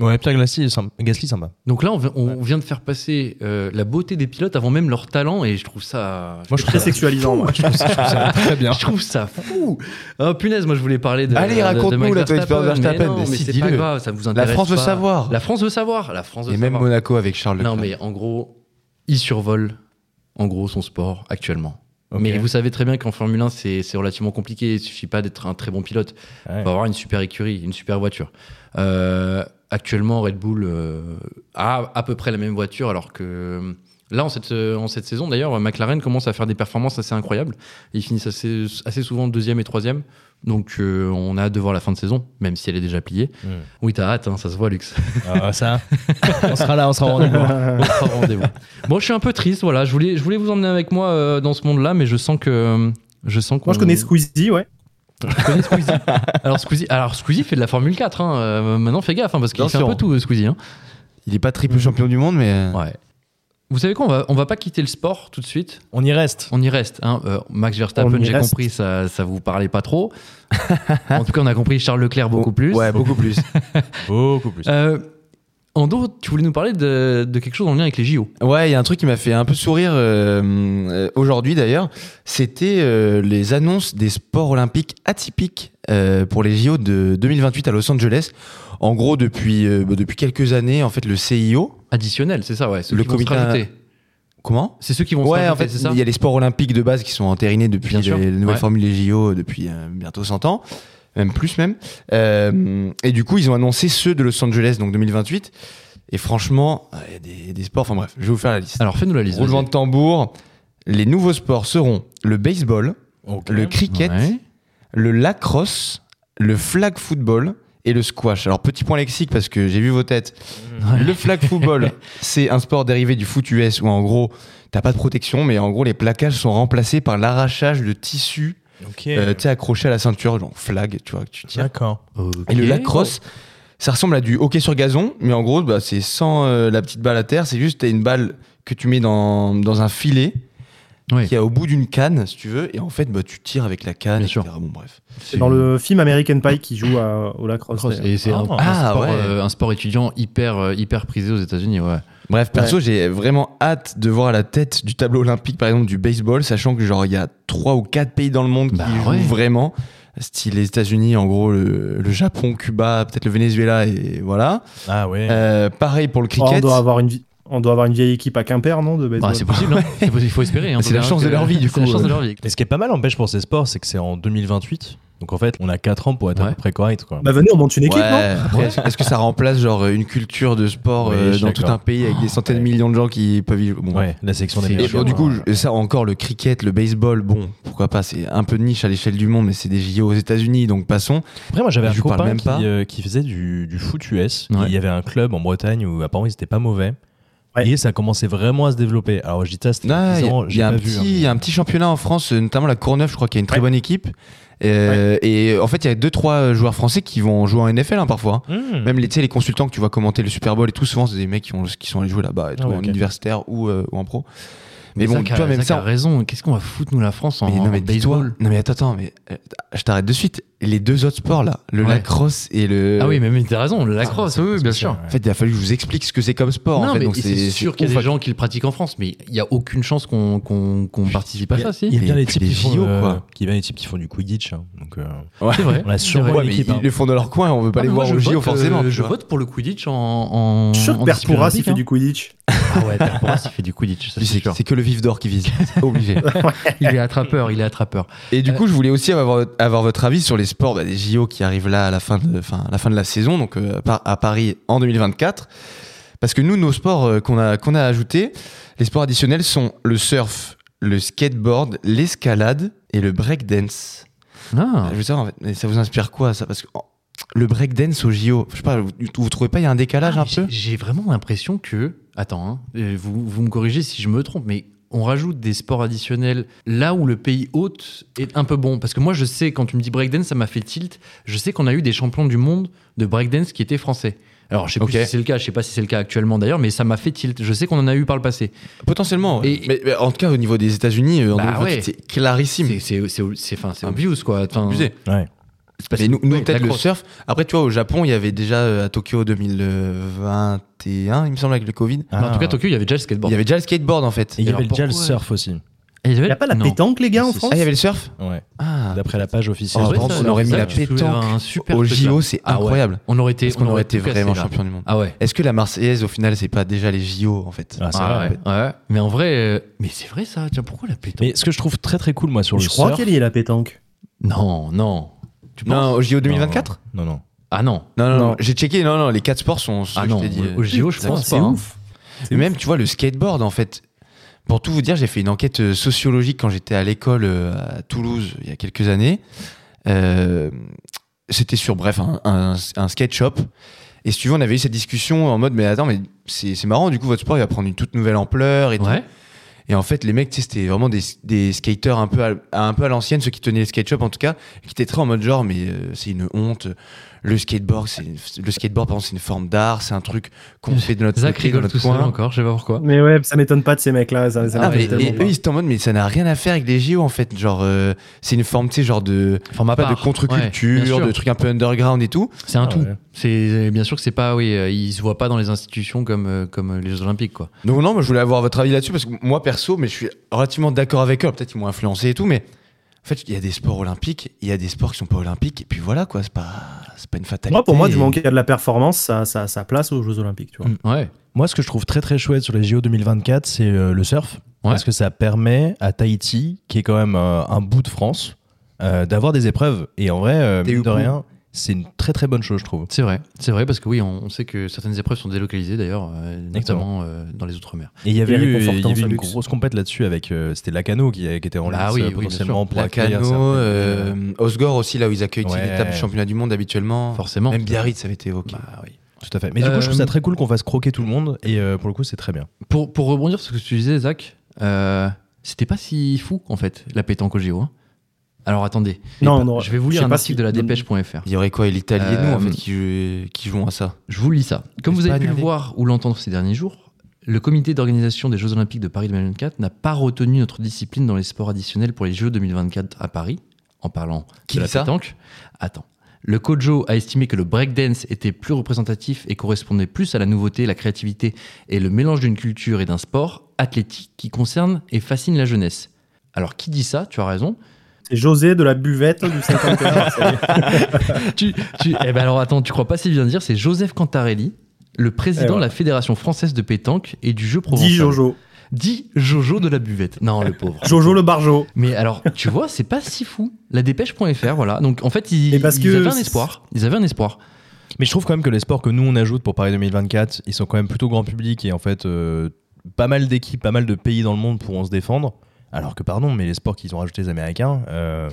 [SPEAKER 4] Ouais, Pierre Gasly, Gasly sympa.
[SPEAKER 1] Donc là, on, vi- on vient de faire passer euh, la beauté des pilotes avant même leur talent, et je trouve ça.
[SPEAKER 4] Moi, je
[SPEAKER 3] Très
[SPEAKER 4] trouve ça
[SPEAKER 3] sexualisant. moi.
[SPEAKER 4] [laughs] très bien.
[SPEAKER 1] Je trouve ça fou. Oh punaise, moi je voulais parler de.
[SPEAKER 2] Allez,
[SPEAKER 1] de- de-
[SPEAKER 2] raconte-nous,
[SPEAKER 1] de Max
[SPEAKER 2] là, ton expérience
[SPEAKER 1] Verstappen.
[SPEAKER 2] Verstappen.
[SPEAKER 1] Mais non,
[SPEAKER 2] Si,
[SPEAKER 1] mais c'est
[SPEAKER 2] dis-le.
[SPEAKER 1] pas grave, ça vous
[SPEAKER 2] La
[SPEAKER 1] intéresse
[SPEAKER 2] France veut
[SPEAKER 1] pas.
[SPEAKER 2] savoir.
[SPEAKER 1] La France veut savoir. La France veut
[SPEAKER 2] Et même
[SPEAKER 1] savoir.
[SPEAKER 2] Monaco avec Charles
[SPEAKER 1] Non,
[SPEAKER 2] Leclerc.
[SPEAKER 1] mais en gros, il survole en gros son sport actuellement.
[SPEAKER 4] Ok.
[SPEAKER 1] Mais vous savez très bien qu'en Formule 1, c'est c'est relativement compliqué. Il suffit pas d'être un très bon pilote.
[SPEAKER 4] Ouais.
[SPEAKER 1] Il faut avoir une super écurie, une super voiture. Euh, actuellement, Red Bull euh, a à peu près la même voiture, alors que euh, là, en cette, euh, en cette saison, d'ailleurs, McLaren commence à faire des performances assez incroyables. Ils finissent assez, assez souvent deuxième et troisième. Donc, euh, on a hâte de voir la fin de saison, même si elle est déjà pliée.
[SPEAKER 4] Mm.
[SPEAKER 1] Oui, t'as hâte, hein, ça se voit, Lux.
[SPEAKER 4] Ah, ça, on sera là, on sera au rendez-vous.
[SPEAKER 2] [laughs]
[SPEAKER 1] On sera au rendez-vous. Bon, je suis un peu triste, voilà. Je voulais, je voulais vous emmener avec moi euh, dans ce monde-là, mais je sens que. euh, Je sens
[SPEAKER 3] Moi, je connais
[SPEAKER 1] Squeezie.
[SPEAKER 3] Squeezie, ouais.
[SPEAKER 1] [laughs] Squeezie. Alors, Squeezie. Alors, Squeezie fait de la Formule 4. hein, euh, maintenant, fais gaffe, hein, parce qu'il
[SPEAKER 2] Bien
[SPEAKER 1] fait un
[SPEAKER 2] sûr.
[SPEAKER 1] peu tout, euh, Squeezie. hein.
[SPEAKER 2] Il est pas triple champion du monde, mais. euh,
[SPEAKER 1] Ouais. Vous savez quoi on va, on va pas quitter le sport tout de suite.
[SPEAKER 4] On y reste.
[SPEAKER 1] On y reste. hein. Euh, Max
[SPEAKER 3] On
[SPEAKER 1] Verstappen,
[SPEAKER 3] y
[SPEAKER 1] j'ai
[SPEAKER 3] reste.
[SPEAKER 1] compris, ça, ça vous parlait pas trop. en tout cas, on a compris Charles Leclerc beaucoup plus. [laughs]
[SPEAKER 2] Ouais, beaucoup plus.
[SPEAKER 4] Beaucoup plus.
[SPEAKER 1] Euh, Ando, tu voulais nous parler de, de quelque chose en lien avec les JO.
[SPEAKER 2] Ouais, il y a un truc qui m'a fait un peu sourire euh, euh, aujourd'hui d'ailleurs. C'était euh, les annonces des sports olympiques atypiques euh, pour les JO de 2028 à Los Angeles. En gros, depuis, euh, bah, depuis quelques années, en fait, le CIO.
[SPEAKER 1] Additionnel, c'est ça, ouais. Ceux
[SPEAKER 2] Le
[SPEAKER 1] qui vont se
[SPEAKER 2] comité-
[SPEAKER 1] rajouter.
[SPEAKER 2] Comment
[SPEAKER 1] C'est ceux qui vont se
[SPEAKER 2] Ouais,
[SPEAKER 1] rajouter,
[SPEAKER 2] en fait,
[SPEAKER 1] c'est ça
[SPEAKER 2] il y a les sports olympiques de base qui sont entérinés depuis
[SPEAKER 1] Bien
[SPEAKER 2] les,
[SPEAKER 1] sûr,
[SPEAKER 2] les nouvelles
[SPEAKER 1] ouais.
[SPEAKER 2] formules des JO depuis euh, bientôt 100 ans, même plus même. Euh, et du coup, ils ont annoncé ceux de Los Angeles, donc 2028. Et franchement, euh, il y a des, des sports. Enfin bref, je vais vous faire la liste.
[SPEAKER 1] Alors, fais-nous la liste.
[SPEAKER 2] Roulement
[SPEAKER 1] vas-y.
[SPEAKER 2] de tambour. Les nouveaux sports seront le baseball, le cricket,
[SPEAKER 1] Ouais.
[SPEAKER 2] le lacrosse, le flag football et le squash. Alors petit point lexique parce que j'ai vu vos têtes. Le flag football,
[SPEAKER 1] [laughs]
[SPEAKER 2] c'est un sport dérivé du foot US où en gros, t'as pas de protection mais en gros les plaquages sont remplacés par l'arrachage de tissu,
[SPEAKER 4] Ok.
[SPEAKER 2] euh, tu sais accroché à la ceinture, genre flag, tu vois que tu tiens.
[SPEAKER 4] D'accord.
[SPEAKER 2] Et le
[SPEAKER 1] Ok.
[SPEAKER 2] lacrosse, ça ressemble à du hockey sur gazon, mais en gros, bah, c'est sans euh, la petite balle à terre, c'est juste t'as une balle que tu mets dans, dans un filet
[SPEAKER 1] Oui.
[SPEAKER 2] qui est au bout d'une canne, si tu veux, et en fait, bah, tu tires avec la canne,
[SPEAKER 1] Bien
[SPEAKER 2] etc.
[SPEAKER 1] sûr.
[SPEAKER 2] Bon, bref.
[SPEAKER 1] C'est
[SPEAKER 3] C'est dans le film American Pie qui joue à- au lacrosse.
[SPEAKER 1] lacrosse.
[SPEAKER 3] d'ailleurs.
[SPEAKER 1] Et c'est un,
[SPEAKER 4] Ah,
[SPEAKER 1] un sport,
[SPEAKER 2] ouais.
[SPEAKER 1] euh, un sport étudiant hyper, euh, hyper prisé aux États-Unis, ouais.
[SPEAKER 2] Bref, perso, j'ai vraiment hâte de voir la tête du tableau olympique, par exemple, du baseball, sachant que genre, il y a trois ou quatre pays dans le monde
[SPEAKER 1] Bah
[SPEAKER 2] qui
[SPEAKER 1] ouais.
[SPEAKER 2] jouent vraiment. Style les États-Unis, en gros, le, le Japon, Cuba, peut-être le Venezuela, et voilà.
[SPEAKER 4] Ah ouais.
[SPEAKER 2] Euh, pareil pour le
[SPEAKER 3] Oh, on,
[SPEAKER 2] cricket.
[SPEAKER 3] doit avoir une vie- on doit avoir une vieille équipe à Quimper, non de baseball
[SPEAKER 1] Bah, c'est possible, hein. [laughs] C'est possible, il faut espérer. hein.
[SPEAKER 2] C'est la
[SPEAKER 1] Faut
[SPEAKER 2] chance
[SPEAKER 1] dire
[SPEAKER 2] de leur
[SPEAKER 1] que-
[SPEAKER 2] vie, du
[SPEAKER 1] C'est la
[SPEAKER 2] coup,
[SPEAKER 1] chance de
[SPEAKER 2] euh.
[SPEAKER 1] leur vie.
[SPEAKER 4] Mais ce qui est pas mal, empêche pour ces sports, c'est que c'est en 2028. Donc en fait, on a 4 ans pour être
[SPEAKER 1] Ouais.
[SPEAKER 4] à peu près correct. Quoi.
[SPEAKER 3] Bah venez, on monte une équipe,
[SPEAKER 2] Ouais, après, est-ce- Est-ce que ça remplace genre une culture de sport
[SPEAKER 4] Oui,
[SPEAKER 2] euh,
[SPEAKER 4] je suis
[SPEAKER 2] dans tout
[SPEAKER 4] d'accord. Oh,
[SPEAKER 2] un pays avec des centaines de
[SPEAKER 4] Ouais.
[SPEAKER 2] millions de gens qui peuvent y jouer Bon, bref.
[SPEAKER 4] ouais, la section des
[SPEAKER 1] Et
[SPEAKER 2] Et
[SPEAKER 4] meilleurs.
[SPEAKER 2] bon, du coup, je- ça encore, le cricket, le baseball, bon, pourquoi pas, c'est un peu de niche à l'échelle du monde, mais c'est des JO aux États-Unis, donc passons.
[SPEAKER 4] Après, moi j'avais un
[SPEAKER 2] Je vous parle
[SPEAKER 4] copain
[SPEAKER 2] même
[SPEAKER 4] qui,
[SPEAKER 2] pas.
[SPEAKER 4] euh, qui faisait du, du foot US.
[SPEAKER 1] Ouais.
[SPEAKER 4] Et Il y avait un club en Bretagne où apparemment ils étaient pas mauvais.
[SPEAKER 3] Ouais.
[SPEAKER 4] Et ça commençait vraiment à se développer. Alors je dis ça, c'était il y a
[SPEAKER 2] Ah, Il
[SPEAKER 4] 10 ans,
[SPEAKER 2] y, a- il y
[SPEAKER 4] j'ai
[SPEAKER 2] a
[SPEAKER 4] pas vu.
[SPEAKER 2] un
[SPEAKER 4] hein,
[SPEAKER 2] petit-
[SPEAKER 1] hein,
[SPEAKER 2] il y a un petit championnat en France, euh, notamment la Courneuve, je crois qu'il y a une très
[SPEAKER 3] Ouais.
[SPEAKER 2] bonne équipe. Euh, Et en fait, il y a deux trois euh, joueurs français qui vont jouer en NFL hein, parfois. hein.
[SPEAKER 4] hein.
[SPEAKER 1] Mm.
[SPEAKER 4] Hmm.
[SPEAKER 2] Même les, tu sais, les consultants que tu vois commenter le Super Bowl et tout, souvent, c'est des mecs qui, ont, qui sont allés jouer là-bas, et tout,
[SPEAKER 4] Ah ouais,
[SPEAKER 2] en
[SPEAKER 4] ok.
[SPEAKER 2] universitaire ou, euh, ou en pro. Mais, bon,
[SPEAKER 1] Zach a-
[SPEAKER 2] toi, même
[SPEAKER 1] Zach
[SPEAKER 2] ça,
[SPEAKER 1] a raison. Qu'est-ce qu'on va foutre, nous, la France, en,
[SPEAKER 2] Mais non, mais
[SPEAKER 1] en
[SPEAKER 2] dis-toi-
[SPEAKER 1] baseball
[SPEAKER 2] Non, mais attends, attends, mais euh, je t'arrête de suite. Les deux autres sports là, le
[SPEAKER 1] Ouais.
[SPEAKER 2] lacrosse et le.
[SPEAKER 1] Ah oui, mais, mais t'as raison, le lacrosse, oui, oui, bien
[SPEAKER 4] C'est
[SPEAKER 1] sûr.
[SPEAKER 4] spécial,
[SPEAKER 2] En
[SPEAKER 4] ouais.
[SPEAKER 2] fait, il a fallu que je vous explique ce que c'est comme Ah, sport.
[SPEAKER 1] Non,
[SPEAKER 2] en fait,
[SPEAKER 1] mais
[SPEAKER 2] donc
[SPEAKER 1] c'est sûr qu'il y a
[SPEAKER 2] ouf,
[SPEAKER 1] des gens qui le pratiquent en France, mais il n'y a aucune chance qu'on qu'on- qu'on participe à ça,
[SPEAKER 4] Il y
[SPEAKER 1] si
[SPEAKER 4] a bien
[SPEAKER 2] les-
[SPEAKER 4] les types
[SPEAKER 2] les
[SPEAKER 4] qui font,
[SPEAKER 2] JO,
[SPEAKER 4] euh,
[SPEAKER 2] quoi.
[SPEAKER 4] qui- il y a bien les types qui font du Quidditch. hein. Donc, euh,
[SPEAKER 1] C'est vrai.
[SPEAKER 4] on a
[SPEAKER 1] C'est vrai.
[SPEAKER 4] sûrement
[SPEAKER 2] Ouais,
[SPEAKER 4] une
[SPEAKER 2] mais
[SPEAKER 4] équipe.
[SPEAKER 2] ils
[SPEAKER 4] hein.
[SPEAKER 2] le font dans leur coin, on veut pas
[SPEAKER 1] Ah,
[SPEAKER 2] les
[SPEAKER 1] mais moi,
[SPEAKER 2] voir au
[SPEAKER 1] je
[SPEAKER 2] JO
[SPEAKER 1] vote, euh,
[SPEAKER 2] forcément. tu
[SPEAKER 1] je
[SPEAKER 2] vois.
[SPEAKER 1] vote pour le Quidditch en. en
[SPEAKER 3] Je suis sûr que
[SPEAKER 1] en
[SPEAKER 3] Père
[SPEAKER 1] discipline
[SPEAKER 3] Porras, il fait du
[SPEAKER 1] olympique,
[SPEAKER 3] Quidditch.
[SPEAKER 1] hein. Ah ouais, Père Porras, il fait du Quidditch, ça,
[SPEAKER 2] Lui,
[SPEAKER 1] c'est
[SPEAKER 2] c'est
[SPEAKER 1] sûr.
[SPEAKER 2] c'est que le vif d'or qui vise, c'est obligé.
[SPEAKER 3] [laughs]
[SPEAKER 1] hein. [laughs] Il est attrapeur, il est attrapeur.
[SPEAKER 2] Et du
[SPEAKER 1] Euh,
[SPEAKER 2] coup, je voulais aussi avoir, avoir votre avis sur les sports bah, des JO qui arrivent là à la fin de, fin, à la, fin de la saison, donc euh, par- à Paris en 2024. Parce que nous, nos sports euh, qu'on a, qu'on a ajoutés, les sports additionnels sont le surf, le skateboard, l'escalade et le breakdance.
[SPEAKER 1] Ah,
[SPEAKER 2] Je veux savoir, en fait, mais ça vous inspire quoi ça Parce que oh, le breakdance au JO, je sais pas, vous, vous trouvez pas il y a un décalage
[SPEAKER 1] Ah,
[SPEAKER 2] un
[SPEAKER 1] mais
[SPEAKER 2] peu
[SPEAKER 1] j'ai- J'ai vraiment l'impression que. Attends, hein, euh, vous, vous me corrigez si je me trompe, mais on rajoute des sports additionnels là où le pays hôte est un peu bon. Parce que moi, je sais, quand tu me dis breakdance, ça m'a fait tilt. Je sais qu'on a eu des champions du monde de breakdance qui étaient français. Alors, je sais
[SPEAKER 2] Ok.
[SPEAKER 1] plus si c'est le cas, je sais pas si c'est le cas actuellement d'ailleurs, mais ça m'a fait tilt. Je sais qu'on en a eu par le passé.
[SPEAKER 2] Potentiellement. ouais.
[SPEAKER 1] Et-
[SPEAKER 2] mais, mais en tout cas, au niveau des États-Unis, euh, en
[SPEAKER 1] Bah
[SPEAKER 2] 2020,
[SPEAKER 1] ouais.
[SPEAKER 2] c'est clarissime.
[SPEAKER 1] C'est- C'est c'est- c'est- enfin, c'est
[SPEAKER 2] Ah,
[SPEAKER 1] obvious, quoi. Enfin,
[SPEAKER 2] Abusé.
[SPEAKER 4] Ouais.
[SPEAKER 1] c'est parce
[SPEAKER 2] Mais
[SPEAKER 1] que-
[SPEAKER 2] nous, nous,
[SPEAKER 1] ouais,
[SPEAKER 2] peut-être
[SPEAKER 1] la
[SPEAKER 2] le
[SPEAKER 1] crosse.
[SPEAKER 2] surf. Après, tu vois, au Japon, il y avait déjà euh, à Tokyo 2021, il me semble, avec le Covid.
[SPEAKER 1] Mais En tout cas,
[SPEAKER 4] Ah.
[SPEAKER 1] Tokyo, il y avait déjà le
[SPEAKER 2] Il
[SPEAKER 1] skateboard.
[SPEAKER 2] y avait déjà le skateboard en fait.
[SPEAKER 4] Et il y
[SPEAKER 1] alors
[SPEAKER 4] avait déjà le
[SPEAKER 1] pourquoi-
[SPEAKER 4] surf aussi.
[SPEAKER 1] Il
[SPEAKER 3] Il n'y a pas la
[SPEAKER 1] non.
[SPEAKER 3] pétanque, les gars, en
[SPEAKER 4] Si, si,
[SPEAKER 3] France
[SPEAKER 2] Ah, il y avait le surf
[SPEAKER 4] Ouais.
[SPEAKER 2] Ah,
[SPEAKER 4] D'après la page officielle.
[SPEAKER 2] Oh,
[SPEAKER 1] C'est
[SPEAKER 2] par
[SPEAKER 1] vrai,
[SPEAKER 2] contre, on
[SPEAKER 1] ça,
[SPEAKER 2] aurait mis
[SPEAKER 1] ça,
[SPEAKER 2] la
[SPEAKER 1] je me souviens
[SPEAKER 2] pétanque
[SPEAKER 1] d'un super
[SPEAKER 2] au
[SPEAKER 1] truc,
[SPEAKER 2] JO,
[SPEAKER 1] là.
[SPEAKER 2] c'est
[SPEAKER 1] Ah ouais.
[SPEAKER 2] incroyable.
[SPEAKER 1] On aurait été,
[SPEAKER 2] Parce qu'on aurait été
[SPEAKER 1] tout cassé,
[SPEAKER 2] vraiment
[SPEAKER 1] là.
[SPEAKER 2] champion du monde.
[SPEAKER 1] Ah ouais.
[SPEAKER 2] Est-ce que la Marseillaise, au final, c'est pas déjà les JO en fait
[SPEAKER 4] Ah, c'est
[SPEAKER 1] Ah
[SPEAKER 4] vrai.
[SPEAKER 1] ouais, ouais. Mais en vrai, euh, mais c'est vrai ça. Tiens, pourquoi la pétanque
[SPEAKER 4] Mais ce que je trouve très très cool, moi, sur
[SPEAKER 3] Je
[SPEAKER 4] le
[SPEAKER 3] crois
[SPEAKER 4] surf.
[SPEAKER 3] qu'elle y est, la pétanque.
[SPEAKER 1] Non, non. Tu penses
[SPEAKER 2] Non, au JO
[SPEAKER 4] Non,
[SPEAKER 2] 2024
[SPEAKER 4] Non, non.
[SPEAKER 1] Ah non.
[SPEAKER 2] Non, non, non.
[SPEAKER 3] Non.
[SPEAKER 2] J'ai checké, non, non, les quatre sports sont. ceux
[SPEAKER 1] Ah
[SPEAKER 2] que
[SPEAKER 1] non.
[SPEAKER 2] je t'ai dit,
[SPEAKER 1] Au
[SPEAKER 2] euh,
[SPEAKER 1] JO, je
[SPEAKER 2] exactement.
[SPEAKER 1] pense
[SPEAKER 3] C'est
[SPEAKER 1] pas. hein.
[SPEAKER 3] ouf. C'est
[SPEAKER 2] Mais même, tu vois, le skateboard, en fait. Pour tout vous dire, j'ai fait une enquête euh, sociologique quand j'étais à l'école euh, à Toulouse il y a quelques années. Euh, C'était sur, bref, un, un, un skate shop. Et si tu veux, on avait eu cette discussion en mode, mais attends, mais c'est c'est marrant, du coup, votre sport, il va prendre une toute nouvelle ampleur et tout.
[SPEAKER 1] Ouais.
[SPEAKER 2] Et en fait, les mecs, tu sais, c'était vraiment des, des skateurs un peu à, à- un peu à l'ancienne, ceux qui tenaient les skate shops en tout cas, qui étaient très en mode genre, mais euh, c'est une honte. Le skateboard, c'est une- le skateboard, pardon, c'est une forme d'art, c'est un truc qu'on fait de notre
[SPEAKER 1] Zach
[SPEAKER 2] côté, dans
[SPEAKER 1] rigole
[SPEAKER 2] notre
[SPEAKER 1] tout seul
[SPEAKER 2] coin.
[SPEAKER 1] encore. Je sais pas pourquoi.
[SPEAKER 3] Mais ouais, ça m'étonne pas de ces mecs-là. Ça, ça
[SPEAKER 2] Ah, mais-
[SPEAKER 3] m'étonne
[SPEAKER 2] et
[SPEAKER 3] tellement
[SPEAKER 2] eux, ils étaient en mode, mais ça n'a rien à faire avec les JO en fait. Genre, euh, c'est une forme, tu sais, genre de
[SPEAKER 1] Format
[SPEAKER 2] pas de
[SPEAKER 1] part. Ouais, bien
[SPEAKER 2] contre-culture,
[SPEAKER 1] sûr.
[SPEAKER 2] de trucs un peu underground et tout.
[SPEAKER 1] C'est un
[SPEAKER 4] Ah
[SPEAKER 1] tout.
[SPEAKER 4] ouais.
[SPEAKER 1] C'est bien sûr que c'est pas. Oui, euh, ils se voient pas dans les institutions comme euh, comme les Jeux Olympiques quoi.
[SPEAKER 2] Donc non, moi, je voulais avoir votre avis là-dessus parce que moi perso, mais je suis relativement d'accord avec eux. Peut-être qu'ils m'ont influencé et tout, mais en fait, il y a des sports olympiques, il y a des sports qui sont pas olympiques, et puis voilà quoi, c'est pas, c'est pas une fatalité.
[SPEAKER 3] Moi, pour moi, du
[SPEAKER 2] Et-
[SPEAKER 3] moment qu'il y a de la performance, ça, ça, ça place aux Jeux Olympiques. Tu vois.
[SPEAKER 4] Mm.
[SPEAKER 1] Ouais.
[SPEAKER 4] Moi, ce que je trouve très très chouette sur les JO 2024, c'est euh, le surf.
[SPEAKER 1] Ouais.
[SPEAKER 4] Parce que ça permet à Tahiti, qui est quand même euh, un bout de France, euh, d'avoir des épreuves. Et en vrai, euh,
[SPEAKER 2] T'es
[SPEAKER 4] mine
[SPEAKER 2] où
[SPEAKER 4] de
[SPEAKER 2] pour
[SPEAKER 4] rien, c'est une très très bonne chose, je trouve.
[SPEAKER 1] C'est vrai. C'est vrai parce que oui, on, on sait que certaines épreuves sont délocalisées d'ailleurs, euh,
[SPEAKER 4] Exactement.
[SPEAKER 1] notamment euh, dans les outre-mer.
[SPEAKER 4] Et il y avait,
[SPEAKER 3] Et
[SPEAKER 4] eu-
[SPEAKER 3] réconfortant,
[SPEAKER 4] il y avait
[SPEAKER 3] ça,
[SPEAKER 4] une
[SPEAKER 3] luxe.
[SPEAKER 4] grosse compète là-dessus avec. euh, C'était Lacano qui, qui était en lice
[SPEAKER 1] Ah oui,
[SPEAKER 4] euh,
[SPEAKER 1] oui, bien
[SPEAKER 4] potentiellement pour accueillir
[SPEAKER 2] Lacano,
[SPEAKER 4] certaines-
[SPEAKER 2] euh, Osgore aussi, là où ils accueillent tu sais,
[SPEAKER 4] Ouais.
[SPEAKER 2] les tables du championnat du monde habituellement.
[SPEAKER 1] Forcément.
[SPEAKER 2] Même Biarritz, ça avait été évoqué.
[SPEAKER 1] Bah oui.
[SPEAKER 4] Tout à fait. Mais du coup, je trouve
[SPEAKER 1] Euh,
[SPEAKER 4] ça très cool qu'on fasse croquer tout le monde. Et euh, pour le coup, c'est très bien.
[SPEAKER 1] Pour, pour rebondir sur ce que tu disais, Zach, euh, c'était pas si fou, en fait, la pétanque au JO. hein. Alors attendez,
[SPEAKER 3] Non,
[SPEAKER 1] Et
[SPEAKER 3] non,
[SPEAKER 1] je vais vous
[SPEAKER 3] je
[SPEAKER 1] lire
[SPEAKER 3] sais
[SPEAKER 1] un
[SPEAKER 3] pas
[SPEAKER 1] article
[SPEAKER 3] si-
[SPEAKER 1] de la dépêche.fr.
[SPEAKER 2] Il y aurait quoi et l'Italie et nous en
[SPEAKER 1] Euh,
[SPEAKER 2] fait qui, qui jouons à ça
[SPEAKER 1] Je vous lis ça. Comme vous avez pu le
[SPEAKER 2] Espagne, allez.
[SPEAKER 1] voir ou l'entendre ces derniers jours, le comité d'organisation des Jeux Olympiques de Paris 2024 n'a pas retenu notre discipline dans les sports additionnels pour les Jeux 2024 à Paris, en parlant
[SPEAKER 2] Qui
[SPEAKER 1] de la
[SPEAKER 2] dit ça
[SPEAKER 1] pétanque. Attends. Le Kojo a estimé que le breakdance était plus représentatif et correspondait plus à la nouveauté, la créativité et le mélange d'une culture et d'un sport athlétique qui concerne et fascine la jeunesse. Alors qui dit ça Tu as raison.
[SPEAKER 3] C'est José de la buvette du 51. [laughs]
[SPEAKER 1] tu, tu- eh ben alors attends, tu crois pas si bien dire, c'est Joseph Cantarelli, le président
[SPEAKER 3] Eh ouais.
[SPEAKER 1] de la Fédération française de pétanque et du jeu provençal.
[SPEAKER 3] Dis Jojo.
[SPEAKER 1] Dit Jojo de la buvette. Non, le pauvre.
[SPEAKER 3] Jojo le barjo.
[SPEAKER 1] Mais alors, tu vois, c'est pas si fou. La dépêche.fr, voilà. Donc en fait, ils,
[SPEAKER 3] Mais parce
[SPEAKER 1] ils
[SPEAKER 3] que
[SPEAKER 1] avaient un
[SPEAKER 3] c'est-
[SPEAKER 1] espoir. Ils avaient un espoir.
[SPEAKER 4] Mais je trouve quand même que les sports que nous on ajoute pour Paris 2024, ils sont quand même plutôt grand public et en fait euh, pas mal d'équipes, pas mal de pays dans le monde pourront se défendre. Alors que pardon, mais les sports qu'ils ont rajoutés les Américains, euh,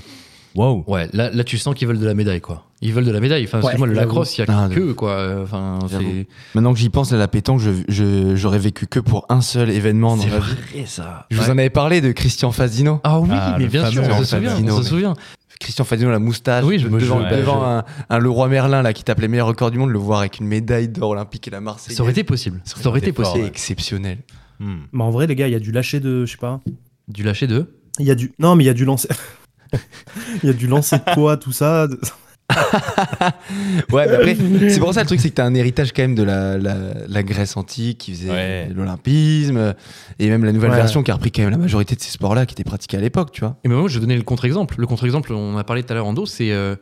[SPEAKER 4] waouh.
[SPEAKER 1] Ouais, là, là tu sens qu'ils veulent de la médaille, quoi. Ils veulent de la médaille. Enfin,
[SPEAKER 3] Ouais,
[SPEAKER 1] excuse-moi, le
[SPEAKER 3] j'avoue.
[SPEAKER 1] lacrosse, il y a
[SPEAKER 2] Ah,
[SPEAKER 1] que, eux, quoi. Enfin,
[SPEAKER 2] J'avoue.
[SPEAKER 1] c'est.
[SPEAKER 2] Maintenant que j'y pense à la pétanque, je- je- j'aurais vécu que pour un seul événement dans
[SPEAKER 1] C'est
[SPEAKER 2] ma vie.
[SPEAKER 1] vrai, ça.
[SPEAKER 2] Je vous
[SPEAKER 1] Ouais.
[SPEAKER 2] en avais parlé de Christian Fazino.
[SPEAKER 1] Ah oui,
[SPEAKER 4] Ah,
[SPEAKER 1] mais
[SPEAKER 4] le
[SPEAKER 1] bien sûr,
[SPEAKER 4] fameux
[SPEAKER 1] on se
[SPEAKER 2] Fabien
[SPEAKER 1] souvient.
[SPEAKER 2] Dino,
[SPEAKER 1] On
[SPEAKER 2] mais-
[SPEAKER 1] se souvient.
[SPEAKER 2] Christian Fadino, la moustache,
[SPEAKER 1] Oui, je me
[SPEAKER 2] devant,
[SPEAKER 1] jure, ouais,
[SPEAKER 2] devant
[SPEAKER 1] je-
[SPEAKER 2] un, un Leroy Merlin là, qui tape les meilleurs records du monde, le voir avec une médaille d'or olympique et la Marseille.
[SPEAKER 1] Ça aurait été possible. Ça aurait été
[SPEAKER 4] fort,
[SPEAKER 1] possible.
[SPEAKER 2] C'est exceptionnel.
[SPEAKER 4] Hmm.
[SPEAKER 3] Mais en vrai, les gars, il y a du lâcher de. Je sais pas.
[SPEAKER 1] Du lâcher de.
[SPEAKER 3] Il y a du. Non, mais il y a du lancer. [laughs] Il y a du lancer de poids, tout ça. de-
[SPEAKER 2] Ouais, mais
[SPEAKER 3] [laughs]
[SPEAKER 2] après, c'est pour ça le truc, c'est que t'as un héritage quand même de la, la- la Grèce antique qui faisait
[SPEAKER 4] Ouais.
[SPEAKER 2] l'olympisme et même la nouvelle
[SPEAKER 3] Ouais.
[SPEAKER 2] version qui a repris quand même la majorité de ces sports-là qui étaient pratiqués à l'époque, tu vois.
[SPEAKER 1] Et ben moi, je vais donner le contre-exemple. Le contre-exemple, on en a parlé tout à l'heure en dos, c'est euh,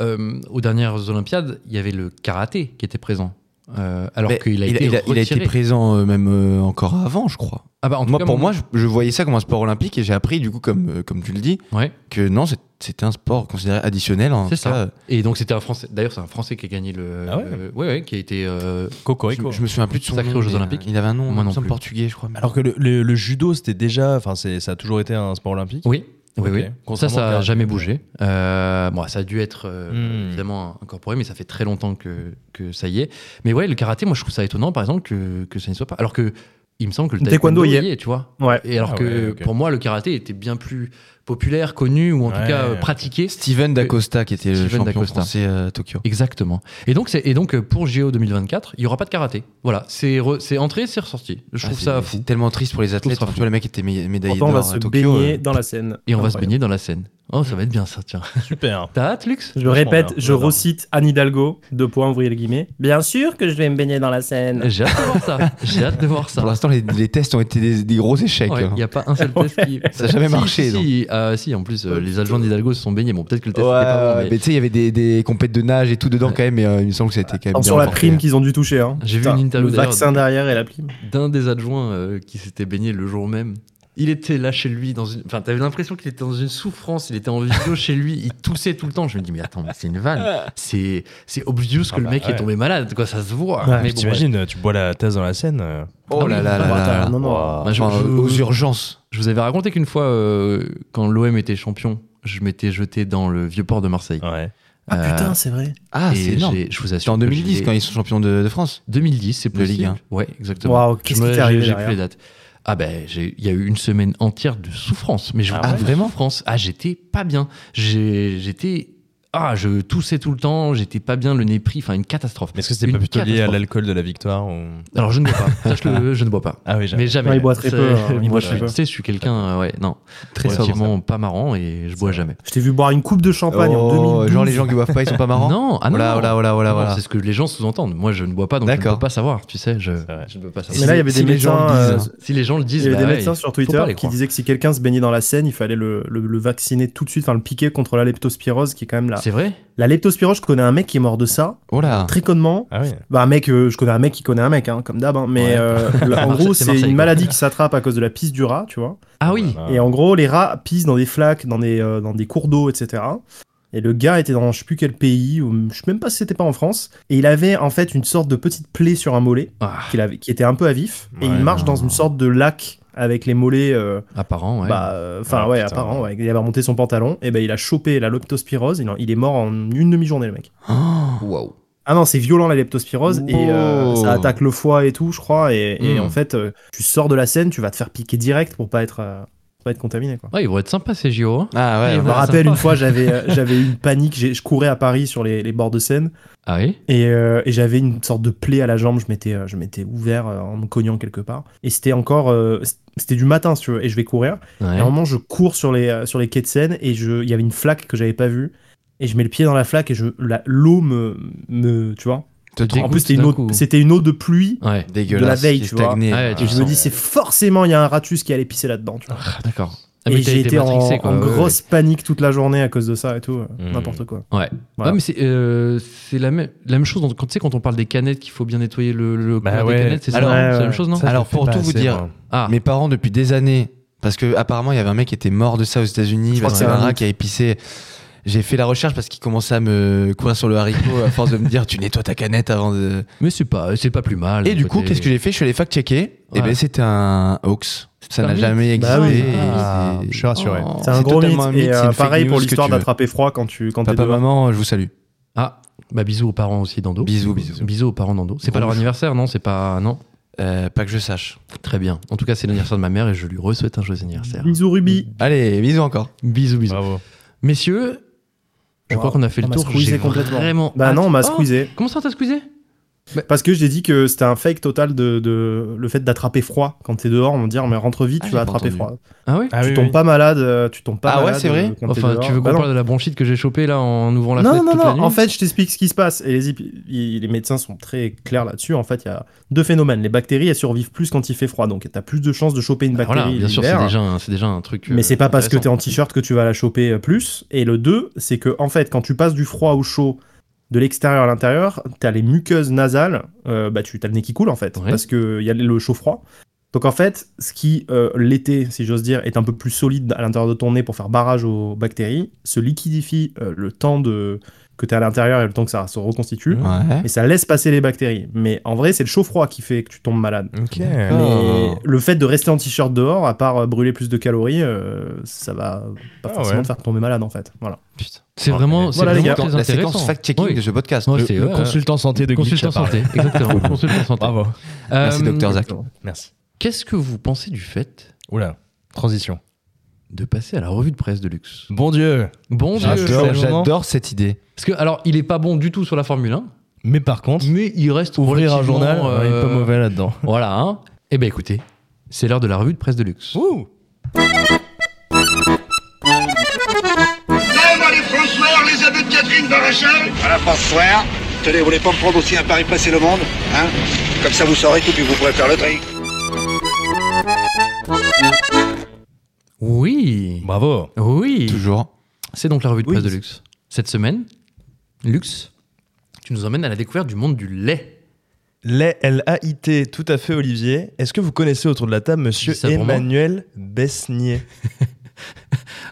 [SPEAKER 1] euh, aux dernières Olympiades, il y avait le karaté qui était présent. euh, alors
[SPEAKER 2] Mais
[SPEAKER 1] qu'il a
[SPEAKER 2] il,
[SPEAKER 1] été
[SPEAKER 2] il a, il a
[SPEAKER 1] retiré.
[SPEAKER 2] été présent euh, même euh, encore avant, je crois.
[SPEAKER 1] Ah bah, en tout
[SPEAKER 2] moi,
[SPEAKER 1] cas,
[SPEAKER 2] pour moi, je, je voyais ça comme un sport olympique et j'ai appris, du coup, comme, euh, comme tu le dis,
[SPEAKER 1] Ouais.
[SPEAKER 2] que non, c'est- c'était un sport considéré additionnel. en
[SPEAKER 1] C'est
[SPEAKER 2] tout cas, euh,
[SPEAKER 1] ça. Et donc c'était un Français. D'ailleurs, c'est un Français qui a gagné le.
[SPEAKER 4] Ah ouais
[SPEAKER 1] le- ouais, ouais, qui a été. euh,
[SPEAKER 4] Cocorico.
[SPEAKER 2] Je, je me souviens plus de son
[SPEAKER 1] Sacré
[SPEAKER 2] nom,
[SPEAKER 1] aux Jeux
[SPEAKER 2] mais, euh,
[SPEAKER 1] Olympiques.
[SPEAKER 2] Il avait un nom,
[SPEAKER 1] Moi
[SPEAKER 2] il me
[SPEAKER 1] non
[SPEAKER 2] semble,
[SPEAKER 1] plus.
[SPEAKER 2] portugais, je crois.
[SPEAKER 4] Alors que le, le- le judo, c'était déjà. Enfin, c'est- ça a toujours été un sport olympique.
[SPEAKER 1] Oui. Oui,
[SPEAKER 4] Ok.
[SPEAKER 1] oui. Ça,
[SPEAKER 4] Contrairement
[SPEAKER 1] ça
[SPEAKER 4] au
[SPEAKER 1] n'a
[SPEAKER 4] karaté.
[SPEAKER 1] jamais bougé. Euh, bon, ça a dû être euh,
[SPEAKER 4] Hmm.
[SPEAKER 1] évidemment incorporé, mais ça fait très longtemps que, que ça y est. Mais ouais, le karaté, moi, je trouve ça étonnant, par exemple, que, que ça n'y soit pas. Alors que, il me semble que le
[SPEAKER 3] Le taekwondo
[SPEAKER 1] taekwondo
[SPEAKER 3] y est.
[SPEAKER 1] tu vois.
[SPEAKER 3] Ouais.
[SPEAKER 1] Et alors
[SPEAKER 4] Ah
[SPEAKER 1] que,
[SPEAKER 4] ouais, ok.
[SPEAKER 1] pour moi, le karaté était bien plus populaire, connu, ou en tout
[SPEAKER 4] Ouais,
[SPEAKER 1] cas euh,
[SPEAKER 4] ok.
[SPEAKER 1] pratiqué.
[SPEAKER 2] Steven D'Acosta, qui était le
[SPEAKER 1] Steven
[SPEAKER 2] champion
[SPEAKER 1] D'Acosta.
[SPEAKER 2] français euh, à Tokyo.
[SPEAKER 1] Exactement. Et donc, c'est- et donc euh, pour JO 2024, il n'y aura pas de karaté. Voilà, c'est re- c'est entré, c'est ressorti. Je
[SPEAKER 2] Ah,
[SPEAKER 1] trouve
[SPEAKER 2] c'est-
[SPEAKER 1] ça
[SPEAKER 2] c'est
[SPEAKER 1] fou.
[SPEAKER 2] tellement triste pour les
[SPEAKER 1] trouve
[SPEAKER 2] athlètes.
[SPEAKER 1] ça
[SPEAKER 2] Enfin, Tu
[SPEAKER 1] fou.
[SPEAKER 2] vois, le mec était mé- médaillé
[SPEAKER 3] Pourtant, on
[SPEAKER 2] d'or
[SPEAKER 3] va
[SPEAKER 2] à
[SPEAKER 3] se
[SPEAKER 2] Tokyo.
[SPEAKER 3] baigner
[SPEAKER 2] euh.
[SPEAKER 3] dans la scène.
[SPEAKER 1] Et on va se
[SPEAKER 3] Incroyable.
[SPEAKER 1] baigner dans la scène. Oh, ça va être bien ça, tiens.
[SPEAKER 4] Super.
[SPEAKER 1] T'as hâte, Lux
[SPEAKER 3] Je le
[SPEAKER 4] Vachement
[SPEAKER 3] répète,
[SPEAKER 4] bien,
[SPEAKER 3] je
[SPEAKER 4] j'adore.
[SPEAKER 3] recite Anne Hidalgo, deux points, ouvrir les guillemets. Bien sûr que je vais me baigner dans la Seine.
[SPEAKER 1] J'ai hâte de voir ça. J'ai hâte de voir
[SPEAKER 2] Pour
[SPEAKER 1] ça.
[SPEAKER 2] l'instant, les, les tests ont été des, des gros échecs.
[SPEAKER 1] Il
[SPEAKER 2] hein.
[SPEAKER 1] n'y a pas un
[SPEAKER 2] [laughs]
[SPEAKER 1] seul test qui.
[SPEAKER 2] Ça a jamais
[SPEAKER 1] Si, Si,
[SPEAKER 2] marché,
[SPEAKER 1] si, euh, si, en plus, euh, les adjoints d'Hidalgo se sont baignés. Bon, peut-être que le
[SPEAKER 2] Ouais,
[SPEAKER 1] test n'était pas bon,
[SPEAKER 2] mais,
[SPEAKER 1] mais
[SPEAKER 2] tu sais, il y avait des, des compètes de nage et tout dedans quand même, mais euh, il me semble que ça a été quand même.
[SPEAKER 3] Attention
[SPEAKER 2] bien
[SPEAKER 3] la
[SPEAKER 2] porté.
[SPEAKER 3] prime qu'ils ont dû toucher. hein.
[SPEAKER 1] J'ai vu
[SPEAKER 3] Putain,
[SPEAKER 1] une interview
[SPEAKER 3] Le
[SPEAKER 1] d'ailleurs.
[SPEAKER 3] vaccin derrière et la prime.
[SPEAKER 1] d'un des adjoints euh, qui s'était baigné le jour même. Il était là chez lui, dans une... enfin, t'avais l'impression qu'il était dans une souffrance, il était en vidéo chez lui, il toussait tout le temps. Je me dis, mais attends, mais c'est une vanne. C'est, c'est obvious que
[SPEAKER 4] Ah
[SPEAKER 1] le
[SPEAKER 4] bah
[SPEAKER 1] mec
[SPEAKER 4] ouais.
[SPEAKER 1] est tombé malade, quoi, ça se voit.
[SPEAKER 3] Ouais,
[SPEAKER 1] mais
[SPEAKER 4] Ah, Mais
[SPEAKER 1] bon,
[SPEAKER 4] t'imagines, tu bois la tasse dans la Seine. euh, Ah,
[SPEAKER 2] Oh là là là
[SPEAKER 3] Bon,
[SPEAKER 2] là.
[SPEAKER 3] attends, non, non.
[SPEAKER 1] ouais. Bah, je-
[SPEAKER 2] Enfin,
[SPEAKER 1] je-
[SPEAKER 2] aux urgences.
[SPEAKER 1] Je vous avais raconté qu'une fois, euh, quand l'OM était champion, je m'étais jeté dans le vieux port de Marseille.
[SPEAKER 4] Ouais.
[SPEAKER 3] Ah
[SPEAKER 1] Euh,
[SPEAKER 3] putain, c'est vrai.
[SPEAKER 2] Ah, c'est
[SPEAKER 1] et
[SPEAKER 2] énorme.
[SPEAKER 1] j'ai- je vous
[SPEAKER 2] C'était
[SPEAKER 1] assure.
[SPEAKER 2] en
[SPEAKER 1] que
[SPEAKER 2] 2010
[SPEAKER 1] j'ai-
[SPEAKER 2] quand ils sont champions de, de France.
[SPEAKER 1] 2010, c'est
[SPEAKER 2] De
[SPEAKER 1] possible.
[SPEAKER 2] Ligue 1.
[SPEAKER 1] Ouais, exactement.
[SPEAKER 3] Waouh,
[SPEAKER 1] Je
[SPEAKER 3] qu'est-ce
[SPEAKER 1] me-
[SPEAKER 3] qui t'est
[SPEAKER 1] j'ai-
[SPEAKER 3] arrivé
[SPEAKER 1] J'ai plus
[SPEAKER 3] derrière
[SPEAKER 1] les dates. Ah ben, j'ai- il y a eu une semaine entière de souffrance. Mais je
[SPEAKER 4] Ah
[SPEAKER 1] vous
[SPEAKER 4] ouais
[SPEAKER 1] vraiment France. Ah, j'étais pas bien. J'ai- J'étais ah, je toussais tout le temps. J'étais pas bien, le nez pris. Enfin, une catastrophe.
[SPEAKER 4] Mais est-ce que c'était
[SPEAKER 1] Une
[SPEAKER 4] pas plutôt lié à
[SPEAKER 1] catastrophe.
[SPEAKER 4] l'alcool de la victoire ou-
[SPEAKER 1] Alors, je ne bois pas.
[SPEAKER 4] [laughs]
[SPEAKER 1] Sache-le, je ne bois pas.
[SPEAKER 4] Ah oui,
[SPEAKER 1] Mais
[SPEAKER 4] j'avais.
[SPEAKER 1] jamais.
[SPEAKER 3] Ouais, il boit très
[SPEAKER 1] C'est-
[SPEAKER 3] peu, hein,
[SPEAKER 1] [laughs]
[SPEAKER 3] il
[SPEAKER 1] moi,
[SPEAKER 3] boit
[SPEAKER 1] je
[SPEAKER 3] très
[SPEAKER 1] suis,
[SPEAKER 3] peu.
[SPEAKER 1] tu sais, je suis quelqu'un. euh, ouais, non.
[SPEAKER 4] Très
[SPEAKER 1] relativement pas marrant et je bois jamais.
[SPEAKER 3] Je t'ai vu boire une coupe de champagne
[SPEAKER 1] Oh,
[SPEAKER 3] en 2012.
[SPEAKER 2] genre les gens qui boivent pas, ils sont pas marrants.
[SPEAKER 1] Non, ah non. non.
[SPEAKER 2] voilà, voilà, voilà, voilà,
[SPEAKER 1] Non,
[SPEAKER 2] voilà.
[SPEAKER 1] C'est ce que les gens sous-entendent. Moi, je ne bois pas, donc je ne
[SPEAKER 2] D'accord.
[SPEAKER 1] peux pas savoir. Tu sais, je,
[SPEAKER 4] vrai.
[SPEAKER 1] je ne peux pas
[SPEAKER 3] Mais
[SPEAKER 1] savoir.
[SPEAKER 3] là, il y avait
[SPEAKER 2] Si
[SPEAKER 3] des
[SPEAKER 2] les gens
[SPEAKER 3] médecins,
[SPEAKER 2] le
[SPEAKER 3] euh,
[SPEAKER 2] disent.
[SPEAKER 1] Si les gens le
[SPEAKER 3] il
[SPEAKER 1] disent,
[SPEAKER 3] y avait
[SPEAKER 1] bah
[SPEAKER 3] des
[SPEAKER 1] ouais,
[SPEAKER 3] médecins sur
[SPEAKER 1] faut pas
[SPEAKER 3] Twitter
[SPEAKER 1] les
[SPEAKER 3] qui
[SPEAKER 1] croire.
[SPEAKER 3] disaient que si quelqu'un se baignait dans la Seine, il fallait le, le- le vacciner tout de suite, enfin le piquer contre la leptospirose, qui est quand même la.
[SPEAKER 1] C'est vrai
[SPEAKER 3] La leptospirose, je connais un mec qui est mort de ça,
[SPEAKER 2] Oh là.
[SPEAKER 3] très connement.
[SPEAKER 4] Ah oui.
[SPEAKER 3] Bah, un mec, euh, je connais un mec qui connaît un mec, hein, comme d'hab. hein, mais
[SPEAKER 1] Ouais.
[SPEAKER 3] euh, le-
[SPEAKER 1] [laughs]
[SPEAKER 3] en
[SPEAKER 1] Marseille-
[SPEAKER 3] gros,
[SPEAKER 1] c'est
[SPEAKER 3] c'est
[SPEAKER 1] Marseille,
[SPEAKER 3] une
[SPEAKER 1] quoi.
[SPEAKER 3] maladie qui s'attrape à cause de la pisse du rat, tu vois.
[SPEAKER 1] Ah oui
[SPEAKER 4] Voilà.
[SPEAKER 3] Et en gros, les rats pissent dans des flaques, dans des, euh, dans des cours d'eau, etc. Et le gars était dans je sais plus quel pays, ou je sais même pas si c'était pas en France. Et il avait en fait une sorte de petite plaie sur un mollet
[SPEAKER 1] Ah,
[SPEAKER 3] qu'il avait, qui était un peu à vif. et
[SPEAKER 4] Ouais,
[SPEAKER 3] il marche
[SPEAKER 4] non.
[SPEAKER 3] dans une sorte de lac avec les mollets. euh,
[SPEAKER 1] apparent, ouais.
[SPEAKER 3] Bah, euh, enfin,
[SPEAKER 4] Ah,
[SPEAKER 3] ouais,
[SPEAKER 4] putain.
[SPEAKER 3] apparent. ouais. Il avait remonté son pantalon. Et ben, il a chopé la leptospirose. Il, en- il est mort en une demi-journée, le mec.
[SPEAKER 1] Waouh.
[SPEAKER 3] Ah non, c'est violent la leptospirose. Et euh,
[SPEAKER 2] Wow.
[SPEAKER 3] ça attaque le foie et tout, je crois. Et, et
[SPEAKER 1] Hmm.
[SPEAKER 3] en fait, euh, tu sors de la scène, tu vas te faire piquer direct pour pas être, euh, pour pas être contaminé, quoi.
[SPEAKER 1] Ouais, ils vont être sympas ces JO. hein.
[SPEAKER 2] Ah ouais.
[SPEAKER 1] Et
[SPEAKER 3] Je me
[SPEAKER 1] voilà,
[SPEAKER 3] rappelle
[SPEAKER 1] sympa.
[SPEAKER 3] une fois, j'avais euh, j'avais eu une panique. j'ai- Je courais à Paris sur les, les bords de Seine
[SPEAKER 1] Ah oui
[SPEAKER 3] et, euh, et j'avais une sorte de plaie à la jambe. Je m'étais euh, je m'étais ouvert euh, en me cognant quelque part. Et c'était encore euh, c'était du matin, si tu veux. Et je vais courir. Et
[SPEAKER 1] Ouais.
[SPEAKER 3] à un moment, je cours sur les euh, sur les quais de Seine et je il y avait une flaque que j'avais pas vue. Et je mets le pied dans la flaque et je la- l'eau me me tu vois.
[SPEAKER 1] Te
[SPEAKER 3] en
[SPEAKER 1] dégoûte
[SPEAKER 3] plus c'était une
[SPEAKER 1] d'un
[SPEAKER 3] eau
[SPEAKER 1] coup.
[SPEAKER 3] c'était une eau de pluie.
[SPEAKER 1] Ouais,
[SPEAKER 2] Dégueulasse.
[SPEAKER 3] de la veille,
[SPEAKER 2] qui
[SPEAKER 3] tu vois.
[SPEAKER 2] stagnait.
[SPEAKER 1] Ouais, tu
[SPEAKER 3] Et je me dis c'est forcément il y a un ratus qui allait pisser là-dedans. Tu vois.
[SPEAKER 1] Ah, d'accord. Ah, mais
[SPEAKER 3] Et
[SPEAKER 1] t'as
[SPEAKER 3] j'ai
[SPEAKER 1] été
[SPEAKER 3] été en,
[SPEAKER 1] matrixé, quoi.
[SPEAKER 3] en
[SPEAKER 1] Ouais, ouais. Mmh.
[SPEAKER 3] grosse panique toute la journée à cause de ça et tout, euh,
[SPEAKER 4] Hmm.
[SPEAKER 3] n'importe quoi.
[SPEAKER 1] Ouais.
[SPEAKER 3] Voilà.
[SPEAKER 1] Ouais, mais c'est euh, c'est la, même- la même chose. dont- Quand, tu sais, quand on parle des canettes, qu'il faut bien nettoyer le, le
[SPEAKER 4] Bah
[SPEAKER 1] couvercle
[SPEAKER 4] ouais.
[SPEAKER 1] des canettes, c'est ça,
[SPEAKER 2] Alors,
[SPEAKER 1] non
[SPEAKER 3] ouais, euh,
[SPEAKER 1] C'est la
[SPEAKER 3] ouais.
[SPEAKER 1] même chose, non
[SPEAKER 4] Ça, je
[SPEAKER 2] Alors,
[SPEAKER 4] le
[SPEAKER 2] pour
[SPEAKER 4] fais pas
[SPEAKER 2] tout vous
[SPEAKER 4] assez,
[SPEAKER 2] dire,
[SPEAKER 4] moi.
[SPEAKER 1] Ah,
[SPEAKER 2] Mes parents depuis des années, parce que apparemment il y avait un mec qui était mort de ça aux États-Unis,
[SPEAKER 3] Je
[SPEAKER 2] parce
[SPEAKER 3] crois
[SPEAKER 2] qu'il y
[SPEAKER 3] que
[SPEAKER 2] avait
[SPEAKER 3] c'est
[SPEAKER 2] un
[SPEAKER 3] un
[SPEAKER 2] rat
[SPEAKER 3] mythe.
[SPEAKER 2] qui a épicé. J'ai fait la recherche parce qu'il commençait à me courir sur le haricot à force de me dire tu nettoies ta canette avant de.
[SPEAKER 1] mais c'est pas, c'est pas plus mal.
[SPEAKER 2] Et du coup, qu'est-ce que j'ai fait Je suis allé fact-checker. Et
[SPEAKER 1] Ouais.
[SPEAKER 2] ben c'était un hoax. Ça
[SPEAKER 1] un
[SPEAKER 2] n'a
[SPEAKER 1] mythe.
[SPEAKER 2] jamais existé.
[SPEAKER 3] Bah oui.
[SPEAKER 2] et
[SPEAKER 4] Ah,
[SPEAKER 2] c'est-
[SPEAKER 4] je suis rassuré.
[SPEAKER 1] Oh.
[SPEAKER 3] C'est un
[SPEAKER 2] Oh, C'est
[SPEAKER 3] gros mythe.
[SPEAKER 2] totalement un mythe,
[SPEAKER 3] Et
[SPEAKER 2] c'est
[SPEAKER 3] euh,
[SPEAKER 2] une fake
[SPEAKER 3] pareil
[SPEAKER 2] news
[SPEAKER 3] pour
[SPEAKER 2] que
[SPEAKER 3] l'histoire
[SPEAKER 2] tu veux.
[SPEAKER 3] d'attraper froid quand tu quand t'es
[SPEAKER 2] Papa,
[SPEAKER 3] dehors.
[SPEAKER 2] maman, je vous salue.
[SPEAKER 1] Ah, bah bisous aux parents aussi d'Ando.
[SPEAKER 2] Bisous, bisous.
[SPEAKER 1] Bisous aux parents d'Ando. C'est pas
[SPEAKER 2] Rouge.
[SPEAKER 1] leur anniversaire, non C'est pas. Non
[SPEAKER 2] Euh, pas que je sache.
[SPEAKER 1] Très bien. En tout cas, c'est l'anniversaire de ma mère et je lui re-souhaite un joyeux anniversaire.
[SPEAKER 3] Bisous Ruby.
[SPEAKER 2] Allez, bisous encore.
[SPEAKER 1] Bisous, bisous.
[SPEAKER 4] Bravo.
[SPEAKER 1] Messieurs, je
[SPEAKER 3] Wow.
[SPEAKER 1] crois qu'on a fait
[SPEAKER 3] On
[SPEAKER 1] le
[SPEAKER 3] m'a
[SPEAKER 1] tour.
[SPEAKER 3] squeezé
[SPEAKER 1] J'ai
[SPEAKER 3] complètement.
[SPEAKER 1] vraiment.
[SPEAKER 3] Bah
[SPEAKER 1] hâte-
[SPEAKER 3] non, on m'a
[SPEAKER 1] Oh,
[SPEAKER 3] squeezé.
[SPEAKER 1] Comment ça, t'as squeezé
[SPEAKER 3] Parce que j'ai dit que c'était un fake total de, de- le fait d'attraper froid. Quand t'es dehors, on va dire, mais rentre vite,
[SPEAKER 2] Ah,
[SPEAKER 3] tu
[SPEAKER 2] j'ai
[SPEAKER 3] vas
[SPEAKER 2] pas
[SPEAKER 3] attraper
[SPEAKER 2] entendu.
[SPEAKER 3] froid.
[SPEAKER 1] Ah ouais
[SPEAKER 4] Ah
[SPEAKER 3] tu
[SPEAKER 4] oui,
[SPEAKER 3] tombes
[SPEAKER 4] oui.
[SPEAKER 3] pas malade, euh, tu tombes pas
[SPEAKER 2] Ah ouais,
[SPEAKER 3] malade.
[SPEAKER 2] c'est vrai
[SPEAKER 3] euh, quand t'es
[SPEAKER 1] Enfin,
[SPEAKER 3] dehors.
[SPEAKER 1] tu veux qu'on
[SPEAKER 3] Bah non.
[SPEAKER 1] parle de la bronchite que j'ai chopée là en ouvrant la
[SPEAKER 3] non,
[SPEAKER 1] fenêtre
[SPEAKER 3] non,
[SPEAKER 1] toute la
[SPEAKER 3] non.
[SPEAKER 1] nuit
[SPEAKER 3] En fait, je t'explique ce qui se passe. Et les, épi- i- les médecins sont très clairs là-dessus. En fait, il y a deux phénomènes. Les bactéries, elles survivent plus quand il fait froid. Donc, t'as plus de chances de choper une
[SPEAKER 1] Bah
[SPEAKER 3] bactérie.
[SPEAKER 1] voilà, bien sûr, c'est
[SPEAKER 3] l'hiver.
[SPEAKER 1] déjà, un- c'est déjà un truc.
[SPEAKER 3] Mais
[SPEAKER 1] euh,
[SPEAKER 3] c'est pas parce que t'es
[SPEAKER 1] intéressant.
[SPEAKER 3] en t-shirt que tu vas la choper euh, plus. Et le 2, c'est que en fait, quand tu passes du froid au chaud de l'extérieur à l'intérieur, t'as les muqueuses nasales, euh, bah tu as le nez qui coule en fait,
[SPEAKER 1] Ouais.
[SPEAKER 3] parce qu'il y a le chaud froid. Donc en fait, ce qui euh, l'été, si j'ose dire, est un peu plus solide à l'intérieur de ton nez pour faire barrage aux bactéries, se liquidifie euh, le temps de que t'es à l'intérieur et le temps que ça se reconstitue,
[SPEAKER 2] Ouais.
[SPEAKER 3] et ça laisse passer les bactéries. Mais en vrai, c'est le chaud froid qui fait que tu tombes malade.
[SPEAKER 4] Ok.
[SPEAKER 2] Ah.
[SPEAKER 3] Mais le fait de rester en t-shirt dehors, à part euh, brûler plus de calories, euh, ça va pas
[SPEAKER 4] Ah
[SPEAKER 3] forcément
[SPEAKER 4] ouais.
[SPEAKER 3] te faire tomber malade en fait. Voilà.
[SPEAKER 2] Putain.
[SPEAKER 1] C'est
[SPEAKER 4] Ah,
[SPEAKER 1] vraiment,
[SPEAKER 4] mais-
[SPEAKER 1] c'est
[SPEAKER 3] Voilà, les
[SPEAKER 1] vraiment très
[SPEAKER 3] gars.
[SPEAKER 2] La
[SPEAKER 1] intéressant.
[SPEAKER 2] séquence fact-checking
[SPEAKER 1] Oui. euh,
[SPEAKER 2] de ce podcast.
[SPEAKER 1] Ouais,
[SPEAKER 4] Le,
[SPEAKER 1] c'est-
[SPEAKER 4] le
[SPEAKER 1] ouais,
[SPEAKER 4] consultant santé de Glitch
[SPEAKER 1] Consultant
[SPEAKER 4] a parlé.
[SPEAKER 1] santé,
[SPEAKER 2] [laughs]
[SPEAKER 1] exactement. Consultant santé.
[SPEAKER 4] Bravo.
[SPEAKER 2] Merci,
[SPEAKER 1] Euh,
[SPEAKER 2] docteur Zach.
[SPEAKER 4] Merci.
[SPEAKER 1] Qu'est-ce que vous pensez du fait
[SPEAKER 4] Oula. Transition.
[SPEAKER 1] de passer à la revue de presse de luxe
[SPEAKER 4] Bon Dieu.
[SPEAKER 1] Bon Dieu,
[SPEAKER 4] J'adore.
[SPEAKER 1] c'est
[SPEAKER 2] J'adore
[SPEAKER 1] le moment.
[SPEAKER 2] j'adore cette idée.
[SPEAKER 1] Parce que, alors, il est pas bon du tout sur la Formule 1,
[SPEAKER 4] Mais par contre,
[SPEAKER 1] mais il reste
[SPEAKER 4] ouvrir un
[SPEAKER 1] relativement,
[SPEAKER 4] journal,
[SPEAKER 1] euh,
[SPEAKER 4] il est pas mauvais là-dedans.
[SPEAKER 1] Voilà, hein. Eh ben écoutez, c'est l'heure de la revue de presse de luxe.
[SPEAKER 4] Ouh.
[SPEAKER 5] Même à les François, les abus de Catherine Barachal
[SPEAKER 6] Voilà, François. Tenez, vous voulez pas me prendre aussi un pari passer le monde Hein Comme ça, vous saurez tout, puis vous pourrez faire le tri.
[SPEAKER 1] Oui.
[SPEAKER 4] Bravo.
[SPEAKER 1] Oui.
[SPEAKER 2] Toujours.
[SPEAKER 1] C'est donc la revue de
[SPEAKER 3] Oui.
[SPEAKER 1] presse de luxe. Cette semaine, Luxe, tu nous emmènes à la découverte du monde du lait.
[SPEAKER 4] Les LAIT, tout à fait, Olivier. Est-ce que vous connaissez autour de la table monsieur
[SPEAKER 1] Dis ça pour moi.
[SPEAKER 4] Emmanuel [laughs] Besnier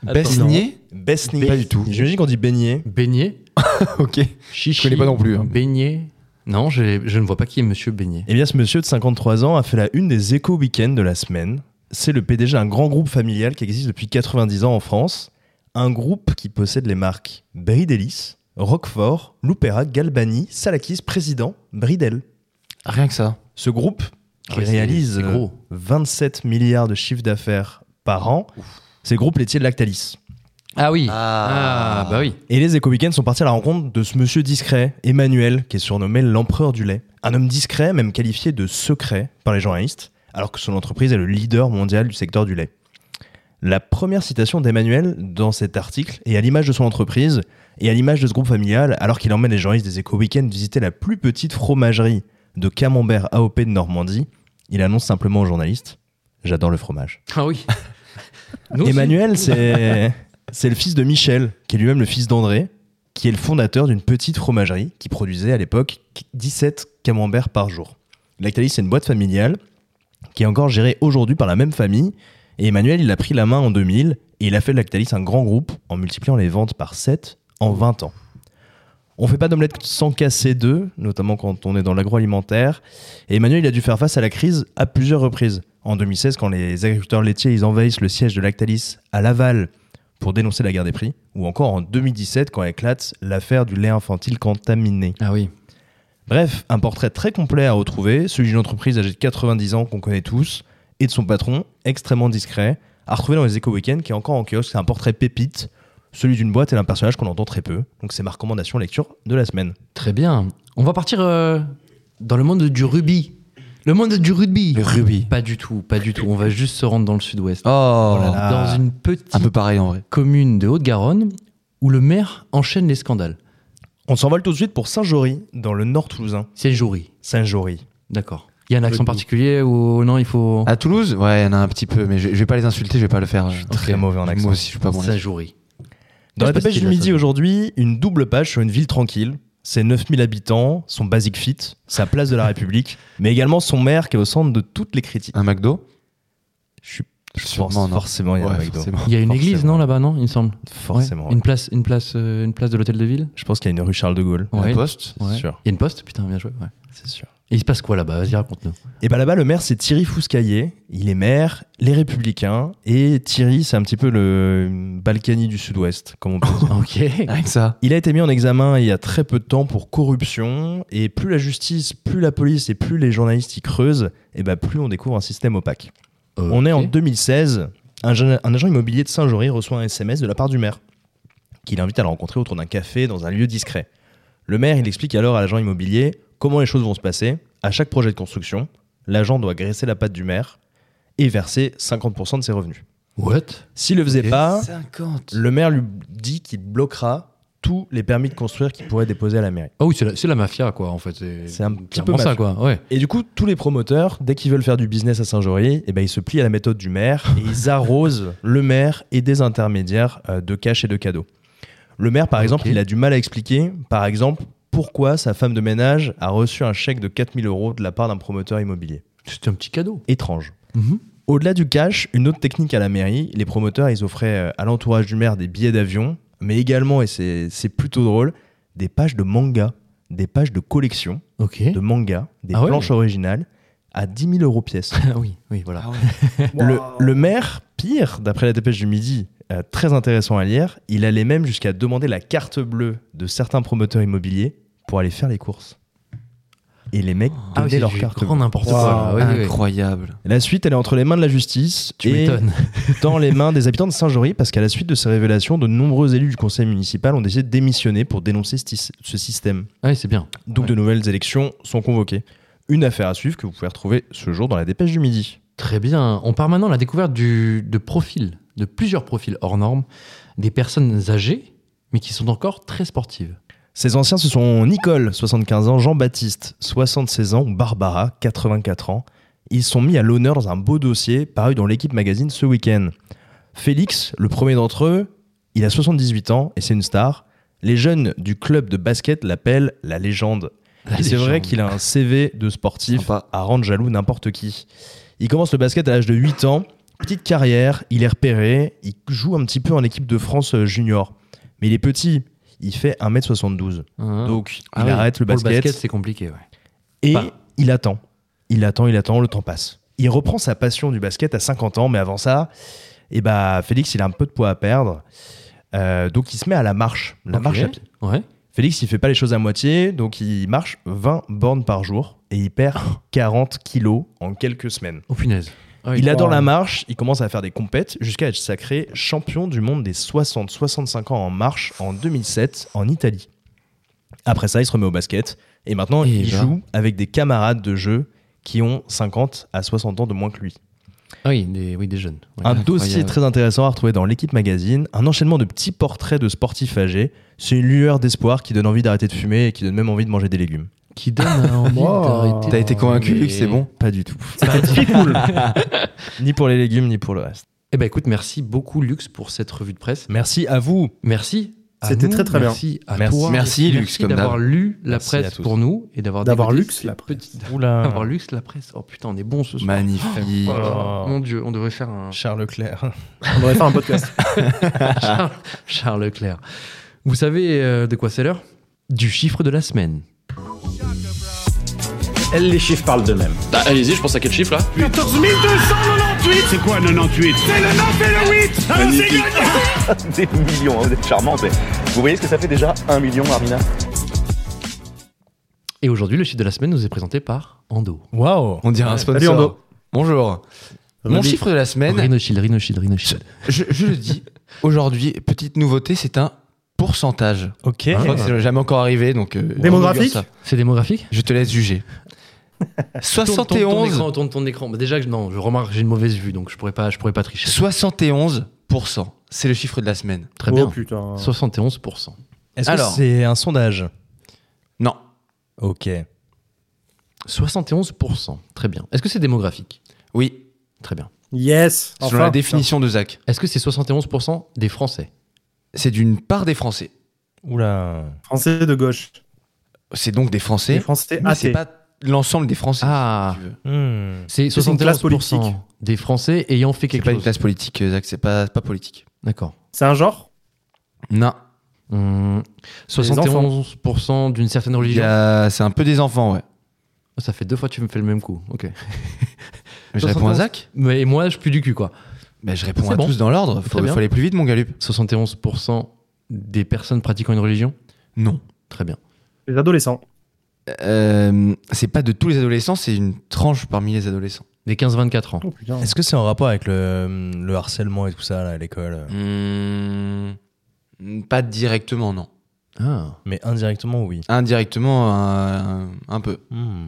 [SPEAKER 2] Besnier
[SPEAKER 4] Besnier
[SPEAKER 2] Pas du tout.
[SPEAKER 4] J'imagine qu'on dit beignet.
[SPEAKER 1] Beignet
[SPEAKER 2] [laughs] Ok.
[SPEAKER 1] Chichi
[SPEAKER 2] Je connais pas non plus. hein.
[SPEAKER 1] Beignet Non, je, je ne vois pas qui est Monsieur Beignet.
[SPEAKER 4] Eh bien, ce monsieur de 53 ans a fait la une des éco week-ends de la semaine. C'est le PDG d'un grand groupe familial qui existe depuis 90 ans en France. Un groupe qui possède les marques Bridelis, Roquefort, Loupera, Galbani, Salakis, Président, Bridel.
[SPEAKER 2] Rien que ça.
[SPEAKER 4] Ce groupe, qui
[SPEAKER 1] Ah oui, c'est-
[SPEAKER 4] réalise
[SPEAKER 1] c'est
[SPEAKER 4] euh,
[SPEAKER 1] gros.
[SPEAKER 4] 27 milliards de chiffres d'affaires par an, c'est le groupe laitier de Lactalis.
[SPEAKER 1] Ah oui.
[SPEAKER 2] Ah.
[SPEAKER 1] bah oui.
[SPEAKER 4] Et les éco-weekends sont partis à la rencontre de ce monsieur discret, Emmanuel, qui est surnommé l'empereur du lait. Un homme discret, même qualifié de secret par les journalistes, alors que son entreprise est le leader mondial du secteur du lait. La première citation d'Emmanuel dans cet article est à l'image de son entreprise et à l'image de ce groupe familial, alors qu'il emmène les journalistes des éco-weekends visiter la plus petite fromagerie de Camembert AOP de Normandie. Il annonce simplement aux journalistes J'adore le fromage.
[SPEAKER 1] Ah
[SPEAKER 2] [laughs]
[SPEAKER 1] oui. Nous aussi. [laughs]
[SPEAKER 4] Emmanuel, c'est c'est le fils de Michel, qui est lui-même le fils d'André, qui est le fondateur d'une petite fromagerie qui produisait à l'époque 17 camemberts par jour. Lactalis, c'est une boîte familiale qui est encore gérée aujourd'hui par la même famille. Et Emmanuel, il a pris la main en 2000 et il a fait de Lactalis un grand groupe en multipliant les ventes par 7 en 20 ans. On fait pas d'omelette sans casser deux, notamment quand on est dans l'agroalimentaire. Et Emmanuel, il a dû faire face à la crise à plusieurs reprises. En 2016, quand les agriculteurs laitiers ils envahissent le siège de Lactalis à Laval pour dénoncer la guerre des prix, ou encore en 2017, quand éclate l'affaire du lait infantile contaminé.
[SPEAKER 1] Ah oui.
[SPEAKER 4] Bref, un portrait très complet à retrouver, celui d'une entreprise âgée de 90 ans qu'on connaît tous, et de son patron, extrêmement discret, à retrouver dans les éco Weekends, qui est encore en kiosque. C'est un portrait pépite, celui d'une boîte et d'un personnage qu'on entend très peu. Donc c'est ma recommandation lecture de la semaine.
[SPEAKER 1] Très bien. On va partir euh, dans le monde du rugby. Le monde du rugby.
[SPEAKER 2] Le rubis.
[SPEAKER 1] Pas du tout, pas du tout. On va juste se rendre dans le sud-ouest.
[SPEAKER 2] Oh.
[SPEAKER 4] là là. Ah.
[SPEAKER 1] Dans une petite
[SPEAKER 2] Un peu pareil en vrai.
[SPEAKER 1] commune de Haute-Garonne où le maire enchaîne les scandales.
[SPEAKER 4] On s'envole tout de suite pour Saint-Jory, dans le nord toulousain.
[SPEAKER 1] C'est Jory.
[SPEAKER 4] Saint-Jory.
[SPEAKER 1] D'accord. Il y a un accent
[SPEAKER 4] goût.
[SPEAKER 1] particulier ou non, il faut.
[SPEAKER 4] Ah,
[SPEAKER 2] À Toulouse Ouais, il y en a un petit peu, mais je, je vais pas les insulter, je vais pas le faire. euh,
[SPEAKER 1] Ok.
[SPEAKER 4] Très mauvais en accent.
[SPEAKER 2] Moi aussi, je suis pas bon là.
[SPEAKER 1] Saint-Jory.
[SPEAKER 4] Dans
[SPEAKER 1] Je
[SPEAKER 4] la
[SPEAKER 1] sais pas
[SPEAKER 4] page
[SPEAKER 1] si
[SPEAKER 4] du
[SPEAKER 1] c'est
[SPEAKER 4] midi
[SPEAKER 1] ça.
[SPEAKER 4] aujourd'hui, une double page sur une ville tranquille. Ses 9000 habitants, son basic fit, sa place de la République, mais également son maire qui est au centre de toutes les critiques.
[SPEAKER 2] Un McDo
[SPEAKER 4] Je suis je
[SPEAKER 2] Sûrement,
[SPEAKER 4] pense
[SPEAKER 2] non.
[SPEAKER 4] forcément il y a un
[SPEAKER 2] Ouais,
[SPEAKER 4] McDo.
[SPEAKER 2] forcément.
[SPEAKER 1] Il y a une
[SPEAKER 4] Forcément.
[SPEAKER 1] église, non, là-bas, non, il me semble
[SPEAKER 4] Forcément,
[SPEAKER 1] Ouais.
[SPEAKER 4] ouais.
[SPEAKER 1] Une place, une place, euh, une place de l'hôtel de ville
[SPEAKER 4] Je pense qu'il y a une rue Charles de Gaulle.
[SPEAKER 1] Ouais.
[SPEAKER 2] Un poste
[SPEAKER 4] C'est
[SPEAKER 1] Ouais.
[SPEAKER 4] sûr.
[SPEAKER 1] Il y a une poste Putain, bien joué. ouais.
[SPEAKER 4] C'est sûr.
[SPEAKER 1] Et il se passe quoi là-bas Vas-y,
[SPEAKER 4] [laughs]
[SPEAKER 1] raconte-nous.
[SPEAKER 4] Et bien là-bas, le maire, c'est Thierry Fouscaillé. Il est maire, les Républicains. Et Thierry, c'est un petit peu le Balkany du Sud-Ouest, comme on peut dire.
[SPEAKER 1] ok.
[SPEAKER 2] Rien que ça.
[SPEAKER 4] Il a été mis en examen il y a très peu de temps pour corruption, et plus la justice, plus la police et plus les journalistes y creusent, et bah plus on découvre un système opaque. On est en 2016, un, jeune- un agent immobilier de Saint-Jory reçoit un SMS de la part du maire, qui l'invite à le rencontrer autour d'un café dans un lieu discret. Le maire, il explique alors à l'agent immobilier comment les choses vont se passer. À chaque projet de construction, l'agent doit graisser la patte du maire et verser 50% de ses revenus.
[SPEAKER 1] What
[SPEAKER 4] S'il le faisait
[SPEAKER 2] Ok.
[SPEAKER 4] pas,
[SPEAKER 2] 50.
[SPEAKER 4] le maire lui dit qu'il bloquera tous les permis de construire qu'il pourrait déposer à la mairie.
[SPEAKER 1] Ah oui, c'est la, c'est la mafia, quoi, en fait. C'est
[SPEAKER 4] C'est un petit peu
[SPEAKER 1] clairement ça,
[SPEAKER 4] mafieux.
[SPEAKER 1] quoi. Ouais.
[SPEAKER 4] Et du coup, tous les promoteurs, dès qu'ils veulent faire du business à Saint-Jory, eh ben, ils se plient à la méthode du maire et ils arrosent le maire et des intermédiaires euh, de cash et de cadeaux. Le maire, par exemple, il a du mal à expliquer, par exemple, pourquoi sa femme de ménage a reçu un chèque de 4000 euros de la part d'un promoteur immobilier.
[SPEAKER 1] C'était un petit cadeau.
[SPEAKER 4] Étrange. Au-delà du cash, une autre technique à la mairie, les promoteurs, ils offraient euh, à l'entourage du maire des billets d'avion, mais également, et c'est c'est plutôt drôle, des pages de manga, des pages de collection
[SPEAKER 1] Ok.
[SPEAKER 4] de manga, des
[SPEAKER 1] Ah ouais
[SPEAKER 4] planches originales, à 10 000 euros
[SPEAKER 1] [laughs]
[SPEAKER 4] pièce.
[SPEAKER 1] [laughs] Ah oui, oui, voilà.
[SPEAKER 4] Le, le maire, pire, d'après la dépêche du midi, euh, très intéressant à lire, il allait même jusqu'à demander la carte bleue de certains promoteurs immobiliers pour aller faire les courses. Et les mecs
[SPEAKER 1] Ah oui,
[SPEAKER 4] donnaient
[SPEAKER 1] c'est
[SPEAKER 4] leur
[SPEAKER 1] du
[SPEAKER 4] carte
[SPEAKER 1] grand
[SPEAKER 4] bleue.
[SPEAKER 1] n'importe
[SPEAKER 3] Waouh,
[SPEAKER 1] quoi.
[SPEAKER 2] Ah
[SPEAKER 1] oui, oui, oui.
[SPEAKER 2] Incroyable.
[SPEAKER 4] La suite, elle est entre les mains de la justice
[SPEAKER 1] Tu
[SPEAKER 4] et
[SPEAKER 1] m'étonnes.
[SPEAKER 4] dans les mains des habitants de Saint-Jory, parce qu'à la suite de ces révélations, de nombreux élus du conseil municipal ont décidé de démissionner pour dénoncer ce tis- ce système.
[SPEAKER 1] Ah oui, c'est bien.
[SPEAKER 4] Donc de nouvelles élections sont convoquées. Une affaire à suivre que vous pouvez retrouver ce jour dans la dépêche du midi.
[SPEAKER 1] Très bien. On part maintenant à la découverte du, de profils, de plusieurs profils hors normes, des personnes âgées, mais qui sont encore très sportives.
[SPEAKER 4] Ces anciens, ce sont Nicole, 75 ans, Jean-Baptiste, 76 ans, ou Barbara, 84 ans. Ils sont mis à l'honneur dans un beau dossier paru dans l'équipe magazine ce week-end. Félix, le premier d'entre eux, il a 78 ans et c'est une star. Les jeunes du club de basket l'appellent la légende.
[SPEAKER 1] La
[SPEAKER 4] Et c'est vrai
[SPEAKER 1] légende.
[SPEAKER 4] qu'il a un CV de sportif
[SPEAKER 2] Sympa.
[SPEAKER 4] à rendre jaloux n'importe qui. Il commence le basket à l'âge de 8 ans, petite carrière, il est repéré, il joue un petit peu en équipe de France euh, junior. Mais il est petit, il fait 1m72.
[SPEAKER 1] Hein.
[SPEAKER 4] Donc
[SPEAKER 1] Ah
[SPEAKER 4] il
[SPEAKER 1] oui,
[SPEAKER 4] arrête le
[SPEAKER 1] pour
[SPEAKER 4] basket,
[SPEAKER 1] le basket, c'est compliqué. ouais.
[SPEAKER 4] et
[SPEAKER 1] pas.
[SPEAKER 4] il attend. Il attend, il attend, le temps passe. Il reprend sa passion du basket à 50 ans, mais avant ça, eh bah, Félix, il a un peu de poids à perdre. Euh, donc il se met à la marche, la
[SPEAKER 1] Ok.
[SPEAKER 4] marche à pied.
[SPEAKER 1] Ouais.
[SPEAKER 4] Félix, il fait pas les choses à moitié, donc il marche 20 bornes par jour et il perd 40 kilos en quelques semaines.
[SPEAKER 1] Oh punaise. Ah oui.
[SPEAKER 4] Il adore
[SPEAKER 3] wow.
[SPEAKER 4] la marche, il commence à faire des compètes jusqu'à être sacré champion du monde des 60-65 ans en marche en 2007 en Italie. Après ça, il se remet au basket et maintenant
[SPEAKER 1] Et
[SPEAKER 4] il
[SPEAKER 1] il va.
[SPEAKER 4] joue avec des camarades de jeu qui ont 50 à 60 ans de moins que lui.
[SPEAKER 1] Ah oui, des, oui, des jeunes. Ouais.
[SPEAKER 4] Un
[SPEAKER 2] Incroyable.
[SPEAKER 4] dossier très intéressant à retrouver dans l'équipe magazine, un enchaînement de petits portraits de sportifs âgés, c'est une lueur d'espoir qui donne envie d'arrêter de fumer et qui donne même envie de manger des légumes.
[SPEAKER 1] Qui donne
[SPEAKER 4] [laughs]
[SPEAKER 1] envie
[SPEAKER 3] Wow.
[SPEAKER 1] d'arrêter.
[SPEAKER 2] T'as été convaincu
[SPEAKER 1] Mais-
[SPEAKER 2] que c'est bon
[SPEAKER 4] Pas du tout. [laughs]
[SPEAKER 3] cool.
[SPEAKER 4] Ni pour les légumes, ni pour le reste.
[SPEAKER 1] Eh ben écoute, merci beaucoup Lux pour cette revue de presse.
[SPEAKER 4] Merci à vous.
[SPEAKER 1] Merci. à
[SPEAKER 3] C'était
[SPEAKER 1] nous,
[SPEAKER 3] très, très bien.
[SPEAKER 1] merci À
[SPEAKER 4] Merci.
[SPEAKER 1] toi.
[SPEAKER 2] Merci, Lux, comme
[SPEAKER 1] d'avoir
[SPEAKER 2] d'hab.
[SPEAKER 1] lu la
[SPEAKER 4] Merci à
[SPEAKER 1] presse
[SPEAKER 4] tous.
[SPEAKER 1] pour nous et d'avoir
[SPEAKER 3] D'avoir
[SPEAKER 1] dégoté
[SPEAKER 3] Lux,
[SPEAKER 1] ces
[SPEAKER 3] la presse.
[SPEAKER 1] petites-
[SPEAKER 4] Oula.
[SPEAKER 1] D'avoir Lux la presse. Oh putain, on est bon ce soir.
[SPEAKER 2] Magnifique.
[SPEAKER 1] Oh là là.
[SPEAKER 4] Oh.
[SPEAKER 1] Mon dieu, on devrait faire un
[SPEAKER 4] Charles Leclerc.
[SPEAKER 3] On devrait faire un podcast.
[SPEAKER 1] [laughs] Charles, Charles Leclerc. Vous savez euh, de quoi c'est l'heure Du chiffre de la semaine.
[SPEAKER 7] Les chiffres parlent d'eux-mêmes.
[SPEAKER 8] Bah, allez-y, je pense à quel chiffre là
[SPEAKER 5] 14 298 C'est quoi 98 C'est le 9 et le 8 Alors c'est gagné
[SPEAKER 7] [laughs] Des millions, hein, vous êtes charmants, mais vous voyez ce que ça fait déjà Un million, Armina
[SPEAKER 1] Et aujourd'hui, le chiffre de la semaine nous est présenté par Ando.
[SPEAKER 4] Waouh.
[SPEAKER 2] On dirait un
[SPEAKER 3] Salut,
[SPEAKER 2] sponsor.
[SPEAKER 3] Ando.
[SPEAKER 2] Bonjour. Mon
[SPEAKER 3] Ruby.
[SPEAKER 2] chiffre de la semaine,
[SPEAKER 1] Rhinoshield, Rhinoshield, Rhinoshield.
[SPEAKER 2] je, je le dis, aujourd'hui, petite nouveauté, c'est un pourcentage.
[SPEAKER 4] Ok.
[SPEAKER 2] Je crois que c'est jamais encore arrivé, donc... euh,
[SPEAKER 3] Démographique
[SPEAKER 2] on oublie ça.
[SPEAKER 1] C'est Eh, démographique
[SPEAKER 2] Je te laisse juger.
[SPEAKER 1] Tourne- tourne [laughs] ton
[SPEAKER 2] 71...
[SPEAKER 1] écran, tourne ton écran. Bah, déjà, que- non, je remarque, j'ai une mauvaise vue, donc je pourrais pas, je pourrais pas tricher.
[SPEAKER 2] 71%. C'est le chiffre de la semaine.
[SPEAKER 1] Très
[SPEAKER 3] Oh
[SPEAKER 1] bien.
[SPEAKER 3] putain.
[SPEAKER 1] 71%.
[SPEAKER 4] Est-ce que
[SPEAKER 2] Alors.
[SPEAKER 4] c'est un sondage
[SPEAKER 2] Non.
[SPEAKER 4] Ok.
[SPEAKER 1] 71%. Très bien. Est-ce que c'est démographique
[SPEAKER 2] Oui,
[SPEAKER 1] Très bien.
[SPEAKER 3] Yes.
[SPEAKER 2] selon
[SPEAKER 3] enfin.
[SPEAKER 2] la définition de Zach.
[SPEAKER 1] Est-ce que c'est 71% des Français
[SPEAKER 2] C'est d'une part des Français.
[SPEAKER 4] Oula.
[SPEAKER 3] Français de gauche.
[SPEAKER 2] C'est donc des
[SPEAKER 3] Les
[SPEAKER 2] Français,
[SPEAKER 3] Français
[SPEAKER 2] mais c'est
[SPEAKER 3] athées.
[SPEAKER 2] pas l'ensemble des Français.
[SPEAKER 1] Ah.
[SPEAKER 2] si tu veux.
[SPEAKER 4] Hmm.
[SPEAKER 1] C'est
[SPEAKER 3] C'est une classe
[SPEAKER 1] 71%
[SPEAKER 3] politique.
[SPEAKER 1] des Français ayant fait
[SPEAKER 2] C'est
[SPEAKER 1] quelque
[SPEAKER 2] pas une
[SPEAKER 1] chose.
[SPEAKER 2] classe politique, euh, Zach, c'est pas, pas politique.
[SPEAKER 1] D'accord.
[SPEAKER 3] C'est un genre
[SPEAKER 2] Non.
[SPEAKER 1] Hum, 71% d'une certaine
[SPEAKER 2] Il
[SPEAKER 1] religion.
[SPEAKER 2] y a- C'est un peu des enfants, ouais.
[SPEAKER 1] Oh, Ça fait deux fois que tu me fais le même coup. Ok.
[SPEAKER 2] Mais je réponds à Zach
[SPEAKER 1] Mais moi, je pue du cul, quoi.
[SPEAKER 2] mais Je réponds
[SPEAKER 1] C'est
[SPEAKER 2] à
[SPEAKER 1] bon.
[SPEAKER 2] tous dans l'ordre.
[SPEAKER 1] Très
[SPEAKER 2] Faut,
[SPEAKER 1] bien.
[SPEAKER 2] faut aller plus vite, mon Galup.
[SPEAKER 1] 71% des personnes pratiquant une religion
[SPEAKER 2] Non.
[SPEAKER 1] Très bien.
[SPEAKER 3] Les adolescents.
[SPEAKER 2] Euh, c'est pas de tous les adolescents, c'est une tranche parmi les adolescents.
[SPEAKER 1] Des 15-24 ans.
[SPEAKER 3] Oh putain.
[SPEAKER 4] Est-ce que c'est en rapport avec le, le harcèlement et tout ça là, à l'école
[SPEAKER 2] Hmm, Pas directement, non.
[SPEAKER 1] Ah.
[SPEAKER 4] Mais indirectement, oui.
[SPEAKER 2] Indirectement, un, un peu.
[SPEAKER 4] Hmm.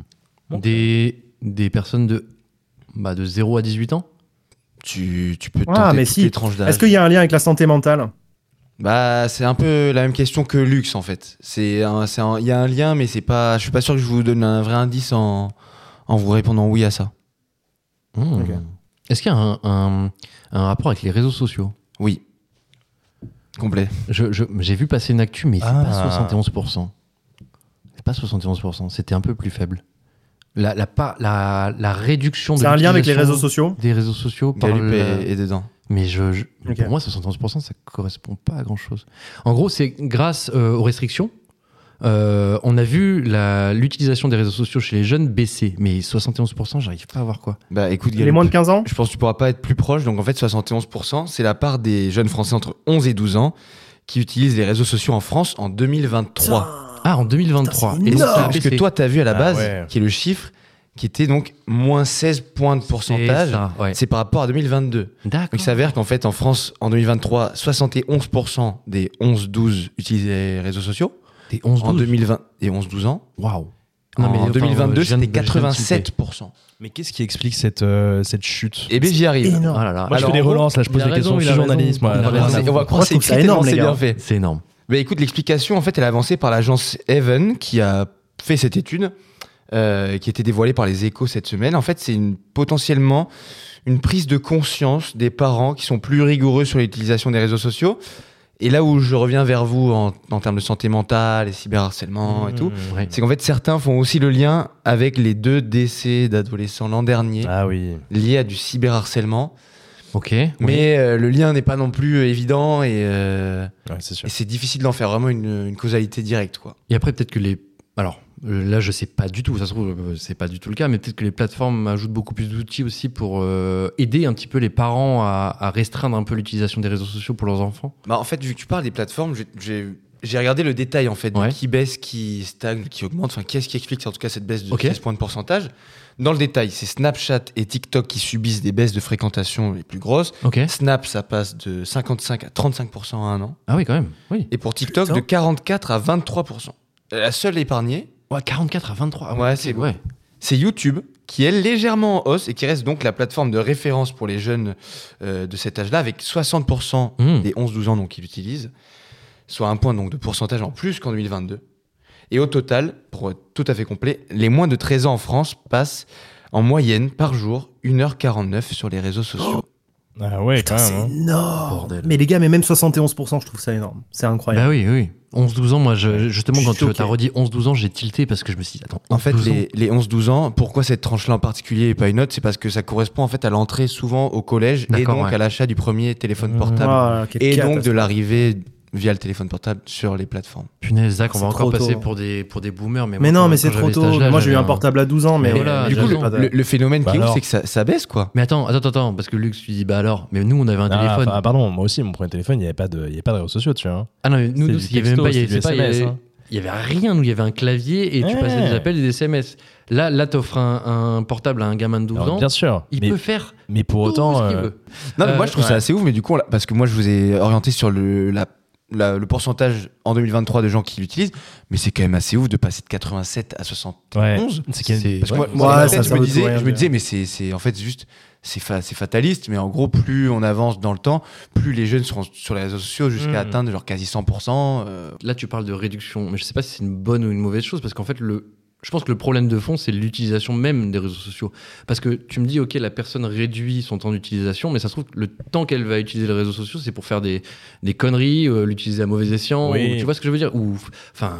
[SPEAKER 4] Ok.
[SPEAKER 1] Des, des personnes de, bah, de 0 à 18 ans
[SPEAKER 2] Tu, tu peux
[SPEAKER 3] Ah,
[SPEAKER 2] tenter
[SPEAKER 3] mais
[SPEAKER 2] toutes
[SPEAKER 3] si.
[SPEAKER 2] les tranches d'âge.
[SPEAKER 3] Est-ce qu'il y a un lien avec la santé mentale
[SPEAKER 2] Bah, c'est un peu la même question que luxe en fait. C'est un- c'est un- il y a un lien, mais c'est pas. Je suis pas sûr que je vous donne un vrai indice en, en vous répondant oui à ça.
[SPEAKER 1] Hmm.
[SPEAKER 3] Ok.
[SPEAKER 1] Est-ce qu'il y a un, un- un rapport avec les réseaux sociaux
[SPEAKER 2] Oui. Complet.
[SPEAKER 1] Je- je- J'ai vu passer une actu, mais c'est
[SPEAKER 4] Ah.
[SPEAKER 1] pas 71%. pas 71%, c'était un peu plus faible. La, la, pa- la, la réduction de
[SPEAKER 3] C'est un lien avec les
[SPEAKER 1] l'utilisation
[SPEAKER 3] réseaux sociaux.
[SPEAKER 1] Des réseaux sociaux par
[SPEAKER 2] Gallup
[SPEAKER 1] le-
[SPEAKER 2] est, est dedans.
[SPEAKER 1] Mais je, je-
[SPEAKER 3] Ok.
[SPEAKER 1] pour moi, 71%, ça correspond pas à grand-chose. En gros, c'est grâce euh, aux restrictions, euh, on a vu la- l'utilisation des réseaux sociaux chez les jeunes baisser. Mais 71%, j'arrive pas à voir quoi.
[SPEAKER 2] Bah écoute,
[SPEAKER 3] Les
[SPEAKER 2] Gallup,
[SPEAKER 3] moins de 15 ans
[SPEAKER 2] je pense que tu pourras pas être plus proche. Donc en fait, 71%, c'est la part des jeunes Français entre 11 et 12 ans qui utilisent les réseaux sociaux en France en 2023.
[SPEAKER 1] Ah, en 2023.
[SPEAKER 3] Putain, c'est
[SPEAKER 1] Et donc,
[SPEAKER 3] énorme.
[SPEAKER 1] ça a
[SPEAKER 2] Parce que
[SPEAKER 1] baissé.
[SPEAKER 2] toi, tu as vu à la
[SPEAKER 4] Ah
[SPEAKER 2] base,
[SPEAKER 4] ouais.
[SPEAKER 2] qui est le chiffre, qui était donc moins 16 points de
[SPEAKER 1] C'est
[SPEAKER 2] pourcentage.
[SPEAKER 1] ça, ouais.
[SPEAKER 2] C'est par rapport à 2022. Donc
[SPEAKER 1] D'accord.
[SPEAKER 2] il s'avère qu'en fait, en France, en 2023, 71% des 11-12 utilisaient les réseaux sociaux.
[SPEAKER 1] T'es 11
[SPEAKER 2] En
[SPEAKER 1] 12.
[SPEAKER 2] 2020, et 11-12 ans.
[SPEAKER 1] Waouh.
[SPEAKER 2] en
[SPEAKER 1] enfin,
[SPEAKER 2] 2022,
[SPEAKER 1] je viens de-
[SPEAKER 2] c'était
[SPEAKER 1] je viens de tilter.
[SPEAKER 2] 87%.
[SPEAKER 4] Mais qu'est-ce qui explique cette, euh, cette chute
[SPEAKER 2] Et bien, j'y arrive.
[SPEAKER 3] Énorme.
[SPEAKER 1] Oh là là.
[SPEAKER 4] Moi,
[SPEAKER 1] Alors,
[SPEAKER 4] je fais des
[SPEAKER 1] en gros,
[SPEAKER 4] relances, là, je pose
[SPEAKER 1] il a
[SPEAKER 4] des questions,
[SPEAKER 1] raison,
[SPEAKER 4] je
[SPEAKER 1] il
[SPEAKER 4] suis
[SPEAKER 1] a
[SPEAKER 4] journaliste, moi.
[SPEAKER 1] raison. Il a
[SPEAKER 4] Alors,
[SPEAKER 2] On va-
[SPEAKER 1] raison.
[SPEAKER 2] on va croire que
[SPEAKER 3] Moi, je
[SPEAKER 2] c'est
[SPEAKER 3] trouve ça
[SPEAKER 2] écrit tellement
[SPEAKER 3] énorme, les
[SPEAKER 2] c'est
[SPEAKER 3] gars.
[SPEAKER 2] bien fait.
[SPEAKER 1] C'est énorme.
[SPEAKER 2] Mais Bah, écoute, l'explication, en fait, elle est avancée par l'agence Even qui a fait cette étude, euh, qui a été dévoilée par les échos cette semaine. En fait, c'est une, potentiellement une prise de conscience des parents qui sont plus rigoureux sur l'utilisation des réseaux sociaux. Et là où je reviens vers vous en, en termes de santé mentale et cyberharcèlement et tout,
[SPEAKER 4] Mmh.
[SPEAKER 1] Ouais.
[SPEAKER 2] c'est qu'en fait, certains font aussi le lien avec les deux décès d'adolescents l'an dernier
[SPEAKER 4] Ah oui.
[SPEAKER 2] liés à du cyberharcèlement.
[SPEAKER 1] Ok.
[SPEAKER 2] Mais euh, le lien n'est pas non plus euh, évident et, euh,
[SPEAKER 4] Ouais, c'est sûr.
[SPEAKER 2] et c'est difficile d'en faire vraiment une, une causalité directe. Quoi.
[SPEAKER 1] Et après, peut-être que les. Alors, euh, là, je sais pas du tout, ça se trouve, euh, c'est pas du tout le cas, mais peut-être que les plateformes ajoutent beaucoup plus d'outils aussi pour euh, aider un petit peu les parents à, à restreindre un peu l'utilisation des réseaux sociaux pour leurs enfants.
[SPEAKER 2] Bah, en fait, vu que tu parles des plateformes, j'ai- j'ai j'ai regardé le détail en fait de
[SPEAKER 1] Ouais.
[SPEAKER 2] qui baisse, qui stagne, qui augmente, enfin qu'est-ce qui explique en tout cas cette baisse de
[SPEAKER 1] Ok.
[SPEAKER 2] 16 points de pourcentage. Dans le détail, c'est Snapchat et TikTok qui subissent des baisses de fréquentation les plus grosses.
[SPEAKER 1] Ok.
[SPEAKER 2] Snap, ça passe de 55 à 35% en un an.
[SPEAKER 1] Ah oui, quand même. Oui.
[SPEAKER 2] Et pour TikTok,
[SPEAKER 3] Putain.
[SPEAKER 2] de 44 à 23%. La seule épargnée,
[SPEAKER 1] Ouais, 44 à 23.
[SPEAKER 2] Ouais, c'est
[SPEAKER 1] Ouais.
[SPEAKER 2] c'est YouTube, qui est légèrement en hausse et qui reste donc la plateforme de référence pour les jeunes euh, de cet âge-là, avec 60%
[SPEAKER 1] Hmm.
[SPEAKER 2] des 11-12 ans donc, qui l'utilisent, soit un point donc, de pourcentage en plus qu'en 2022. Et au total, pour être tout à fait complet, les moins de 13 ans en France passent en moyenne par jour 1h49 sur les réseaux sociaux.
[SPEAKER 1] Oh,
[SPEAKER 4] Ah ouais,
[SPEAKER 3] Putain,
[SPEAKER 4] quand
[SPEAKER 3] c'est
[SPEAKER 4] même. hein.
[SPEAKER 3] énorme.
[SPEAKER 1] Bordel.
[SPEAKER 3] Mais les gars, mais même 71%, je trouve ça énorme. C'est incroyable.
[SPEAKER 1] Bah oui, oui. 11-12 ans, moi, je- justement,
[SPEAKER 3] Je
[SPEAKER 1] quand
[SPEAKER 3] suis
[SPEAKER 1] tu
[SPEAKER 3] choqué.
[SPEAKER 1] as redit 11-12 ans, j'ai tilté parce que je me suis dit, attends,
[SPEAKER 2] En fait,
[SPEAKER 1] 11-12 ans.
[SPEAKER 2] les, les 11-12 ans, pourquoi cette tranche-là en particulier et pas une autre C'est parce que ça correspond en fait à l'entrée souvent au collège et
[SPEAKER 1] D'accord,
[SPEAKER 2] donc
[SPEAKER 1] ouais.
[SPEAKER 2] à l'achat du premier téléphone
[SPEAKER 4] Mmh.
[SPEAKER 2] portable.
[SPEAKER 3] Ah, quelle
[SPEAKER 2] et donc
[SPEAKER 3] catastrophe. Ah,
[SPEAKER 2] de l'arrivée via le téléphone portable sur les plateformes.
[SPEAKER 1] Punaise, Zach, on va
[SPEAKER 3] C'est
[SPEAKER 1] encore
[SPEAKER 3] trop
[SPEAKER 1] passer
[SPEAKER 3] tôt.
[SPEAKER 1] pour des, pour des boomers. Mais,
[SPEAKER 3] Mais
[SPEAKER 1] moi,
[SPEAKER 3] non,
[SPEAKER 1] quand-
[SPEAKER 3] mais
[SPEAKER 1] quand
[SPEAKER 3] c'est trop
[SPEAKER 1] j'avais cet
[SPEAKER 3] tôt.
[SPEAKER 1] âge-là,
[SPEAKER 3] Moi, j'ai eu
[SPEAKER 1] j'avais
[SPEAKER 3] un portable à 12 ans, mais.
[SPEAKER 1] Mais voilà,
[SPEAKER 3] euh,
[SPEAKER 2] du coup,
[SPEAKER 3] j'avais
[SPEAKER 2] le,
[SPEAKER 3] pas de-
[SPEAKER 2] le- le phénomène
[SPEAKER 4] Bah
[SPEAKER 2] qui est ouf,
[SPEAKER 4] alors.
[SPEAKER 2] c'est que ça, ça baisse quoi.
[SPEAKER 1] Mais attends, attends, attends, parce que Luc, tu dis, bah alors, mais nous, on avait un
[SPEAKER 4] Ah,
[SPEAKER 1] téléphone.
[SPEAKER 4] enfin, pardon, moi aussi, mon premier téléphone, il n'y avait, pas de il y avait pas de réseaux sociaux dessus. Hein.
[SPEAKER 1] Ah non, mais nous,
[SPEAKER 4] C'est
[SPEAKER 1] nous
[SPEAKER 4] du
[SPEAKER 1] il y avait même
[SPEAKER 4] texto,
[SPEAKER 1] pas, il y
[SPEAKER 4] c'est
[SPEAKER 1] avait-
[SPEAKER 4] du
[SPEAKER 1] c'est pas, il y
[SPEAKER 4] SMS,
[SPEAKER 1] avait-
[SPEAKER 4] hein.
[SPEAKER 1] il y avait rien, nous, il y avait un clavier et tu
[SPEAKER 4] Ouais.
[SPEAKER 1] passais des appels et des SMS. Là, là, t'offres un, un portable à un gamin de 12
[SPEAKER 4] Alors,
[SPEAKER 1] ans,
[SPEAKER 4] bien sûr.
[SPEAKER 1] il
[SPEAKER 4] mais,
[SPEAKER 1] peut faire
[SPEAKER 4] mais pour
[SPEAKER 1] tout
[SPEAKER 4] autant.
[SPEAKER 1] ce qu'il
[SPEAKER 4] euh,
[SPEAKER 1] veut.
[SPEAKER 2] Non, mais
[SPEAKER 1] Euh,
[SPEAKER 2] moi je trouve
[SPEAKER 1] ouais.
[SPEAKER 2] ça assez ouf, mais du coup, on l'a- parce que moi je vous ai orienté sur le, la- la- le pourcentage en 2023 de gens qui l'utilisent, mais c'est quand même assez ouf de passer de 87 à 71.
[SPEAKER 4] ouais. C'est qu'il y a-
[SPEAKER 1] euh, C'est-
[SPEAKER 2] Parce que moi,
[SPEAKER 1] ouais.
[SPEAKER 2] moi,
[SPEAKER 3] Ouais,
[SPEAKER 2] dans ma
[SPEAKER 3] ça,
[SPEAKER 2] tête,
[SPEAKER 3] ça
[SPEAKER 2] je, me
[SPEAKER 3] veut
[SPEAKER 2] disais,
[SPEAKER 3] tout rien
[SPEAKER 2] je me
[SPEAKER 3] dire.
[SPEAKER 2] disais, mais c'est c'est- en fait juste, c'est fa- c'est fataliste, mais en gros, plus on avance dans le temps, plus les jeunes seront sur les réseaux sociaux jusqu'à
[SPEAKER 4] Mm.
[SPEAKER 1] Hmm.
[SPEAKER 2] atteindre genre quasi 100%. euh,
[SPEAKER 1] Là, tu parles de réduction, mais je sais pas si c'est une bonne ou une mauvaise chose, parce qu'en fait, le, je pense que le problème de fond, c'est l'utilisation même des réseaux sociaux. Parce que tu me dis, ok, la personne réduit son temps d'utilisation, mais ça se trouve, que le temps qu'elle va utiliser les réseaux sociaux, c'est pour faire des, des conneries, euh, l'utiliser à mauvais escient,
[SPEAKER 4] Oui.
[SPEAKER 1] ou- tu vois ce que je veux dire Ou, enfin,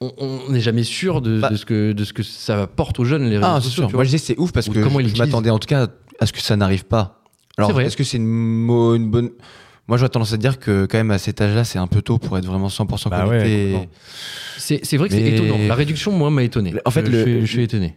[SPEAKER 1] on- on n'est jamais sûr de,
[SPEAKER 2] Bah.
[SPEAKER 1] de ce que, de ce que ça apporte aux jeunes, les réseaux
[SPEAKER 2] Ah, c'est
[SPEAKER 1] sociaux.
[SPEAKER 2] sûr.
[SPEAKER 1] tu vois.
[SPEAKER 2] Moi, je disais, c'est ouf parce
[SPEAKER 1] Ou
[SPEAKER 2] que
[SPEAKER 1] comment ils
[SPEAKER 2] je
[SPEAKER 1] l'utilisent.
[SPEAKER 2] m'attendais en tout cas à ce que ça n'arrive pas. Alors,
[SPEAKER 1] C'est vrai.
[SPEAKER 2] est-ce que c'est une, mo- une bonne. Moi, j'aurais tendance à dire que, quand même, à cet âge-là, c'est un peu tôt pour être vraiment 100%
[SPEAKER 4] Bah ouais,
[SPEAKER 2] connecté.
[SPEAKER 4] complètement.
[SPEAKER 1] C'est c'est vrai que c'est
[SPEAKER 2] Mais-
[SPEAKER 1] étonnant. La réduction, moi, m'a étonné.
[SPEAKER 2] En fait,
[SPEAKER 1] je,
[SPEAKER 2] le-
[SPEAKER 1] je suis, je suis étonné.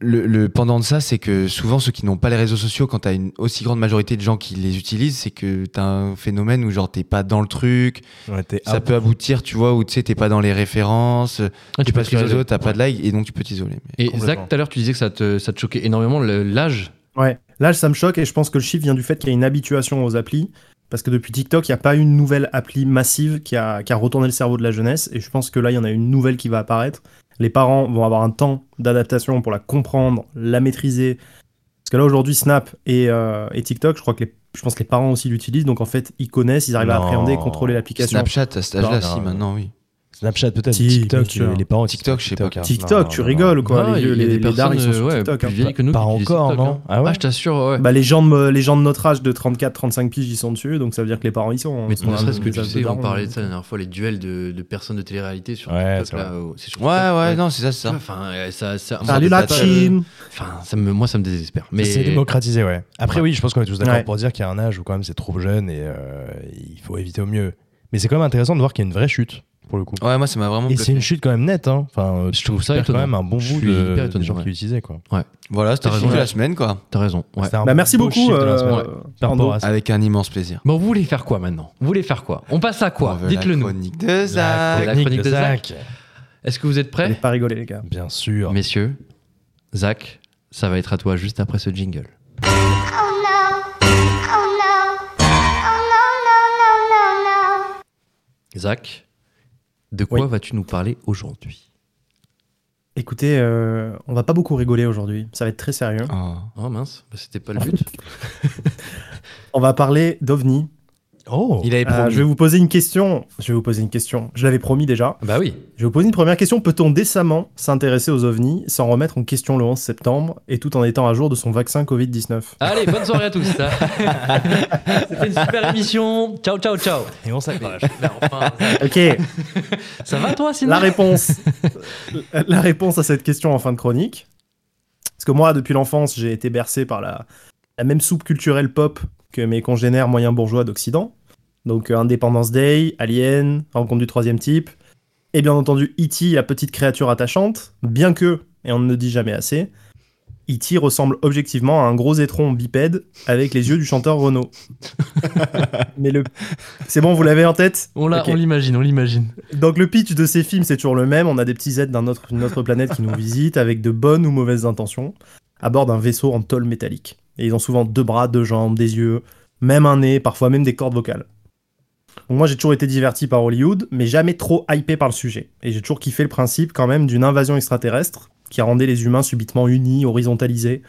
[SPEAKER 2] le, le pendant de ça, c'est que souvent, ceux qui n'ont pas les réseaux sociaux, quand t'as une aussi grande majorité de gens qui les utilisent, c'est que t'as un phénomène où, genre, t'es pas dans le truc.
[SPEAKER 4] ouais, t'es
[SPEAKER 2] Ça
[SPEAKER 4] out.
[SPEAKER 2] peut aboutir, tu vois, où tu sais, t'es pas dans les références.
[SPEAKER 1] Ah,
[SPEAKER 2] Tu
[SPEAKER 1] peux
[SPEAKER 2] passes sur les
[SPEAKER 1] t'isoler.
[SPEAKER 2] autres, t'as pas de like, et donc tu peux t'isoler. Mais-
[SPEAKER 1] Et
[SPEAKER 4] Complètement.
[SPEAKER 1] Zach, tout à l'heure, tu disais que ça te, ça te choquait énormément le- l'âge.
[SPEAKER 3] Ouais. Là, ça me choque et je pense que le chiffre vient du fait qu'il y a une habituation aux applis. Parce que depuis TikTok, il n'y a pas une nouvelle appli massive qui a, qui a retourné le cerveau de la jeunesse. Et je pense que là, il y en a une nouvelle qui va apparaître. Les parents vont avoir un temps d'adaptation pour la comprendre, la maîtriser. Parce que là, aujourd'hui, Snap et, euh, et TikTok, je crois que les, je pense que les parents aussi l'utilisent. Donc en fait, ils connaissent, ils arrivent à
[SPEAKER 4] Non.
[SPEAKER 3] appréhender et contrôler l'application.
[SPEAKER 2] Snapchat, à cet âge-là,
[SPEAKER 4] Non,
[SPEAKER 2] si,
[SPEAKER 4] non,
[SPEAKER 2] maintenant, oui.
[SPEAKER 4] Snapchat peut-être,
[SPEAKER 3] Si,
[SPEAKER 4] TikTok,
[SPEAKER 3] bien sûr.
[SPEAKER 4] les parents
[SPEAKER 2] TikTok, je sais pas.
[SPEAKER 1] hein.
[SPEAKER 2] car-
[SPEAKER 3] TikTok,
[SPEAKER 2] non, non,
[SPEAKER 3] tu
[SPEAKER 2] non,
[SPEAKER 3] rigoles
[SPEAKER 2] non.
[SPEAKER 3] quoi.
[SPEAKER 1] Ah,
[SPEAKER 3] les
[SPEAKER 1] il y a
[SPEAKER 3] vieux- les,
[SPEAKER 1] des
[SPEAKER 3] les dards,
[SPEAKER 1] personnes
[SPEAKER 3] ils sont sur
[SPEAKER 1] euh, ouais,
[SPEAKER 3] TikTok.
[SPEAKER 1] plus
[SPEAKER 3] hein.
[SPEAKER 1] vieilles que nous.
[SPEAKER 4] Pas
[SPEAKER 1] qui utilisent
[SPEAKER 4] encore,
[SPEAKER 1] TikTok,
[SPEAKER 4] non
[SPEAKER 1] hein.
[SPEAKER 4] Ah ouais
[SPEAKER 1] je t'assure, ouais.
[SPEAKER 3] Bah, les, gens de, les gens de notre âge, de 34-35 piges, ils sont dessus, donc ça veut dire que les parents y sont. hein.
[SPEAKER 1] mais
[SPEAKER 3] Ils sont
[SPEAKER 1] ne
[SPEAKER 3] là,
[SPEAKER 1] serait-ce que
[SPEAKER 3] des
[SPEAKER 1] tu
[SPEAKER 3] âges de
[SPEAKER 1] sais, on
[SPEAKER 3] darons,
[SPEAKER 1] parlait de hein.
[SPEAKER 3] donc.
[SPEAKER 1] ça la dernière fois, les duels de, de personnes de télé-réalité sur
[SPEAKER 4] Ouais, c'est
[SPEAKER 1] TikTok. Là, euh, c'est sur
[SPEAKER 2] Ouais,
[SPEAKER 1] TikTok,
[SPEAKER 2] ouais, non, c'est ça, c'est ça.
[SPEAKER 1] Enfin, euh, ça, ça,
[SPEAKER 3] Salut la
[SPEAKER 2] Des
[SPEAKER 3] team
[SPEAKER 1] Enfin, ça me, moi, ça me désespère. Mais
[SPEAKER 4] C'est démocratisé, ouais. Après,
[SPEAKER 1] Ouais.
[SPEAKER 4] oui, je pense qu'on est tous d'accord
[SPEAKER 3] Ouais.
[SPEAKER 4] pour dire qu'il y a un âge où quand même c'est trop jeune et euh, il faut éviter au mieux. Mais c'est quand même intéressant de voir qu'il y a une vraie chute, pour le coup.
[SPEAKER 2] Ouais, moi, ça m'a vraiment
[SPEAKER 4] Et c'est
[SPEAKER 2] bluffé.
[SPEAKER 4] une chute quand même nette, hein. Enfin, euh,
[SPEAKER 1] Je trouve ça
[SPEAKER 4] tu perds quand
[SPEAKER 1] étonnant.
[SPEAKER 4] même un bon
[SPEAKER 1] Je
[SPEAKER 4] bout
[SPEAKER 1] suis
[SPEAKER 4] de,
[SPEAKER 1] hyper
[SPEAKER 4] des
[SPEAKER 1] étonné,
[SPEAKER 4] gens
[SPEAKER 1] ouais.
[SPEAKER 4] qui l'utilisaient, quoi.
[SPEAKER 2] Voilà, c'était
[SPEAKER 1] T'as
[SPEAKER 2] le
[SPEAKER 1] raison.
[SPEAKER 2] film de la semaine, quoi.
[SPEAKER 1] T'as raison. Ouais.
[SPEAKER 4] C'était un
[SPEAKER 3] Bah, merci
[SPEAKER 4] beau
[SPEAKER 3] beaucoup,
[SPEAKER 1] Oh,
[SPEAKER 4] chiffre de la
[SPEAKER 3] euh,
[SPEAKER 4] semaine. Par
[SPEAKER 3] Arnaud.
[SPEAKER 4] rapport à ça.
[SPEAKER 2] Avec un immense plaisir.
[SPEAKER 1] Bon, vous voulez faire quoi maintenant Vous voulez faire quoi On passe à
[SPEAKER 2] On
[SPEAKER 1] quoi
[SPEAKER 2] veut
[SPEAKER 1] Dites-le
[SPEAKER 2] la
[SPEAKER 1] nous.
[SPEAKER 2] chronique de
[SPEAKER 1] La
[SPEAKER 2] Zach.
[SPEAKER 1] chronique de Zach. Est-ce que vous êtes
[SPEAKER 3] Allez,
[SPEAKER 1] prêts
[SPEAKER 3] pas rigoler, les gars.
[SPEAKER 4] Bien sûr.
[SPEAKER 1] Messieurs, Zach, ça va être à toi juste après ce jingle. Zach, de quoi
[SPEAKER 3] Oui.
[SPEAKER 1] vas-tu nous parler aujourd'hui
[SPEAKER 3] Écoutez, euh, on va pas beaucoup rigoler aujourd'hui, ça va être très sérieux.
[SPEAKER 2] Oh.
[SPEAKER 1] Oh mince, bah, c'était pas le but.
[SPEAKER 3] On va parler d'OVNI.
[SPEAKER 4] Oh
[SPEAKER 2] Il avait
[SPEAKER 1] ah,
[SPEAKER 3] Euh,
[SPEAKER 2] promis.
[SPEAKER 3] je vais vous poser une question. Je vais vous poser une question. Je l'avais promis déjà.
[SPEAKER 1] bah oui.
[SPEAKER 3] Je vais vous poser une première question. Peut-on décemment s'intéresser aux ovnis sans remettre en question le 11 septembre et tout en étant à jour de son vaccin Covid-19
[SPEAKER 1] Allez, bonne soirée à tous. [laughs] c'était une super émission. Ciao, ciao, ciao.
[SPEAKER 4] Et
[SPEAKER 1] [laughs]
[SPEAKER 4] on s'accroche.
[SPEAKER 3] Ok,
[SPEAKER 1] ça va toi sinon
[SPEAKER 3] la réponse. [laughs] la réponse à cette question en fin de chronique. Parce que moi, depuis l'enfance, j'ai été bercé par la, la même soupe culturelle pop que mes congénères moyens bourgeois d'Occident. Donc euh, Independence Day, Alien, Rencontre du troisième type, et bien entendu E.T., la petite créature attachante, bien que, et on ne le dit jamais assez, E.T. ressemble objectivement à un gros étron bipède avec les yeux du chanteur Renaud. Mais le... C'est bon, vous l'avez en tête
[SPEAKER 1] On l'a-
[SPEAKER 3] Ok.
[SPEAKER 1] on l'imagine, on l'imagine.
[SPEAKER 3] Donc le pitch de ces films, c'est toujours le même. On a des petits êtres d'un autre, une autre planète qui nous visitent avec de bonnes ou mauvaises intentions à bord d'un vaisseau en tôle métallique. Et ils ont souvent deux bras, deux jambes, des yeux, même un nez, parfois même des cordes vocales. Donc moi j'ai toujours été diverti par Hollywood, mais jamais trop hypé par le sujet. Et j'ai toujours kiffé le principe quand même d'une invasion extraterrestre qui rendait les humains subitement unis, horizontalisés,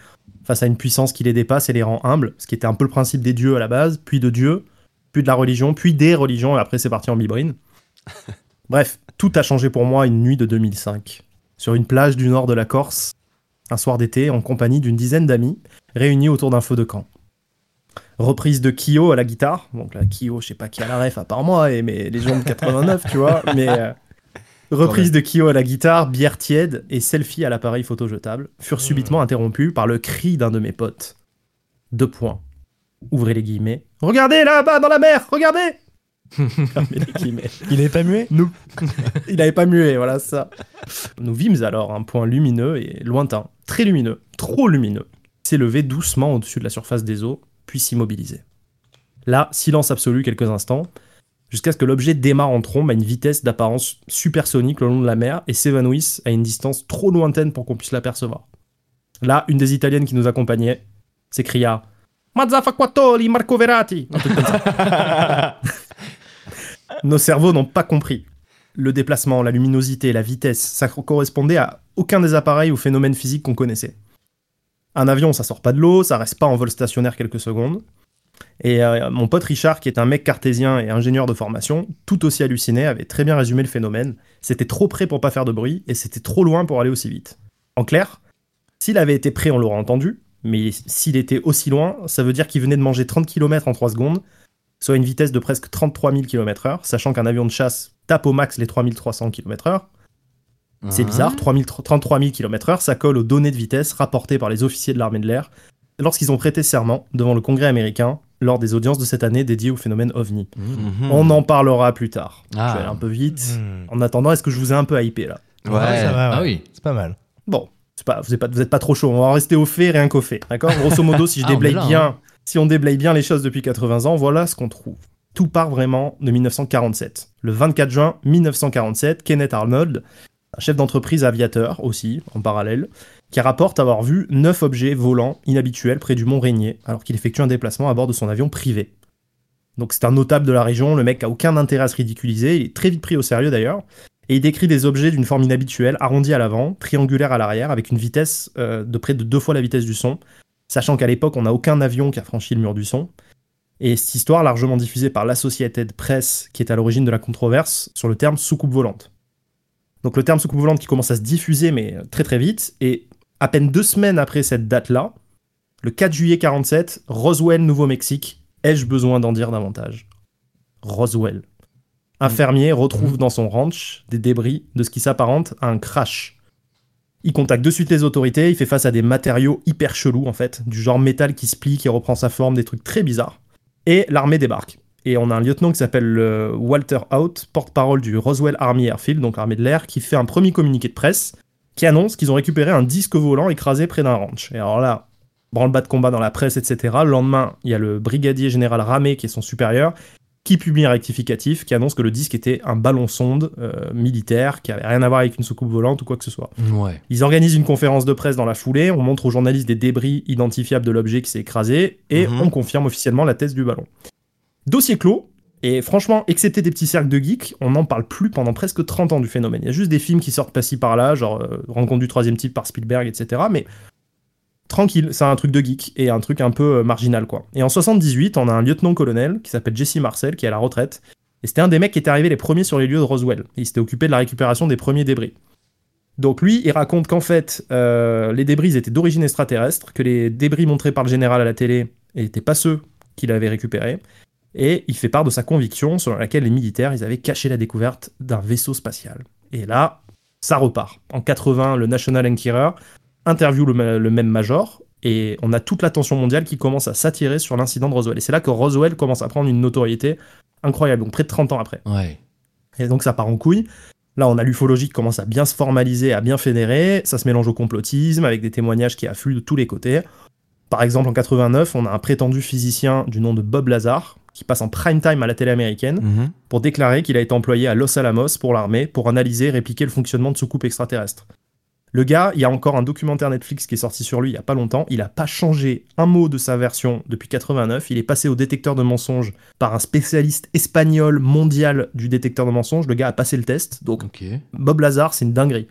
[SPEAKER 3] face à une puissance qui les dépasse et les rend humbles, ce qui était un peu le principe des dieux à la base, puis de Dieu, puis de la religion, puis des religions, et après c'est parti en bibrine. Bref, tout a changé pour moi une nuit de 2005. Sur une plage du nord de la Corse, un soir d'été, en compagnie d'une dizaine d'amis, réunis autour d'un feu de camp. Reprise de Kyo à la guitare. Donc là, Kyo, je sais pas qui a la ref à part moi, et mais les gens de 89, tu vois. Mais euh, reprise de Kyo à la guitare, bière tiède et selfie à l'appareil photo jetable
[SPEAKER 4] Hmm.
[SPEAKER 3] furent subitement interrompus par le cri d'un de mes potes. Deux points. Ouvrez les guillemets. Regardez là-bas dans la mer,
[SPEAKER 4] [laughs]
[SPEAKER 3] regardez. Fermez les guillemets.
[SPEAKER 4] Il est pas muet
[SPEAKER 3] Il n'avait pas mué, voilà c'est ça. Nous vîmes alors un point lumineux et lointain, très lumineux, trop lumineux, s'élever doucement au-dessus de la surface des eaux, puis s'immobiliser. Là, silence absolu quelques instants, jusqu'à ce que l'objet démarre en trombe à une vitesse d'apparence supersonique le long de la mer et s'évanouisse à une distance trop lointaine pour qu'on puisse l'apercevoir. Là, une des Italiennes qui nous accompagnait s'écria Mazzafaquatoli Marco Verratti Un truc comme ça. Nos cerveaux n'ont pas compris. Le déplacement, la luminosité, la vitesse, ça co- correspondait à aucun des appareils ou phénomènes physiques qu'on connaissait. Un avion, ça sort pas de l'eau, ça reste pas en vol stationnaire quelques secondes. Et euh, mon pote Richard, qui est un mec cartésien et ingénieur de formation, tout aussi halluciné, avait très bien résumé le phénomène. C'était trop près pour pas faire de bruit et c'était trop loin pour aller aussi vite. En clair, s'il avait été prêt, on l'aurait entendu, mais s'il était aussi loin, ça veut dire qu'il venait de manger 30 km en 3 secondes soit une vitesse de presque 33 000 km/h, sachant qu'un avion de chasse tape au max les 3300 km/h.
[SPEAKER 1] Ah.
[SPEAKER 3] C'est bizarre, 3000 33 000 km/h, ça colle aux données de vitesse rapportées par les officiers de l'armée de l'air lorsqu'ils ont prêté serment devant le Congrès américain lors des audiences de cette année dédiées au phénomène OVNI.
[SPEAKER 2] Mhm.
[SPEAKER 3] On en parlera plus tard.
[SPEAKER 1] Ah.
[SPEAKER 3] Je vais aller un peu vite. En attendant, est-ce que je vous ai un peu hypé là
[SPEAKER 2] Ouais.
[SPEAKER 4] Ouais, ça va.
[SPEAKER 1] Ah
[SPEAKER 4] ouais.
[SPEAKER 1] oui.
[SPEAKER 4] Hmm. C'est pas mal.
[SPEAKER 3] Bon, c'est pas, vous n'êtes pas, vous êtes pas trop chaud. On va en rester au fait, rien qu'au fait. D'accord Grosso modo, si je
[SPEAKER 1] [laughs] Ah, on est
[SPEAKER 3] déblaye
[SPEAKER 1] là,
[SPEAKER 3] bien, si on déblaye bien les choses depuis 80 ans, voilà ce qu'on trouve. Tout part vraiment de 1947. Le 24 juin 1947, Kenneth Arnold, un chef d'entreprise aviateur aussi, en parallèle, qui rapporte avoir vu neuf objets volants inhabituels près du mont Rainier, alors qu'il effectue un déplacement à bord de son avion privé. Donc c'est un notable de la région, le mec a aucun intérêt à se ridiculiser, il est très vite pris au sérieux d'ailleurs, et il décrit des objets d'une forme inhabituelle, arrondis à l'avant, triangulaires à l'arrière, avec une vitesse euh, de près de deux fois la vitesse du son, sachant qu'à l'époque on n'a aucun avion qui a franchi le mur du son. Et cette histoire, largement diffusée par l'Associated Press, qui est à l'origine de la controverse sur le terme soucoupe volante. Donc le terme soucoupe volante qui commence à se diffuser, mais euh, très très vite. Et à peine deux semaines après cette date-là, le 4 juillet 47, Roswell, Nouveau-Mexique, ai-je besoin d'en dire davantage Roswell. Un fermier retrouve dans son ranch des débris de ce qui s'apparente à un crash. Il contacte de suite les autorités, il fait face à des matériaux hyper chelous en fait, du genre métal qui se plie, qui reprend sa forme, des trucs très bizarres. Et l'armée débarque. Et on a un lieutenant qui s'appelle euh, Walter Out, porte-parole du Roswell Army Airfield, donc l'armée de l'air, qui fait un premier communiqué de presse qui annonce qu'ils ont récupéré un disque volant écrasé près d'un ranch. Et alors là, branle-bas de combat dans la presse, etc. Le lendemain, il y a le brigadier général Ramé, qui est son supérieur, qui publie un rectificatif qui annonce que le disque était un ballon sonde euh, militaire qui avait rien à voir avec une soucoupe volante ou quoi que ce soit.
[SPEAKER 1] Ouais.
[SPEAKER 3] Ils organisent une conférence de presse dans la foulée, on montre aux journalistes des débris identifiables de l'objet qui s'est écrasé, et
[SPEAKER 2] Mhm.
[SPEAKER 3] on confirme officiellement la thèse du ballon. Dossier clos, et franchement, excepté des petits cercles de geeks, on n'en parle plus pendant presque 30 ans du phénomène. Il y a juste des films qui sortent par-ci par-là, genre euh, Rencontre du troisième type par Spielberg, etc. Mais tranquille, c'est un truc de geek, et un truc un peu euh, marginal, quoi. Et en 78, on a un lieutenant-colonel qui s'appelle Jesse Marcel, qui est à la retraite, et c'était un des mecs qui était arrivé les premiers sur les lieux de Roswell, et il s'était occupé de la récupération des premiers débris. Donc lui, il raconte qu'en fait, euh, les débris étaient d'origine extraterrestre, que les débris montrés par le général à la télé n'étaient pas ceux qu'il avait récupérés, et il fait part de sa conviction selon laquelle les militaires, ils avaient caché la découverte d'un vaisseau spatial. Et là, ça repart. En 80, le National Enquirer interview le, ma- le même major, et on a toute l'attention mondiale qui commence à s'attirer sur l'incident de Roswell. Et c'est là que Roswell commence à prendre une notoriété incroyable, donc près de 30 ans après.
[SPEAKER 1] Ouais.
[SPEAKER 3] Et donc ça part en couille. Là, on a l'ufologie qui commence à bien se formaliser, à bien fédérer. Ça se mélange au complotisme, avec des témoignages qui affluent de tous les côtés. Par exemple, en 89, on a un prétendu physicien du nom de Bob Lazar, qui passe en prime time à la télé américaine,
[SPEAKER 2] Mm-hmm.
[SPEAKER 3] pour déclarer qu'il a été employé à Los Alamos pour l'armée pour analyser et répliquer le fonctionnement de soucoupes extraterrestres. Le gars, il y a encore un documentaire Netflix qui est sorti sur lui il y a pas longtemps, il a pas changé un mot de sa version depuis 89, il est passé au détecteur de mensonges par un spécialiste espagnol mondial du détecteur de mensonges, le gars a passé le test, donc
[SPEAKER 1] Ok.
[SPEAKER 3] Bob Lazar, c'est une dinguerie.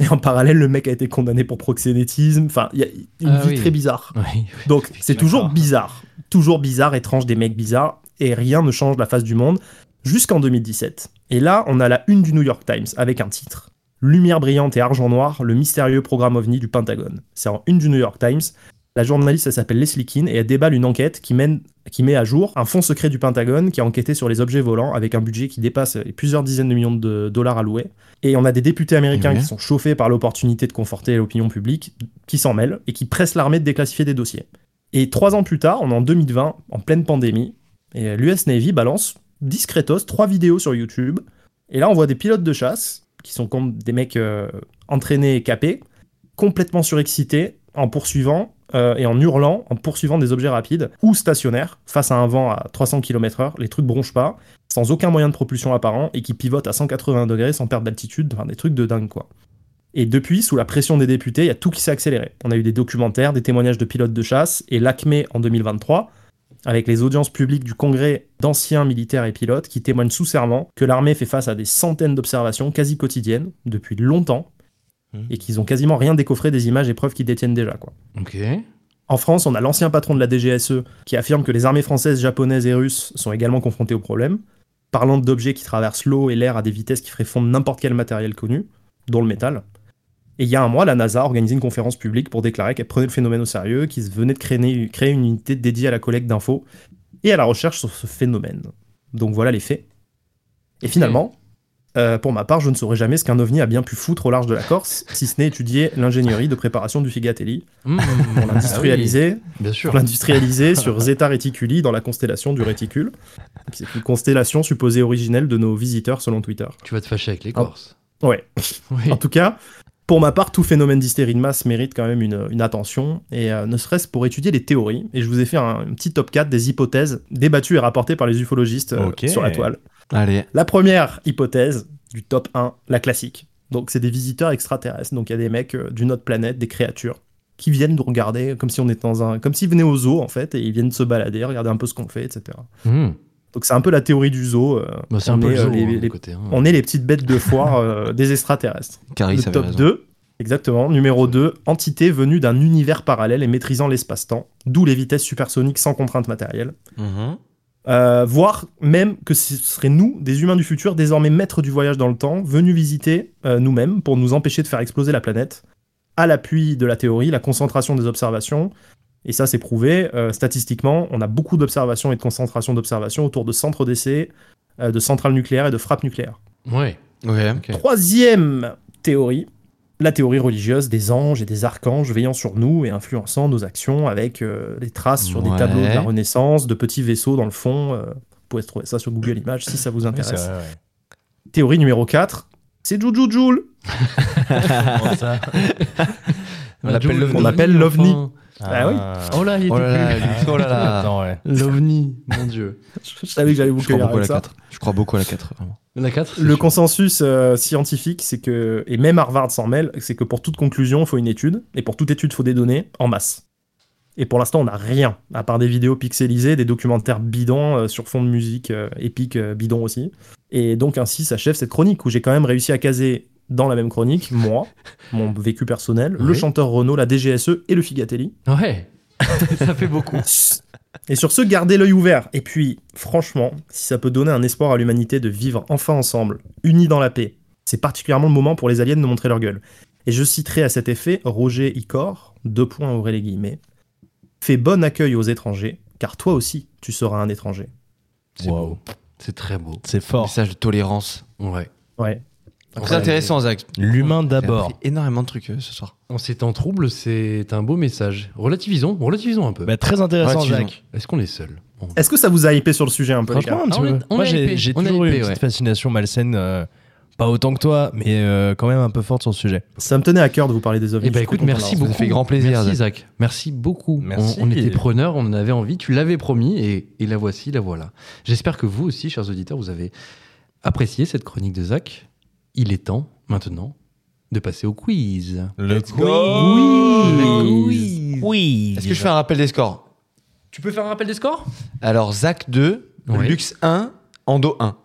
[SPEAKER 3] Et en parallèle, le mec a été condamné pour proxénétisme, enfin, il y a une
[SPEAKER 1] Ah
[SPEAKER 3] vie
[SPEAKER 1] oui.
[SPEAKER 3] très bizarre.
[SPEAKER 1] [laughs] Ouais.
[SPEAKER 3] Donc c'est toujours bizarre, toujours bizarre, étrange, des mecs bizarres, et rien ne change la face du monde jusqu'en 2017. Et là, on a la une du New York Times avec un titre. Lumière brillante et argent noir, le mystérieux programme OVNI du Pentagone. C'est en une du New York Times. La journaliste, elle s'appelle Leslie Keane et elle déballe une enquête qui, mène, qui met à jour un fonds secret du Pentagone qui a enquêté sur les objets volants avec un budget qui dépasse les plusieurs dizaines de millions de dollars alloués. Et on a des députés américains
[SPEAKER 2] Ouais.
[SPEAKER 3] qui sont chauffés par l'opportunité de conforter l'opinion publique, qui s'en mêlent et qui pressent l'armée de déclassifier des dossiers. Et trois ans plus tard, on est en 2020, en pleine pandémie, et l'US Navy balance discretos trois vidéos sur YouTube. Et là, on voit des pilotes de chasse, qui sont comme des mecs euh, entraînés et capés, complètement surexcités, en poursuivant euh, et en hurlant, en poursuivant des objets rapides ou stationnaires, face à un vent à 300 km/h, les trucs bronchent pas, sans aucun moyen de propulsion apparent, et qui pivotent à 180 degrés sans perdre d'altitude, enfin, des trucs de dingue quoi. Et depuis, sous la pression des députés, il y a tout qui s'est accéléré. On a eu des documentaires, des témoignages de pilotes de chasse, et l'ACME en 2023, avec les audiences publiques du Congrès d'anciens militaires et pilotes qui témoignent sous serment que l'armée fait face à des centaines d'observations quasi quotidiennes depuis longtemps,
[SPEAKER 4] Mhm.
[SPEAKER 3] et qu'ils ont quasiment rien décoffré des images et preuves qu'ils détiennent déjà. Quoi.
[SPEAKER 1] Ok.
[SPEAKER 3] En France, on a l'ancien patron de la DGSE E qui affirme que les armées françaises, japonaises et russes sont également confrontées au problème, parlant d'objets qui traversent l'eau et l'air à des vitesses qui feraient fondre n'importe quel matériel connu, dont le métal. Et il y a un mois, la NASA a organisé une conférence publique pour déclarer qu'elle prenait le phénomène au sérieux, qu'ils venaient de créer, créer une unité dédiée à la collecte d'infos et à la recherche sur ce phénomène. Donc voilà les faits. Et finalement, euh, pour ma part, je ne saurais jamais ce qu'un ovni a bien pu foutre au large de la Corse, si ce n'est étudier l'ingénierie de préparation du Figatelli
[SPEAKER 1] Mmh.
[SPEAKER 3] pour l'industrialiser,
[SPEAKER 1] Ah oui, Bien sûr.
[SPEAKER 3] pour l'industrialiser sur Zeta Reticuli dans la constellation du réticule. C'est une constellation supposée originelle de nos visiteurs selon Twitter.
[SPEAKER 1] Tu vas te fâcher avec les Corses.
[SPEAKER 3] Ouais.
[SPEAKER 1] Oh. Oui.
[SPEAKER 3] En tout cas, pour ma part, tout phénomène d'hystérie de masse mérite quand même une, une attention, et euh, ne serait-ce pour étudier les théories. Et je vous ai fait un, un petit top 4 des hypothèses débattues et rapportées par les ufologistes euh,
[SPEAKER 4] Ok.
[SPEAKER 3] sur la toile.
[SPEAKER 2] Allez.
[SPEAKER 3] La première hypothèse du top 1, la classique. Donc, c'est des visiteurs extraterrestres. Donc, il y a des mecs euh, d'une autre planète, des créatures, qui viennent nous regarder comme si on était dans un. comme s'ils venaient au zoo, en fait, et ils viennent se balader, regarder un peu ce qu'on fait, etc.
[SPEAKER 1] Mmh.
[SPEAKER 3] Donc, c'est un peu la théorie du zoo. euh,
[SPEAKER 1] Bah, c'est un
[SPEAKER 3] on
[SPEAKER 1] peu
[SPEAKER 3] est,
[SPEAKER 1] le zoo,
[SPEAKER 3] euh, les-
[SPEAKER 1] hein,
[SPEAKER 3] les-
[SPEAKER 1] de côté. hein.
[SPEAKER 3] On est les petites bêtes de foire euh, [laughs] des extraterrestres.
[SPEAKER 2] Caris
[SPEAKER 3] Le
[SPEAKER 2] avait
[SPEAKER 3] top
[SPEAKER 2] raison.
[SPEAKER 3] 2, exactement. Numéro 2, entité venue d'un univers parallèle et maîtrisant l'espace-temps, d'où les vitesses supersoniques sans contrainte matérielle.
[SPEAKER 2] Mhm.
[SPEAKER 3] Euh, voire même que ce serait nous, des humains du futur, désormais maîtres du voyage dans le temps, venus visiter euh, nous-mêmes pour nous empêcher de faire exploser la planète, à l'appui de la théorie, la concentration des observations. Et ça, c'est prouvé. euh, statistiquement, on a beaucoup d'observations et de concentration d'observations autour de centres d'essai, euh, de centrales nucléaires et de frappes nucléaires.
[SPEAKER 1] Ouais.
[SPEAKER 2] Ok.
[SPEAKER 3] Troisième théorie, la théorie religieuse des anges et des archanges veillant sur nous et influençant nos actions avec euh, les traces sur des
[SPEAKER 2] Ouais.
[SPEAKER 3] tableaux de la Renaissance, de petits vaisseaux dans le fond. euh, vous pouvez trouver ça sur Google Images si ça vous
[SPEAKER 4] Oui, c'est
[SPEAKER 3] intéresse.
[SPEAKER 4] vrai, ouais.
[SPEAKER 3] théorie numéro 4, c'est Juju Joule.
[SPEAKER 4] Comment ça
[SPEAKER 2] On l'appelle l'OVNI.
[SPEAKER 3] On appelle l'OVNI.
[SPEAKER 1] enfin.
[SPEAKER 3] Ah oui.
[SPEAKER 1] Oh là, il
[SPEAKER 2] Oh là là,
[SPEAKER 1] était
[SPEAKER 2] lui, oh là là.
[SPEAKER 4] Attends, ouais.
[SPEAKER 1] plus. L'OVNI, mon dieu.
[SPEAKER 3] Je savais que j'allais vous
[SPEAKER 2] Je crois
[SPEAKER 3] cueillir
[SPEAKER 2] beaucoup à
[SPEAKER 3] avec
[SPEAKER 2] la
[SPEAKER 3] ça.
[SPEAKER 2] 4. Je crois beaucoup à la 4. vraiment.
[SPEAKER 1] La 4
[SPEAKER 3] Le consensus euh, scientifique, c'est que, et même Harvard s'en mêle, c'est que pour toute conclusion, il faut une étude, et pour toute étude, il faut des données en masse. Et pour l'instant, on n'a rien, à part des vidéos pixelisées, des documentaires bidons euh, sur fond de musique euh, épique euh, bidon aussi. Et donc ainsi s'achève cette chronique, où j'ai quand même réussi à caser dans la même chronique, moi, mon vécu personnel, le
[SPEAKER 1] Oui.
[SPEAKER 3] chanteur Renault, la DGSE E et le Figatelli.
[SPEAKER 1] Ouais. [laughs] ça fait beaucoup.
[SPEAKER 3] Et sur ce, gardez l'œil ouvert. Et puis, franchement, si ça peut donner un espoir à l'humanité de vivre enfin ensemble, unis dans la paix, c'est particulièrement le moment pour les aliens de montrer leur gueule. Et je citerai à cet effet Roger Icor, deux points ouvrez les guillemets, fais bon accueil aux étrangers, car toi aussi, tu seras un étranger.
[SPEAKER 4] C'est beau.
[SPEAKER 1] C'est très beau.
[SPEAKER 4] C'est fort.
[SPEAKER 2] Message de tolérance.
[SPEAKER 1] Ouais.
[SPEAKER 3] Ouais.
[SPEAKER 2] C'est intéressant, Zach.
[SPEAKER 4] L'humain d'abord.
[SPEAKER 2] J'ai appris énormément de trucs euh, ce soir.
[SPEAKER 1] On s'est en trouble, c'est un beau message. Relativisons, relativisons un peu.
[SPEAKER 4] Bah, très intéressant,
[SPEAKER 2] Ouais, tu-
[SPEAKER 4] Zach.
[SPEAKER 1] Est-ce qu'on est seul Bon.
[SPEAKER 3] Est-ce que ça vous a hypé sur le sujet un peu les
[SPEAKER 4] Franchement,
[SPEAKER 3] gars
[SPEAKER 4] un petit
[SPEAKER 1] Ah, on
[SPEAKER 4] peu.
[SPEAKER 1] est- on
[SPEAKER 4] Moi,
[SPEAKER 1] est
[SPEAKER 4] j'ai
[SPEAKER 1] hypé,
[SPEAKER 4] j'ai
[SPEAKER 1] on est
[SPEAKER 4] toujours eu
[SPEAKER 1] hypé,
[SPEAKER 4] une petite
[SPEAKER 1] ouais.
[SPEAKER 4] fascination malsaine, euh, pas autant que toi, mais euh, quand même un peu forte sur le sujet.
[SPEAKER 3] Ça me tenait à cœur de vous parler des ovnis.
[SPEAKER 1] Eh ben
[SPEAKER 3] je suis
[SPEAKER 1] écoute,
[SPEAKER 3] content
[SPEAKER 1] merci
[SPEAKER 3] d'avoir-
[SPEAKER 1] beaucoup.
[SPEAKER 2] Ça fait grand plaisir.
[SPEAKER 1] Merci
[SPEAKER 2] Zach.
[SPEAKER 1] Zach. Merci beaucoup.
[SPEAKER 4] Merci.
[SPEAKER 1] On, on était preneurs, on en avait envie, tu l'avais promis et, et la voici, la voilà. J'espère que vous aussi, chers auditeurs, vous avez apprécié cette chronique de Zach. Il est temps maintenant de passer au quiz.
[SPEAKER 4] Le
[SPEAKER 1] Oui.
[SPEAKER 4] Oui.
[SPEAKER 2] Est-ce que je fais un rappel des scores
[SPEAKER 1] Tu peux faire un rappel des scores
[SPEAKER 2] Alors, Zach 2,
[SPEAKER 1] Ouais.
[SPEAKER 2] Lux 1, Ando 1.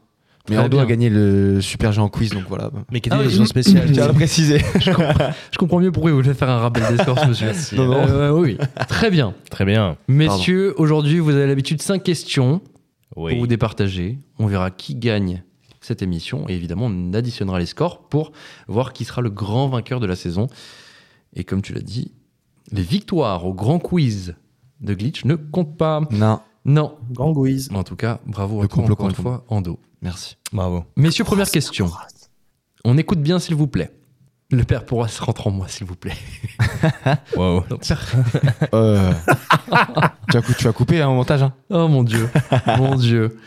[SPEAKER 2] Mais
[SPEAKER 1] Très
[SPEAKER 2] Ando a
[SPEAKER 1] bien.
[SPEAKER 2] gagné le super géant quiz, donc voilà.
[SPEAKER 4] Mais quelle
[SPEAKER 1] Ah
[SPEAKER 4] est
[SPEAKER 1] oui.
[SPEAKER 4] l'édition spéciale
[SPEAKER 2] Tiens à le préciser.
[SPEAKER 1] Je comprends mieux pourquoi il voulait faire un rappel des scores, ce monsieur.
[SPEAKER 4] Merci.
[SPEAKER 1] Non, non. Euh, oui. Très bien.
[SPEAKER 4] Très bien.
[SPEAKER 1] Messieurs, aujourd'hui, vous avez l'habitude 5 questions
[SPEAKER 4] Oui.
[SPEAKER 1] pour vous départager. On verra qui gagne cette émission et évidemment, on additionnera les scores pour voir qui sera le grand vainqueur de la saison. Et comme tu l'as dit, les victoires au grand quiz de Glitch ne comptent pas.
[SPEAKER 2] Non,
[SPEAKER 1] Non.
[SPEAKER 3] Grand Goïse.
[SPEAKER 1] En tout cas, bravo
[SPEAKER 2] Le
[SPEAKER 1] à toi
[SPEAKER 2] complot
[SPEAKER 1] encore une
[SPEAKER 2] contre
[SPEAKER 1] fois, Ando.
[SPEAKER 2] merci.
[SPEAKER 4] Bravo.
[SPEAKER 1] Messieurs, première question. On écoute bien, s'il vous plaît. Le père pourra se rentrer en moi, s'il vous
[SPEAKER 2] [laughs]
[SPEAKER 1] plaît.
[SPEAKER 4] Wow.
[SPEAKER 2] Euh, tu, as, cou- tu as coupé hein, au montage. Hein.
[SPEAKER 1] Oh mon
[SPEAKER 3] [laughs]
[SPEAKER 1] dieu, mon dieu.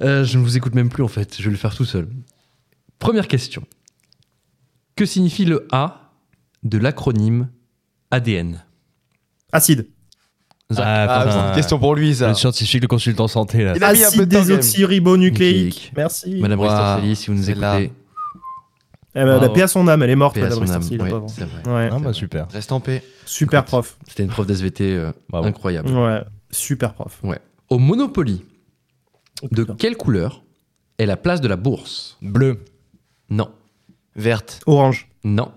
[SPEAKER 1] Euh, je ne vous écoute même plus en fait, je vais le faire tout seul. Première question. Que signifie le A de l'acronyme ADN
[SPEAKER 3] Acide.
[SPEAKER 1] Zach.
[SPEAKER 4] Ah,
[SPEAKER 2] Ah,
[SPEAKER 4] putain.
[SPEAKER 2] c'est une question pour lui, ça.
[SPEAKER 4] Le scientifique, le consultant santé, là.
[SPEAKER 2] Il a mis un peu
[SPEAKER 3] Acide
[SPEAKER 2] de temps, quand même.
[SPEAKER 3] désoxyribonucléique.
[SPEAKER 1] Nucléique.
[SPEAKER 3] Merci.
[SPEAKER 1] Madame
[SPEAKER 2] Waouh,
[SPEAKER 1] Ristorcelli, si vous nous
[SPEAKER 2] c'est là.
[SPEAKER 1] écoutez,
[SPEAKER 3] Eh ben, la
[SPEAKER 1] Bravo.
[SPEAKER 3] paix à son âme, elle est morte,
[SPEAKER 1] paix à
[SPEAKER 3] Madame
[SPEAKER 1] son âme.
[SPEAKER 3] Ristorci, la
[SPEAKER 1] Ouais,
[SPEAKER 3] pauvre.
[SPEAKER 1] c'est vrai.
[SPEAKER 3] Ouais.
[SPEAKER 4] Ah bah super.
[SPEAKER 2] Reste en paix.
[SPEAKER 3] Super prof.
[SPEAKER 1] C'était une prof d'SVT euh,
[SPEAKER 4] Bravo.
[SPEAKER 1] incroyable.
[SPEAKER 3] Ouais, super prof.
[SPEAKER 1] Au Monopoly, de
[SPEAKER 3] Putain.
[SPEAKER 1] quelle couleur est la place de la bourse
[SPEAKER 4] Bleu.
[SPEAKER 1] Non,
[SPEAKER 2] Verte.
[SPEAKER 3] Orange,
[SPEAKER 1] non,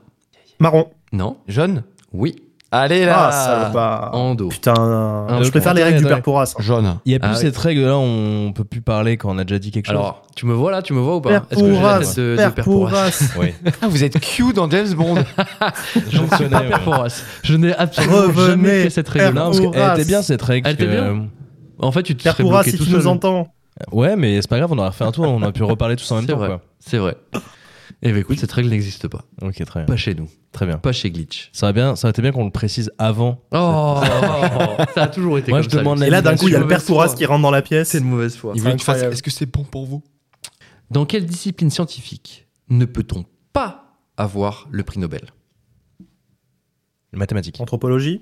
[SPEAKER 3] marron.
[SPEAKER 1] non,
[SPEAKER 2] Jaune
[SPEAKER 1] oui,
[SPEAKER 2] Allez là
[SPEAKER 3] Ah, ça va pas.
[SPEAKER 1] Ando.
[SPEAKER 3] Putain,
[SPEAKER 1] je
[SPEAKER 3] je préfère
[SPEAKER 4] comprends.
[SPEAKER 3] les règles du
[SPEAKER 4] Attendez,
[SPEAKER 3] père Porras. hein.
[SPEAKER 2] Jaune.
[SPEAKER 4] Il y a plus
[SPEAKER 1] Ah oui.
[SPEAKER 4] cette règle là, on peut plus parler quand on a déjà dit quelque
[SPEAKER 1] Alors, tu me vois là, tu me vois ou pas Est-ce que j'ai la
[SPEAKER 3] Perporas,
[SPEAKER 1] tête de, de Père Porras
[SPEAKER 3] Perporas.
[SPEAKER 4] chose. Oui. [laughs]
[SPEAKER 2] Ah, vous êtes Q dans James Bond.
[SPEAKER 4] Je ne
[SPEAKER 1] C'est pas Père Porras. Je n'ai absolument jamais
[SPEAKER 3] Revenez,
[SPEAKER 1] fait cette
[SPEAKER 3] Père
[SPEAKER 4] [laughs]
[SPEAKER 1] règle-là. parce que-
[SPEAKER 4] Elle était eh, bien cette règle.
[SPEAKER 1] Elle
[SPEAKER 4] parce
[SPEAKER 1] était
[SPEAKER 4] que,
[SPEAKER 1] bien. En fait, tu te
[SPEAKER 3] Père
[SPEAKER 1] serais
[SPEAKER 3] Porras,
[SPEAKER 1] bloqué
[SPEAKER 3] si
[SPEAKER 1] tout
[SPEAKER 3] tu
[SPEAKER 1] seul.
[SPEAKER 3] nous entends.
[SPEAKER 4] euh, Ouais, mais c'est pas grave, on aura fait un tour, on a pu reparler tous en même
[SPEAKER 1] C'est
[SPEAKER 4] temps.
[SPEAKER 1] vrai. C'est vrai. Et bien écoute, cette règle n'existe pas.
[SPEAKER 4] Quoi. Ok, très bien.
[SPEAKER 1] Pas chez nous.
[SPEAKER 4] Très bien.
[SPEAKER 1] Pas chez Glitch.
[SPEAKER 4] Ça aurait bien, ça aurait été bien qu'on le précise avant.
[SPEAKER 1] Oh, ça a toujours été
[SPEAKER 4] Moi,
[SPEAKER 1] comme
[SPEAKER 4] je demande
[SPEAKER 1] ça.
[SPEAKER 4] la-
[SPEAKER 3] Et là, d'un coup, il y a le
[SPEAKER 1] mauvaise
[SPEAKER 3] père Porras
[SPEAKER 1] foi.
[SPEAKER 3] qui rentre dans la pièce.
[SPEAKER 1] C'est une mauvaise foi.
[SPEAKER 2] Il voulait que je fasse.
[SPEAKER 3] Incroyable.
[SPEAKER 2] Est-ce que c'est bon pour vous
[SPEAKER 1] Dans quelle discipline scientifique ne peut-on pas avoir le prix Nobel
[SPEAKER 4] Mathématiques.
[SPEAKER 3] Anthropologie.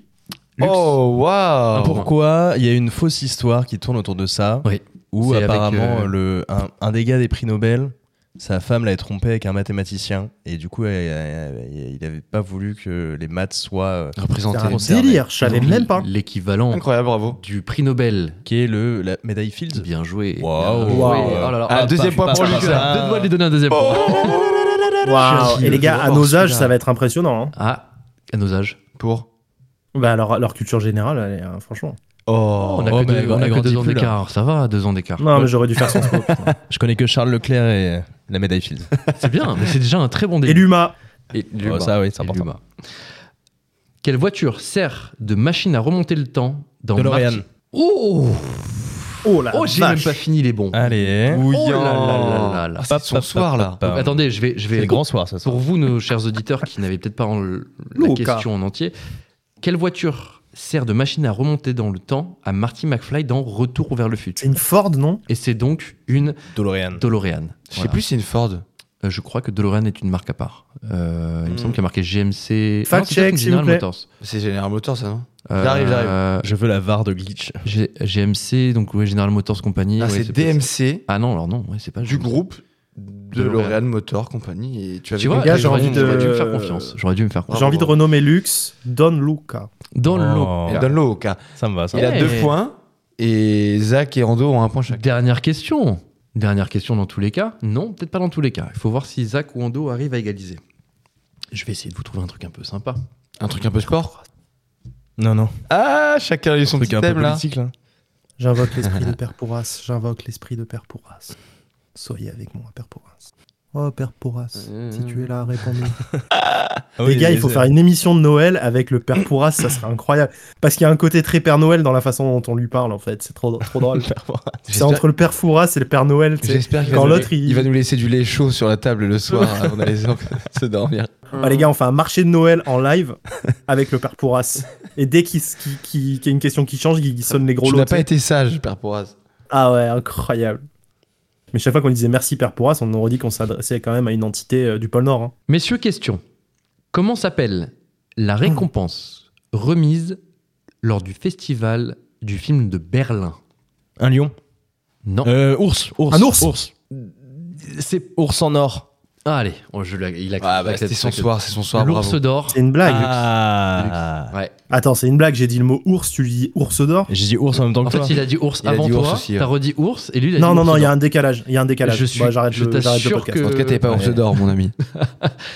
[SPEAKER 1] Lux.
[SPEAKER 2] Oh waouh
[SPEAKER 4] Pourquoi il y a une fausse histoire qui tourne autour de ça
[SPEAKER 1] Oui.
[SPEAKER 4] Où
[SPEAKER 1] C'est avec,
[SPEAKER 4] apparemment
[SPEAKER 1] euh,
[SPEAKER 4] le, un, un des gars des prix Nobel, sa femme l'avait trompé avec un mathématicien et du coup elle- elle- elle- il n'avait pas voulu que les maths soient euh,
[SPEAKER 3] C'est un
[SPEAKER 2] Représenté.
[SPEAKER 4] concerné.
[SPEAKER 3] délire, je savais même pas.
[SPEAKER 1] L'équivalent
[SPEAKER 2] Incroyable, bravo.
[SPEAKER 1] du prix Nobel.
[SPEAKER 4] qui est le la médaille Fields.
[SPEAKER 1] Bien joué.
[SPEAKER 4] Waouh.
[SPEAKER 1] Bien joué.
[SPEAKER 3] Waouh.
[SPEAKER 1] Oh là là.
[SPEAKER 2] Ah,
[SPEAKER 1] Ah,
[SPEAKER 2] deuxième
[SPEAKER 4] pas-
[SPEAKER 2] point
[SPEAKER 4] pas-
[SPEAKER 2] pour
[SPEAKER 4] pas-
[SPEAKER 2] lui.
[SPEAKER 4] pas-
[SPEAKER 2] ça.
[SPEAKER 1] Deux Ah. Oh. doigts de lui donner un deuxième point.
[SPEAKER 3] Waouh.
[SPEAKER 1] suis
[SPEAKER 3] Et les
[SPEAKER 1] le
[SPEAKER 3] gars,
[SPEAKER 1] joueur,
[SPEAKER 3] à nos âges,
[SPEAKER 1] celui-là.
[SPEAKER 3] ça va être impressionnant. hein.
[SPEAKER 1] Ah, à nos âges.
[SPEAKER 2] Pour
[SPEAKER 3] Bah, alors, leur culture générale, elle est, euh, franchement.
[SPEAKER 1] Oh, on a que
[SPEAKER 4] bah,
[SPEAKER 1] deux, on a que
[SPEAKER 4] grandit
[SPEAKER 1] deux ans
[SPEAKER 4] plus, là.
[SPEAKER 1] d'écart. Ça va, deux ans d'écart.
[SPEAKER 3] Non, mais j'aurais dû [laughs] faire Sciences Po. putain.
[SPEAKER 4] Je connais que Charles Leclerc et euh, la médaille Fields.
[SPEAKER 1] C'est bien, mais c'est déjà un très bon
[SPEAKER 3] Et
[SPEAKER 1] début.
[SPEAKER 3] l'UMA.
[SPEAKER 1] Et
[SPEAKER 4] Oh, ça, oui,
[SPEAKER 1] Et
[SPEAKER 4] c'est important.
[SPEAKER 1] l'humain. Quelle voiture sert de machine à remonter le temps dans
[SPEAKER 4] DeLorean.
[SPEAKER 1] Marty- Oh,
[SPEAKER 3] Oh
[SPEAKER 2] Ah,
[SPEAKER 3] là.
[SPEAKER 1] oh j'ai même pas fini les bons.
[SPEAKER 4] Allez.
[SPEAKER 1] Oh là là là là là.
[SPEAKER 2] Ah, C'est son
[SPEAKER 4] Hop, hop,
[SPEAKER 2] soir,
[SPEAKER 4] hop,
[SPEAKER 2] là.
[SPEAKER 4] hop, hop.
[SPEAKER 1] Attendez, je vais, je
[SPEAKER 4] C'est
[SPEAKER 1] vais
[SPEAKER 4] le grand soir, ça.
[SPEAKER 1] pour vous, nos chers auditeurs qui n'avaient peut-être pas en- la
[SPEAKER 3] Loca.
[SPEAKER 1] question en entier, quelle voiture sert de machine à remonter dans le temps à Marty McFly dans Retour vers le
[SPEAKER 3] C'est
[SPEAKER 1] futur
[SPEAKER 3] une Ford, non
[SPEAKER 1] Et c'est donc une
[SPEAKER 4] DeLorean.
[SPEAKER 1] DeLorean.
[SPEAKER 2] Je sais
[SPEAKER 1] Voilà.
[SPEAKER 2] plus si c'est une Ford.
[SPEAKER 1] Euh, je crois que DeLorean est une marque à part. Euh, Il me
[SPEAKER 2] Hmm.
[SPEAKER 1] semble qu'il y a marqué GMC.
[SPEAKER 3] Fact
[SPEAKER 1] Non, c'est peut-être
[SPEAKER 3] check,
[SPEAKER 1] une
[SPEAKER 3] s'il vous
[SPEAKER 1] General
[SPEAKER 3] plaît.
[SPEAKER 1] Motors.
[SPEAKER 2] C'est General Motors, ça, non J'arrive, j'arrive.
[SPEAKER 1] Euh,
[SPEAKER 4] Je veux la VAR de glitch.
[SPEAKER 1] G- GMC, donc ouais, General Motors Company.
[SPEAKER 2] Ah,
[SPEAKER 1] ouais,
[SPEAKER 2] C'est
[SPEAKER 1] c'est possible.
[SPEAKER 2] DMC
[SPEAKER 1] Ah non, alors non, ouais, c'est pas
[SPEAKER 2] du
[SPEAKER 1] GMC.
[SPEAKER 2] groupe de
[SPEAKER 1] DeLorean.
[SPEAKER 2] L'Oréal Motor Company. Et tu, avais
[SPEAKER 1] Tu vois,
[SPEAKER 2] compris.
[SPEAKER 3] gars,
[SPEAKER 1] j'aurais
[SPEAKER 3] j'ai
[SPEAKER 1] dû,
[SPEAKER 3] envie
[SPEAKER 1] j'aurais
[SPEAKER 3] de-
[SPEAKER 1] dû me faire euh, confiance. J'aurais dû me faire confiance.
[SPEAKER 3] J'ai envie de renommer Lux Don Luca.
[SPEAKER 1] Dans le lot.
[SPEAKER 4] Oh,
[SPEAKER 2] Elle donne l'eau "Eh, au cas.
[SPEAKER 4] Ça me va, ça.
[SPEAKER 2] Il a
[SPEAKER 1] Ouais.
[SPEAKER 2] deux points et Zach et Rando ont un point chacun.
[SPEAKER 1] Dernière question. Dernière question dans tous les cas. Non, peut-être pas dans tous les cas. Il faut voir si Zach ou Ando arrivent à égaliser. Je vais essayer de vous trouver un truc un peu sympa.
[SPEAKER 2] Un truc un peu sport.
[SPEAKER 4] Non, non.
[SPEAKER 2] Ah, chacun a eu son
[SPEAKER 4] truc
[SPEAKER 2] petit
[SPEAKER 4] un
[SPEAKER 2] thème
[SPEAKER 4] peu
[SPEAKER 2] là.
[SPEAKER 4] politique, là.
[SPEAKER 3] J'invoque
[SPEAKER 2] [laughs]
[SPEAKER 3] l'esprit de Père Porras. J'invoque l'esprit de Père Porras. Soyez avec moi, Père Porras. Oh, Père Porras, si tu es
[SPEAKER 2] [laughs]
[SPEAKER 3] là, réponds-nous.
[SPEAKER 4] Ah
[SPEAKER 3] Les
[SPEAKER 4] oui,
[SPEAKER 3] gars, il
[SPEAKER 4] les-
[SPEAKER 3] faut faire une émission de Noël avec le Père Porras, ça serait incroyable. Parce qu'il y a un côté très Père Noël dans la façon dont on lui parle, en fait. C'est trop, trop
[SPEAKER 4] [laughs]
[SPEAKER 2] [laughs]
[SPEAKER 3] drôle. C'est
[SPEAKER 2] J'espère-
[SPEAKER 3] entre le Père Fouras et le Père Noël. tu sais.
[SPEAKER 2] J'espère qu'il va,
[SPEAKER 3] Quand
[SPEAKER 2] nous-
[SPEAKER 3] l'autre, il-
[SPEAKER 2] il va nous laisser du lait chaud sur la table le soir avant d'aller se se dormir.
[SPEAKER 3] Ah, les gars, on fait un marché de Noël en live avec le Père Porras. Et dès qu'il s- qu'il- qu'il- qu'il y a une question qui change, il sonne les gros
[SPEAKER 2] Tu
[SPEAKER 3] lots.
[SPEAKER 2] n'as
[SPEAKER 3] tu sais.
[SPEAKER 2] pas été sage, Père Porras.
[SPEAKER 3] Ah ouais, incroyable. Mais chaque fois qu'on disait merci Père Porras, on aurait dit qu'on s'adressait quand même à une entité euh, du pôle Nord. hein.
[SPEAKER 1] Messieurs, question. Comment s'appelle la récompense remise lors du festival du film de Berlin
[SPEAKER 4] Un lion.
[SPEAKER 1] Non.
[SPEAKER 4] Euh, ours, ours.
[SPEAKER 3] Un ours.
[SPEAKER 4] C'est ours en or.
[SPEAKER 1] Ah, allez, oh, je l'ai- il a
[SPEAKER 2] Ah, bah, c'était son soir, c'est son soir.
[SPEAKER 1] L'ours
[SPEAKER 2] bravo.
[SPEAKER 1] d'or.
[SPEAKER 3] C'est une blague.
[SPEAKER 1] Ah.
[SPEAKER 4] Ah.
[SPEAKER 1] Ouais.
[SPEAKER 3] Attends, c'est une blague, j'ai dit le mot ours, tu lui dis ours d'or
[SPEAKER 4] J'ai dit ours en même temps
[SPEAKER 1] En
[SPEAKER 4] que toi.
[SPEAKER 1] fait, il a dit ours
[SPEAKER 2] Il a
[SPEAKER 1] avant
[SPEAKER 2] dit ours
[SPEAKER 1] toi.
[SPEAKER 2] aussi, ouais.
[SPEAKER 1] T'as redit ours et lui, il a dit
[SPEAKER 3] Non, non,
[SPEAKER 1] ours
[SPEAKER 3] non, il y a
[SPEAKER 1] d'or.
[SPEAKER 3] un décalage. Il y a un décalage.
[SPEAKER 1] Je suis-
[SPEAKER 3] Bah, j'arrête
[SPEAKER 1] je
[SPEAKER 3] le, j'arrête le
[SPEAKER 1] t'assure
[SPEAKER 3] podcast.
[SPEAKER 1] que-
[SPEAKER 2] En tout cas, t'es pas ours
[SPEAKER 4] Ouais.
[SPEAKER 2] d'or, mon ami.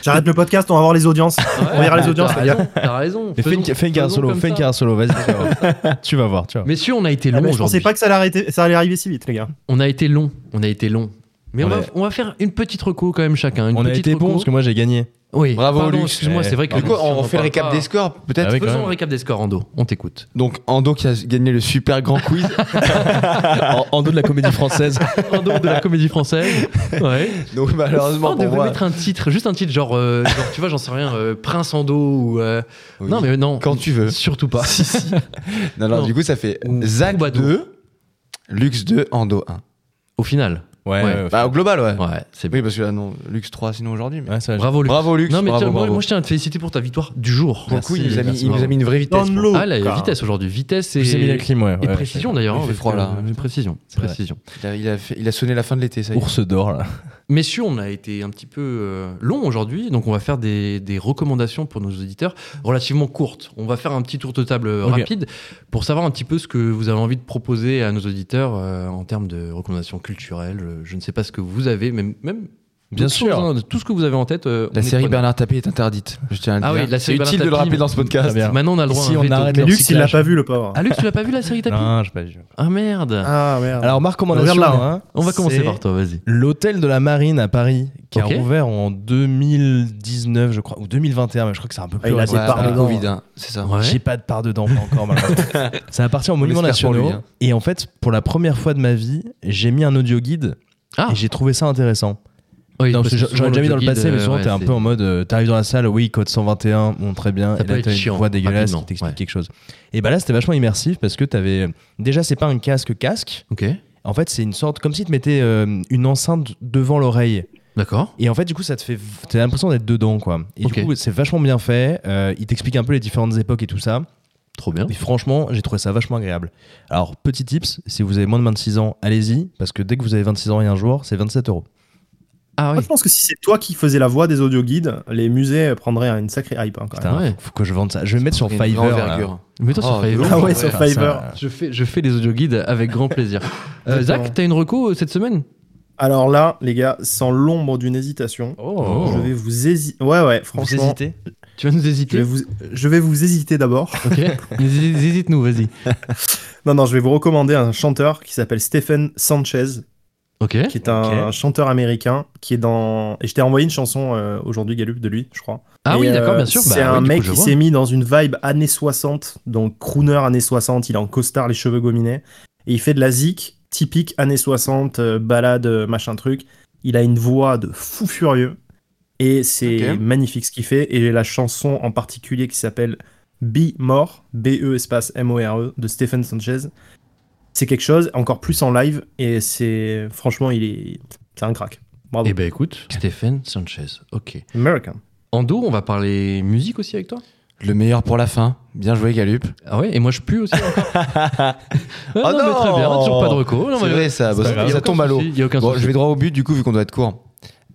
[SPEAKER 3] J'arrête le podcast, on va voir les audiences. on verra les audiences,
[SPEAKER 1] T'as
[SPEAKER 3] les gars.
[SPEAKER 1] raison, T'as raison.
[SPEAKER 4] Mais Fais une,
[SPEAKER 1] Faisons-
[SPEAKER 4] fais une
[SPEAKER 1] faisons
[SPEAKER 4] carrière solo,
[SPEAKER 1] comme
[SPEAKER 4] fais une
[SPEAKER 1] ça.
[SPEAKER 4] carrière solo, vas-y. tu vas voir. tu vas voir, tu vas voir.
[SPEAKER 1] Messieurs, on a été
[SPEAKER 3] Ah,
[SPEAKER 1] long
[SPEAKER 3] mais je
[SPEAKER 1] aujourd'hui.
[SPEAKER 3] pensais pas que ça allait, arrêter- ça allait arriver si vite, les gars.
[SPEAKER 1] On a été long, on a été long. Mais on,
[SPEAKER 4] On
[SPEAKER 1] va,
[SPEAKER 4] est-
[SPEAKER 1] on va faire une petite reco quand même chacun. Une
[SPEAKER 4] On a
[SPEAKER 1] petite
[SPEAKER 4] été bon
[SPEAKER 1] reco.
[SPEAKER 4] parce que moi j'ai gagné.
[SPEAKER 1] Oui.
[SPEAKER 2] Bravo,
[SPEAKER 1] Pardon,
[SPEAKER 2] Lux.
[SPEAKER 1] Excuse-moi,
[SPEAKER 4] Ouais.
[SPEAKER 1] c'est vrai que.
[SPEAKER 4] Du
[SPEAKER 2] Du coup, on
[SPEAKER 1] on
[SPEAKER 2] fait le
[SPEAKER 1] parle
[SPEAKER 2] récap
[SPEAKER 1] pas.
[SPEAKER 2] des scores, peut-être
[SPEAKER 4] Ah oui, quand
[SPEAKER 1] Faisons
[SPEAKER 4] même.
[SPEAKER 1] un récap des scores, Ando. On
[SPEAKER 2] [laughs]
[SPEAKER 1] t'écoute.
[SPEAKER 2] Donc, Ando qui a gagné le super grand quiz.
[SPEAKER 4] en, en dos de la
[SPEAKER 1] [laughs]
[SPEAKER 4] comédie française.
[SPEAKER 1] Ando de la comédie française. Ouais.
[SPEAKER 2] Donc, malheureusement,
[SPEAKER 1] on
[SPEAKER 2] pour
[SPEAKER 1] devrait
[SPEAKER 2] moi.
[SPEAKER 1] mettre un titre, juste un titre genre, euh, genre, tu vois, j'en sais rien, euh, Prince Ando ou. euh,
[SPEAKER 2] Oui.
[SPEAKER 1] Non, mais non.
[SPEAKER 2] Quand tu veux.
[SPEAKER 1] Surtout pas.
[SPEAKER 2] Non, alors,
[SPEAKER 1] Non.
[SPEAKER 2] du coup, ça fait
[SPEAKER 1] Ou
[SPEAKER 2] Zach
[SPEAKER 1] Troubadour.
[SPEAKER 2] 2, Lux 2, Ando 1.
[SPEAKER 1] Au final.
[SPEAKER 4] Ouais, euh,
[SPEAKER 1] Ouais.
[SPEAKER 4] ouais.
[SPEAKER 2] Bah, au global, ouais.
[SPEAKER 1] Ouais, c'est
[SPEAKER 2] Oui, parce que là, non, Lux 3, sinon aujourd'hui. mais-
[SPEAKER 4] Ouais, ça va.
[SPEAKER 1] Bravo, Lux.
[SPEAKER 2] Bravo, Lux.
[SPEAKER 1] Non, mais
[SPEAKER 2] bravo,
[SPEAKER 1] tiens, moi-
[SPEAKER 2] bravo.
[SPEAKER 1] Moi, je tiens à te féliciter pour ta victoire du jour.
[SPEAKER 2] Pour le coup, il nous a mis-
[SPEAKER 1] Merci,
[SPEAKER 2] il nous a
[SPEAKER 1] bravo.
[SPEAKER 2] mis une vraie vitesse.
[SPEAKER 3] Dans
[SPEAKER 2] pour
[SPEAKER 3] l'eau.
[SPEAKER 1] Ah, là, il y a
[SPEAKER 3] Car-
[SPEAKER 1] vitesse aujourd'hui. Vitesse et.
[SPEAKER 4] J'ai mis la clim, ouais.
[SPEAKER 1] Et
[SPEAKER 4] ouais.
[SPEAKER 1] précision d'ailleurs.
[SPEAKER 2] Il fait
[SPEAKER 1] avec,
[SPEAKER 2] froid, là.
[SPEAKER 1] euh, Précision.
[SPEAKER 4] vrai.
[SPEAKER 1] Précision.
[SPEAKER 2] Il a, il a fait- il a sonné la fin de l'été, ça y est.
[SPEAKER 4] Ours d'or, là.
[SPEAKER 1] Messieurs, on a été un petit peu euh, long aujourd'hui, donc on va faire des, des recommandations pour nos auditeurs relativement courtes. On va faire un petit tour de table euh,
[SPEAKER 4] Ok.
[SPEAKER 1] rapide pour savoir un petit peu ce que vous avez envie de proposer à nos auditeurs euh, en termes de recommandations culturelles. Euh, Je ne sais pas ce que vous avez, même, même
[SPEAKER 4] Bien
[SPEAKER 1] d'autres
[SPEAKER 4] sûr.
[SPEAKER 1] choses, hein, de tout ce que vous avez en tête. euh, on
[SPEAKER 2] La
[SPEAKER 1] est
[SPEAKER 2] série
[SPEAKER 1] preneur.
[SPEAKER 2] Bernard Tapie est interdite. Je tiens à le
[SPEAKER 1] Ah
[SPEAKER 2] dire.
[SPEAKER 1] oui, la
[SPEAKER 2] C'est
[SPEAKER 1] série
[SPEAKER 2] utile de
[SPEAKER 1] Bernard
[SPEAKER 2] le
[SPEAKER 1] Tapie.
[SPEAKER 2] rappeler dans ce podcast.
[SPEAKER 4] Très bien.
[SPEAKER 1] Maintenant, on a le droit
[SPEAKER 4] Ici,
[SPEAKER 1] à un
[SPEAKER 4] on
[SPEAKER 1] veto.
[SPEAKER 4] arrête
[SPEAKER 3] Mais
[SPEAKER 4] Leur
[SPEAKER 3] Lux, il l'a
[SPEAKER 4] cyclage.
[SPEAKER 3] pas vu, le pauvre.
[SPEAKER 1] Ah, Luc, tu l'as pas vu la série Tapie
[SPEAKER 4] Non, j'ai pas vu.
[SPEAKER 1] Ah merde
[SPEAKER 3] Ah, merde.
[SPEAKER 4] Alors, ma recommandation,
[SPEAKER 3] Regarde là,
[SPEAKER 4] moi,
[SPEAKER 1] hein. On va commencer
[SPEAKER 4] hein. c'est
[SPEAKER 1] par toi, vas-y.
[SPEAKER 4] L'hôtel de la Marine à Paris, qui
[SPEAKER 1] Ok.
[SPEAKER 4] a ouvert en 2019, je crois, ou 2021, mais je crois que c'est un peu plus
[SPEAKER 3] Ah, il a
[SPEAKER 4] récent.
[SPEAKER 3] des
[SPEAKER 1] Ah,
[SPEAKER 3] parts
[SPEAKER 2] bah,
[SPEAKER 3] dedans.
[SPEAKER 2] Covid, hein, c'est ça.
[SPEAKER 1] Ouais.
[SPEAKER 4] J'ai pas de part dedans, pas encore
[SPEAKER 3] [laughs]
[SPEAKER 4] malheureusement. ça appartient aux monuments
[SPEAKER 2] espère pour
[SPEAKER 4] nationaux.
[SPEAKER 2] lui, hein.
[SPEAKER 4] Et en fait, pour la première fois de ma vie, j'ai mis un audio guide
[SPEAKER 1] Ah.
[SPEAKER 4] et j'ai trouvé ça intéressant.
[SPEAKER 1] Oui,
[SPEAKER 4] Non,
[SPEAKER 1] parce
[SPEAKER 4] parce que
[SPEAKER 1] que
[SPEAKER 4] j'a- J'en ai
[SPEAKER 1] souvent,
[SPEAKER 4] déjà mis dans le
[SPEAKER 1] l'autoguide,
[SPEAKER 4] passé, mais souvent
[SPEAKER 1] euh,
[SPEAKER 4] t'es un
[SPEAKER 1] ouais,
[SPEAKER 4] peu en mode, euh, t'arrives dans la salle, oui, code 121, bon, très bien,
[SPEAKER 1] Ça
[SPEAKER 4] et
[SPEAKER 1] peut
[SPEAKER 4] là
[SPEAKER 1] être
[SPEAKER 4] t'as une
[SPEAKER 1] chiant,
[SPEAKER 4] voix dégueulasse
[SPEAKER 1] rapidement,
[SPEAKER 4] qui t'explique
[SPEAKER 1] ouais.
[SPEAKER 4] quelque chose. Et bah là, c'était vachement immersif parce que t'avais. euh, Déjà, c'est pas un casque-casque.
[SPEAKER 1] c'est- Ok,
[SPEAKER 4] En fait, c'est une sorte. Comme si tu mettais euh, une enceinte devant l'oreille.
[SPEAKER 1] d'accord.
[SPEAKER 4] Et en fait, du coup, ça te fait. v- T'as l'impression d'être dedans, quoi. Et
[SPEAKER 1] Ok.
[SPEAKER 4] du coup, c'est vachement bien fait. euh, il t'explique un peu les différentes époques et tout ça.
[SPEAKER 1] Trop
[SPEAKER 4] [laughs]
[SPEAKER 1] bien.
[SPEAKER 4] Et franchement, j'ai trouvé ça vachement agréable. Alors, petit tips, si vous avez moins de 26 ans, allez-y, parce que dès que vous avez 26 ans et un jour, c'est 27 euros.
[SPEAKER 1] Ah
[SPEAKER 3] Moi,
[SPEAKER 1] oui,
[SPEAKER 3] je pense que si c'est toi qui faisais la voix des audioguides, les musées prendraient une sacrée hype. hein, quand même.
[SPEAKER 4] Putain,
[SPEAKER 1] Ah Ouais.
[SPEAKER 4] faut que je vende ça. Je vais me mettre sur
[SPEAKER 2] Il y a une
[SPEAKER 4] Fiverr.
[SPEAKER 2] grande
[SPEAKER 4] là.
[SPEAKER 2] envergure.
[SPEAKER 1] mets-toi sur
[SPEAKER 2] Oh, de
[SPEAKER 1] Fiverr.
[SPEAKER 2] ouf.
[SPEAKER 3] Ah ouais,
[SPEAKER 2] Ouais,
[SPEAKER 3] sur
[SPEAKER 2] ça,
[SPEAKER 3] Fiverr.
[SPEAKER 4] Ça, euh,
[SPEAKER 1] Je fais, je fais les audioguides avec grand plaisir. Euh, Zach,
[SPEAKER 3] D'accord.
[SPEAKER 1] t'as une reco euh, cette semaine
[SPEAKER 3] Alors là, les gars, sans l'ombre d'une hésitation,
[SPEAKER 1] Oh.
[SPEAKER 3] je vais vous hésiter. Ouais, ouais,
[SPEAKER 4] Vous
[SPEAKER 3] franchement,
[SPEAKER 4] hésitez
[SPEAKER 1] Tu vas nous
[SPEAKER 3] Je vais
[SPEAKER 1] hésiter.
[SPEAKER 3] vous, je vais vous hésiter d'abord.
[SPEAKER 1] Ok. Hésite-nous, vas-y.
[SPEAKER 3] Non, non, je vais vous recommander un chanteur qui s'appelle Stephen Sanchez,
[SPEAKER 1] Ok.
[SPEAKER 3] qui est un
[SPEAKER 4] Ok.
[SPEAKER 3] chanteur américain qui est dans. Et je t'ai envoyé une chanson euh, aujourd'hui, Galup, de lui, je crois.
[SPEAKER 1] Ah
[SPEAKER 3] Et,
[SPEAKER 1] oui,
[SPEAKER 3] euh,
[SPEAKER 1] d'accord, bien sûr. Bah
[SPEAKER 3] C'est
[SPEAKER 1] oui,
[SPEAKER 3] un
[SPEAKER 1] du coup,
[SPEAKER 3] mec
[SPEAKER 1] je
[SPEAKER 3] qui
[SPEAKER 1] vois.
[SPEAKER 3] s'est mis dans une vibe années 60, donc crooner années 60, il est en costard, les cheveux gominés, et il fait de la zik typique années 60, euh, balade, euh, machin truc. Il a une voix de fou furieux, et c'est
[SPEAKER 2] Ok.
[SPEAKER 3] magnifique ce qu'il fait, et la chanson en particulier qui s'appelle Be More, B-E espace M-O-R-E, E, de Stephen Sanchez, c'est quelque chose, encore plus en live, et c'est franchement, il est... C'est un crack. Bravo.
[SPEAKER 1] Eh ben écoute, Stéphane Sanchez. Ok.
[SPEAKER 3] American.
[SPEAKER 1] Ando, on va parler musique aussi avec toi
[SPEAKER 2] Le meilleur pour la fin. Bien joué, Galup.
[SPEAKER 1] Ah ouais, et moi je pue aussi encore. [laughs] Ah
[SPEAKER 2] Oh
[SPEAKER 1] mais Très bien,
[SPEAKER 2] non
[SPEAKER 1] toujours pas de recours.
[SPEAKER 2] C'est vrai, ça. Bah,
[SPEAKER 1] pas
[SPEAKER 2] ça-
[SPEAKER 1] grave.
[SPEAKER 2] ça
[SPEAKER 1] Y a aucun
[SPEAKER 2] tombe à l'eau.
[SPEAKER 1] souci, y a aucun
[SPEAKER 2] Bon,
[SPEAKER 1] souci.
[SPEAKER 2] je vais droit au but, du coup, vu qu'on doit être court.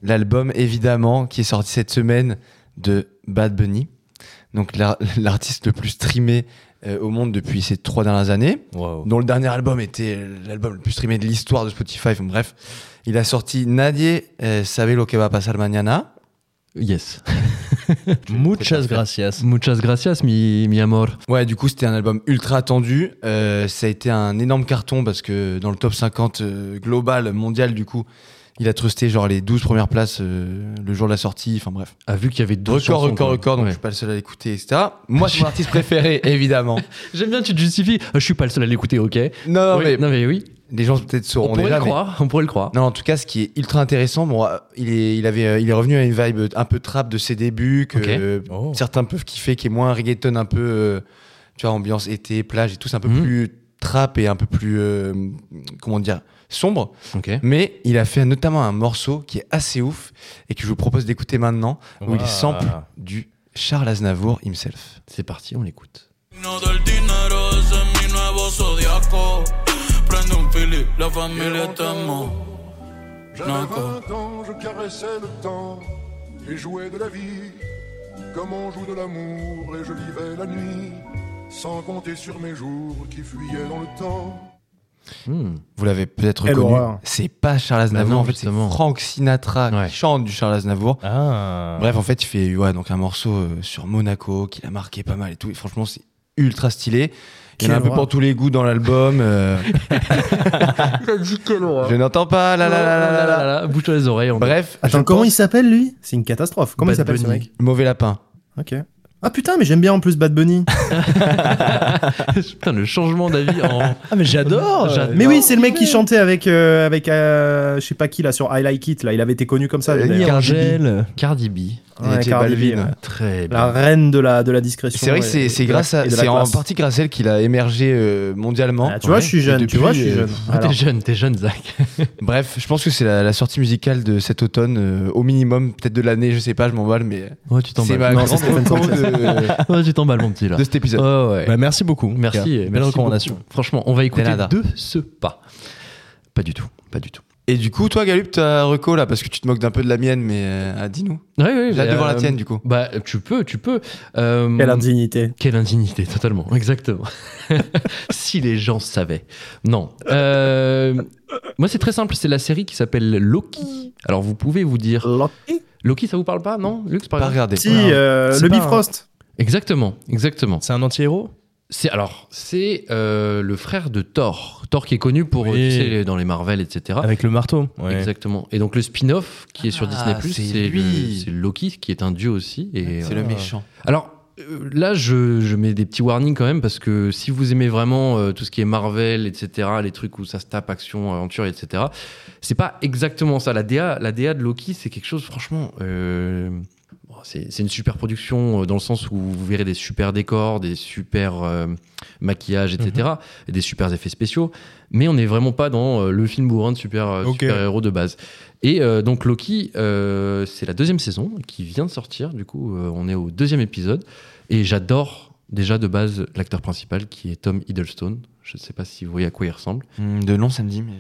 [SPEAKER 2] L'album, évidemment, qui est sorti cette semaine de Bad Bunny. Donc, l'ar- [laughs] l'artiste le plus streamé euh, au monde depuis ces trois dernières années. dont le dernier album était l'album le plus streamé de l'histoire de Spotify. Enfin, bref, il a sorti Nadie eh, sabe lo que va pasar mañana.
[SPEAKER 1] Yes.
[SPEAKER 4] Muchas gracias.
[SPEAKER 1] Muchas gracias, mi, mi amor.
[SPEAKER 2] Ouais, du coup, c'était un album ultra attendu. Euh, ça a été un énorme carton parce que dans le top 50 euh, global, mondial, du coup, il a trusté genre les 12 premières places euh, le jour de la sortie. Enfin, bref.
[SPEAKER 1] Ah, vu qu'il y avait deux
[SPEAKER 2] Record,
[SPEAKER 1] chansons,
[SPEAKER 2] record,
[SPEAKER 1] quoi.
[SPEAKER 2] record. Donc,
[SPEAKER 1] Ouais.
[SPEAKER 2] je suis pas le seul à l'écouter, etc. Moi, c'est mon [laughs] artiste préféré, évidemment.
[SPEAKER 1] J'aime bien, tu te justifies. Euh, Je suis pas le seul à l'écouter, ok
[SPEAKER 2] [laughs] Non, non,
[SPEAKER 1] Oui,
[SPEAKER 2] mais
[SPEAKER 1] Non, mais oui.
[SPEAKER 2] les gens peut-être
[SPEAKER 1] On,
[SPEAKER 2] sauront
[SPEAKER 1] pourrait
[SPEAKER 2] déjà.
[SPEAKER 1] le
[SPEAKER 2] mais-
[SPEAKER 1] croire. On pourrait le croire.
[SPEAKER 2] Non, en tout cas, ce qui est ultra intéressant, bon, euh, il est, il avait, euh, il est revenu à une vibe un peu trap de ses débuts que
[SPEAKER 1] Ok.
[SPEAKER 2] euh,
[SPEAKER 4] Oh.
[SPEAKER 2] certains peuvent kiffer, qui est moins reggaeton, un peu, euh, tu vois, ambiance été, plage et tout, c'est un peu
[SPEAKER 1] Mhm.
[SPEAKER 2] plus trap et un peu plus, euh, comment dire, sombre.
[SPEAKER 1] Ok.
[SPEAKER 2] Mais il a fait notamment un morceau qui est assez ouf et que je vous propose d'écouter maintenant, où
[SPEAKER 4] Ouah.
[SPEAKER 2] il sample du Charles Aznavour himself.
[SPEAKER 1] C'est parti, on l'écoute.
[SPEAKER 8] No del dinero, ese es mi nuevo zodiaco. Prende un fili, la familia estamos.
[SPEAKER 9] J'avais 20 ans, je caressais le temps et jouais de la vie comme on joue de l'amour et je vivais la nuit sans compter sur mes jours qui fuyaient dans le temps.
[SPEAKER 1] Hmm.
[SPEAKER 2] Vous l'avez peut-être
[SPEAKER 3] Quelle
[SPEAKER 2] reconnu.
[SPEAKER 3] horreur.
[SPEAKER 2] C'est pas Charles Aznavour,
[SPEAKER 1] non,
[SPEAKER 2] en fait, Bah c'est
[SPEAKER 1] justement.
[SPEAKER 2] Frank Sinatra
[SPEAKER 1] Ouais.
[SPEAKER 2] qui chante du Charles Aznavour.
[SPEAKER 4] Ah.
[SPEAKER 2] Euh. Bref, en fait, il fait ouais, donc un morceau euh, sur Monaco qu'il a marqué pas mal et tout. Et franchement, c'est ultra stylé. Il y en a un
[SPEAKER 3] Quel
[SPEAKER 2] peu
[SPEAKER 3] roi.
[SPEAKER 2] pour tous les goûts dans l'album. [laughs] euh, je n'entends pas, là, là, là, là, là, là.
[SPEAKER 1] Bouche les oreilles. on-
[SPEAKER 2] Bref,
[SPEAKER 3] Attends,
[SPEAKER 2] je
[SPEAKER 3] comment
[SPEAKER 2] pense-
[SPEAKER 3] il s'appelle lui C'est une catastrophe. Comment
[SPEAKER 1] Bad
[SPEAKER 3] il s'appelle ce
[SPEAKER 1] Bunny.
[SPEAKER 3] mec
[SPEAKER 2] Mauvais lapin.
[SPEAKER 3] Ok. Ah putain, mais j'aime bien en plus Bad
[SPEAKER 2] [laughs]
[SPEAKER 3] Bunny.
[SPEAKER 1] [laughs] Putain, le changement d'avis
[SPEAKER 2] [laughs]
[SPEAKER 1] en.
[SPEAKER 4] Ah, mais j'adore.
[SPEAKER 1] J'adore.
[SPEAKER 3] mais oui, c'est le mec qui chantait avec, euh, avec euh, je sais pas qui là sur I Like It. Là, il avait été connu comme
[SPEAKER 2] Euh,
[SPEAKER 3] ça. d'ailleurs.
[SPEAKER 4] Angèle.
[SPEAKER 1] Cardi B.
[SPEAKER 3] Ouais,
[SPEAKER 2] DJ
[SPEAKER 3] Cardi B,
[SPEAKER 2] Balvin.
[SPEAKER 3] ouais.
[SPEAKER 2] Ah,
[SPEAKER 1] Très bien.
[SPEAKER 3] La reine de la, de la discrétion.
[SPEAKER 2] C'est vrai que
[SPEAKER 3] et-
[SPEAKER 2] c'est- c'est
[SPEAKER 3] et de
[SPEAKER 2] grâce
[SPEAKER 3] la-
[SPEAKER 2] à,
[SPEAKER 3] et de la
[SPEAKER 2] c'est en
[SPEAKER 3] classe.
[SPEAKER 2] partie grâce à elle qu'il a émergé euh, mondialement.
[SPEAKER 3] Ah, tu vois, je suis
[SPEAKER 2] Et
[SPEAKER 3] jeune.
[SPEAKER 2] depuis,
[SPEAKER 3] tu vois, je suis
[SPEAKER 2] euh,
[SPEAKER 3] jeune.
[SPEAKER 1] Ah,
[SPEAKER 3] Alors,
[SPEAKER 1] t'es jeune, t'es jeune, Zach.
[SPEAKER 2] Bref, je pense que c'est la, la sortie musicale de cet automne, euh, au minimum, peut-être de l'année, je sais pas, je m'emballe, mais
[SPEAKER 1] Ouais, tu
[SPEAKER 2] c'est
[SPEAKER 1] t'emballes.
[SPEAKER 2] ma
[SPEAKER 3] Non,
[SPEAKER 2] grande
[SPEAKER 3] c'est Stephen
[SPEAKER 2] reco de,
[SPEAKER 1] Ouais, tu t'emballes, mon petit, là.
[SPEAKER 2] [laughs] de cet épisode.
[SPEAKER 1] Ouais, ouais.
[SPEAKER 4] Bah, merci beaucoup.
[SPEAKER 1] Merci,
[SPEAKER 4] Pierre.
[SPEAKER 1] merci
[SPEAKER 4] Belle recommandation.
[SPEAKER 1] beaucoup. Franchement, on va écouter
[SPEAKER 2] De nada.
[SPEAKER 1] de ce pas. Pas du tout, pas du tout.
[SPEAKER 2] Et du coup, toi, Galup, t'as reco là, parce que tu te moques d'un peu de la mienne, mais euh, ah, dis-nous.
[SPEAKER 1] Ouais, ouais,
[SPEAKER 2] J'ai hâte de voir
[SPEAKER 3] euh,
[SPEAKER 2] la tienne, du coup.
[SPEAKER 1] Bah, tu peux, tu peux. Euh,
[SPEAKER 3] Quelle indignité.
[SPEAKER 1] quelle indignité, totalement, [laughs] exactement. si les gens savaient. Non. Euh, moi, c'est très simple, c'est la série qui s'appelle Loki. Alors, vous pouvez vous dire. Loki, ça vous parle pas, non Lux, par
[SPEAKER 2] Pas
[SPEAKER 1] exemple
[SPEAKER 2] regardé.
[SPEAKER 3] Si,
[SPEAKER 2] Voilà.
[SPEAKER 3] euh,
[SPEAKER 4] C'est
[SPEAKER 3] le
[SPEAKER 4] pas un-
[SPEAKER 3] Bifrost.
[SPEAKER 1] Exactement, exactement.
[SPEAKER 4] C'est un anti-héros
[SPEAKER 1] C'est alors c'est euh, le frère de Thor, Thor qui est connu pour
[SPEAKER 4] Oui.
[SPEAKER 1] euh, tu sais, dans les Marvel etc.
[SPEAKER 4] Avec le marteau. Ouais.
[SPEAKER 1] Exactement. Et donc le spin-off qui est sur
[SPEAKER 2] Ah,
[SPEAKER 1] Disney Plus,
[SPEAKER 2] c'est
[SPEAKER 1] c'est
[SPEAKER 2] lui.
[SPEAKER 1] le- c'est Loki qui est un dieu aussi. Et
[SPEAKER 2] C'est le méchant.
[SPEAKER 1] Alors euh, là, je, je mets des petits warnings quand même parce que si vous aimez vraiment euh, tout ce qui est Marvel etc, les trucs où ça se tape action, aventure etc, c'est pas exactement ça. La DA, la DA de Loki, c'est quelque chose franchement. euh, bon, c'est c'est une super production euh, dans le sens où vous verrez des super décors, des super euh, maquillages, etc. et des super effets spéciaux. Mais on n'est vraiment pas dans euh, le film bourrin de super,
[SPEAKER 4] Ok.
[SPEAKER 1] héros de base. Et euh, donc Loki, euh, c'est la deuxième saison qui vient de sortir. Du coup, euh, on est au deuxième épisode. Et j'adore déjà de base l'acteur principal qui est Tom Hiddleston. Je ne sais pas si vous voyez à quoi il ressemble.
[SPEAKER 2] Hmm, De nom, ça me dit, mais.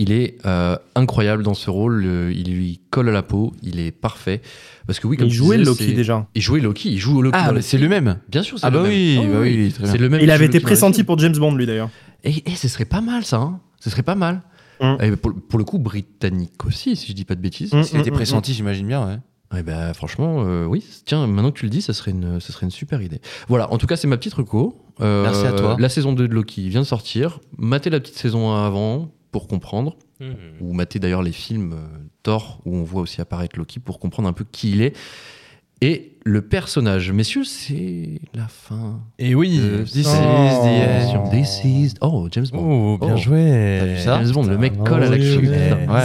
[SPEAKER 1] Il est euh, incroyable dans ce rôle. euh, il lui colle à la peau. Il est parfait. Parce que oui, comme
[SPEAKER 3] Il
[SPEAKER 1] tu
[SPEAKER 3] jouait le
[SPEAKER 1] disais,
[SPEAKER 3] Loki
[SPEAKER 1] c'est-
[SPEAKER 3] déjà.
[SPEAKER 1] Il jouait Loki. Il joue Loki.
[SPEAKER 2] Ah,
[SPEAKER 1] dans
[SPEAKER 2] mais
[SPEAKER 1] la
[SPEAKER 2] c'est
[SPEAKER 1] série.
[SPEAKER 2] le même.
[SPEAKER 1] Bien sûr, c'est
[SPEAKER 2] Ah,
[SPEAKER 1] le
[SPEAKER 2] bah
[SPEAKER 1] même.
[SPEAKER 2] oui,
[SPEAKER 1] Ah
[SPEAKER 2] bah oui, très bien.
[SPEAKER 1] C'est le même.
[SPEAKER 3] Il
[SPEAKER 1] que Loki dans
[SPEAKER 3] avait été
[SPEAKER 1] la série.
[SPEAKER 3] pressenti pour James Bond lui d'ailleurs.
[SPEAKER 1] Et, et ce serait pas mal ça. hein. ce serait pas mal.
[SPEAKER 3] Mm.
[SPEAKER 1] Et pour, pour le coup, britannique aussi, si je dis pas de bêtises.
[SPEAKER 3] Mm.
[SPEAKER 2] S'il était
[SPEAKER 3] mm,
[SPEAKER 2] pressenti, j'imagine bien, ouais.
[SPEAKER 1] Eh ben, franchement, euh, oui. Tiens, maintenant que tu le dis, ça serait une, ça serait une super idée. Voilà, en tout cas, c'est ma petite reco. Euh,
[SPEAKER 2] Merci à toi.
[SPEAKER 1] La saison 2 de Loki vient de sortir. Matez la petite saison 1 avant pour comprendre. Ou matez d'ailleurs les films euh, Thor où on voit aussi apparaître Loki pour comprendre un peu qui il est. Et le personnage, messieurs, c'est la fin.
[SPEAKER 4] Et oui,
[SPEAKER 1] Euh,
[SPEAKER 2] This
[SPEAKER 1] Oh.
[SPEAKER 2] is the end.
[SPEAKER 1] This is- Oh, James Bond.
[SPEAKER 4] Oh, bien
[SPEAKER 1] Oh.
[SPEAKER 4] joué.
[SPEAKER 1] T'as vu ça James Bond, le mec
[SPEAKER 4] Putain,
[SPEAKER 1] colle à
[SPEAKER 4] mon
[SPEAKER 1] l'actu.
[SPEAKER 4] Dieu.
[SPEAKER 1] Putain.
[SPEAKER 2] Ouais,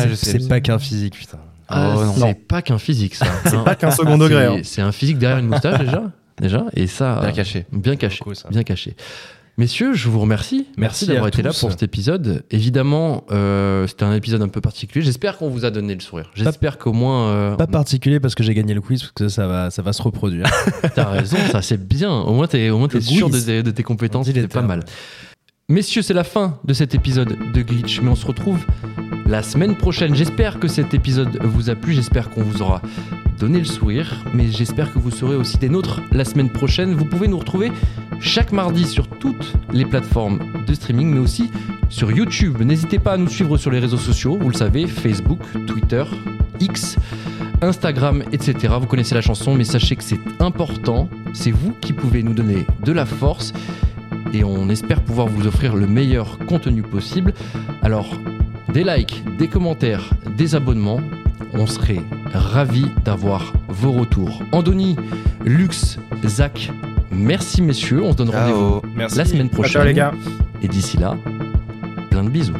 [SPEAKER 4] C'est-
[SPEAKER 2] je sais, je
[SPEAKER 4] C'est
[SPEAKER 2] sais.
[SPEAKER 4] pas qu'un physique, putain.
[SPEAKER 1] Ah,
[SPEAKER 2] Oh, non.
[SPEAKER 1] c'est pas qu'un physique,
[SPEAKER 2] [laughs]
[SPEAKER 1] ça. Hein.
[SPEAKER 3] Pas qu'un second
[SPEAKER 2] Ah,
[SPEAKER 3] degré. hein.
[SPEAKER 1] C'est- C'est un physique derrière une moustache déjà, déjà, et ça
[SPEAKER 2] Bien
[SPEAKER 1] euh,
[SPEAKER 2] caché.
[SPEAKER 1] bien caché,
[SPEAKER 4] Beaucoup, ça.
[SPEAKER 1] bien caché. Messieurs, je vous remercie.
[SPEAKER 4] Merci
[SPEAKER 1] d'avoir
[SPEAKER 4] à
[SPEAKER 1] été là
[SPEAKER 4] tous.
[SPEAKER 1] pour cet épisode. Évidemment, euh, c'était un épisode un peu particulier. J'espère qu'on vous a donné le sourire. J'espère qu'au moins. euh,
[SPEAKER 4] Pas particulier parce que j'ai gagné le quiz, parce que ça va, ça va se reproduire.
[SPEAKER 1] T'as raison, ça c'est bien. Au moins, t'es, au moins, t'es sûr de, tes- de tes compétences,
[SPEAKER 4] On dit les
[SPEAKER 1] c'est pas
[SPEAKER 4] termes.
[SPEAKER 1] mal. Messieurs, c'est la fin de cet épisode de Glitch, mais on se retrouve la semaine prochaine. J'espère que cet épisode vous a plu, j'espère qu'on vous aura donné le sourire, mais j'espère que vous serez aussi des nôtres la semaine prochaine. Vous pouvez nous retrouver chaque mardi sur toutes les plateformes de streaming, mais aussi sur YouTube. N'hésitez pas à nous suivre sur les réseaux sociaux, vous le savez, Facebook, Twitter, X. Instagram, etc. Vous connaissez la chanson, mais sachez que c'est important. C'est vous qui pouvez nous donner de la force et on espère pouvoir vous offrir le meilleur contenu possible. Alors, des likes, des commentaires, des abonnements, on serait ravis d'avoir vos retours. Andoni, Lux, Zach, merci messieurs. On se donne rendez-vous
[SPEAKER 2] Ciao.
[SPEAKER 4] Merci.
[SPEAKER 1] la semaine prochaine.
[SPEAKER 3] Ciao les gars.
[SPEAKER 1] Et d'ici là, plein de bisous.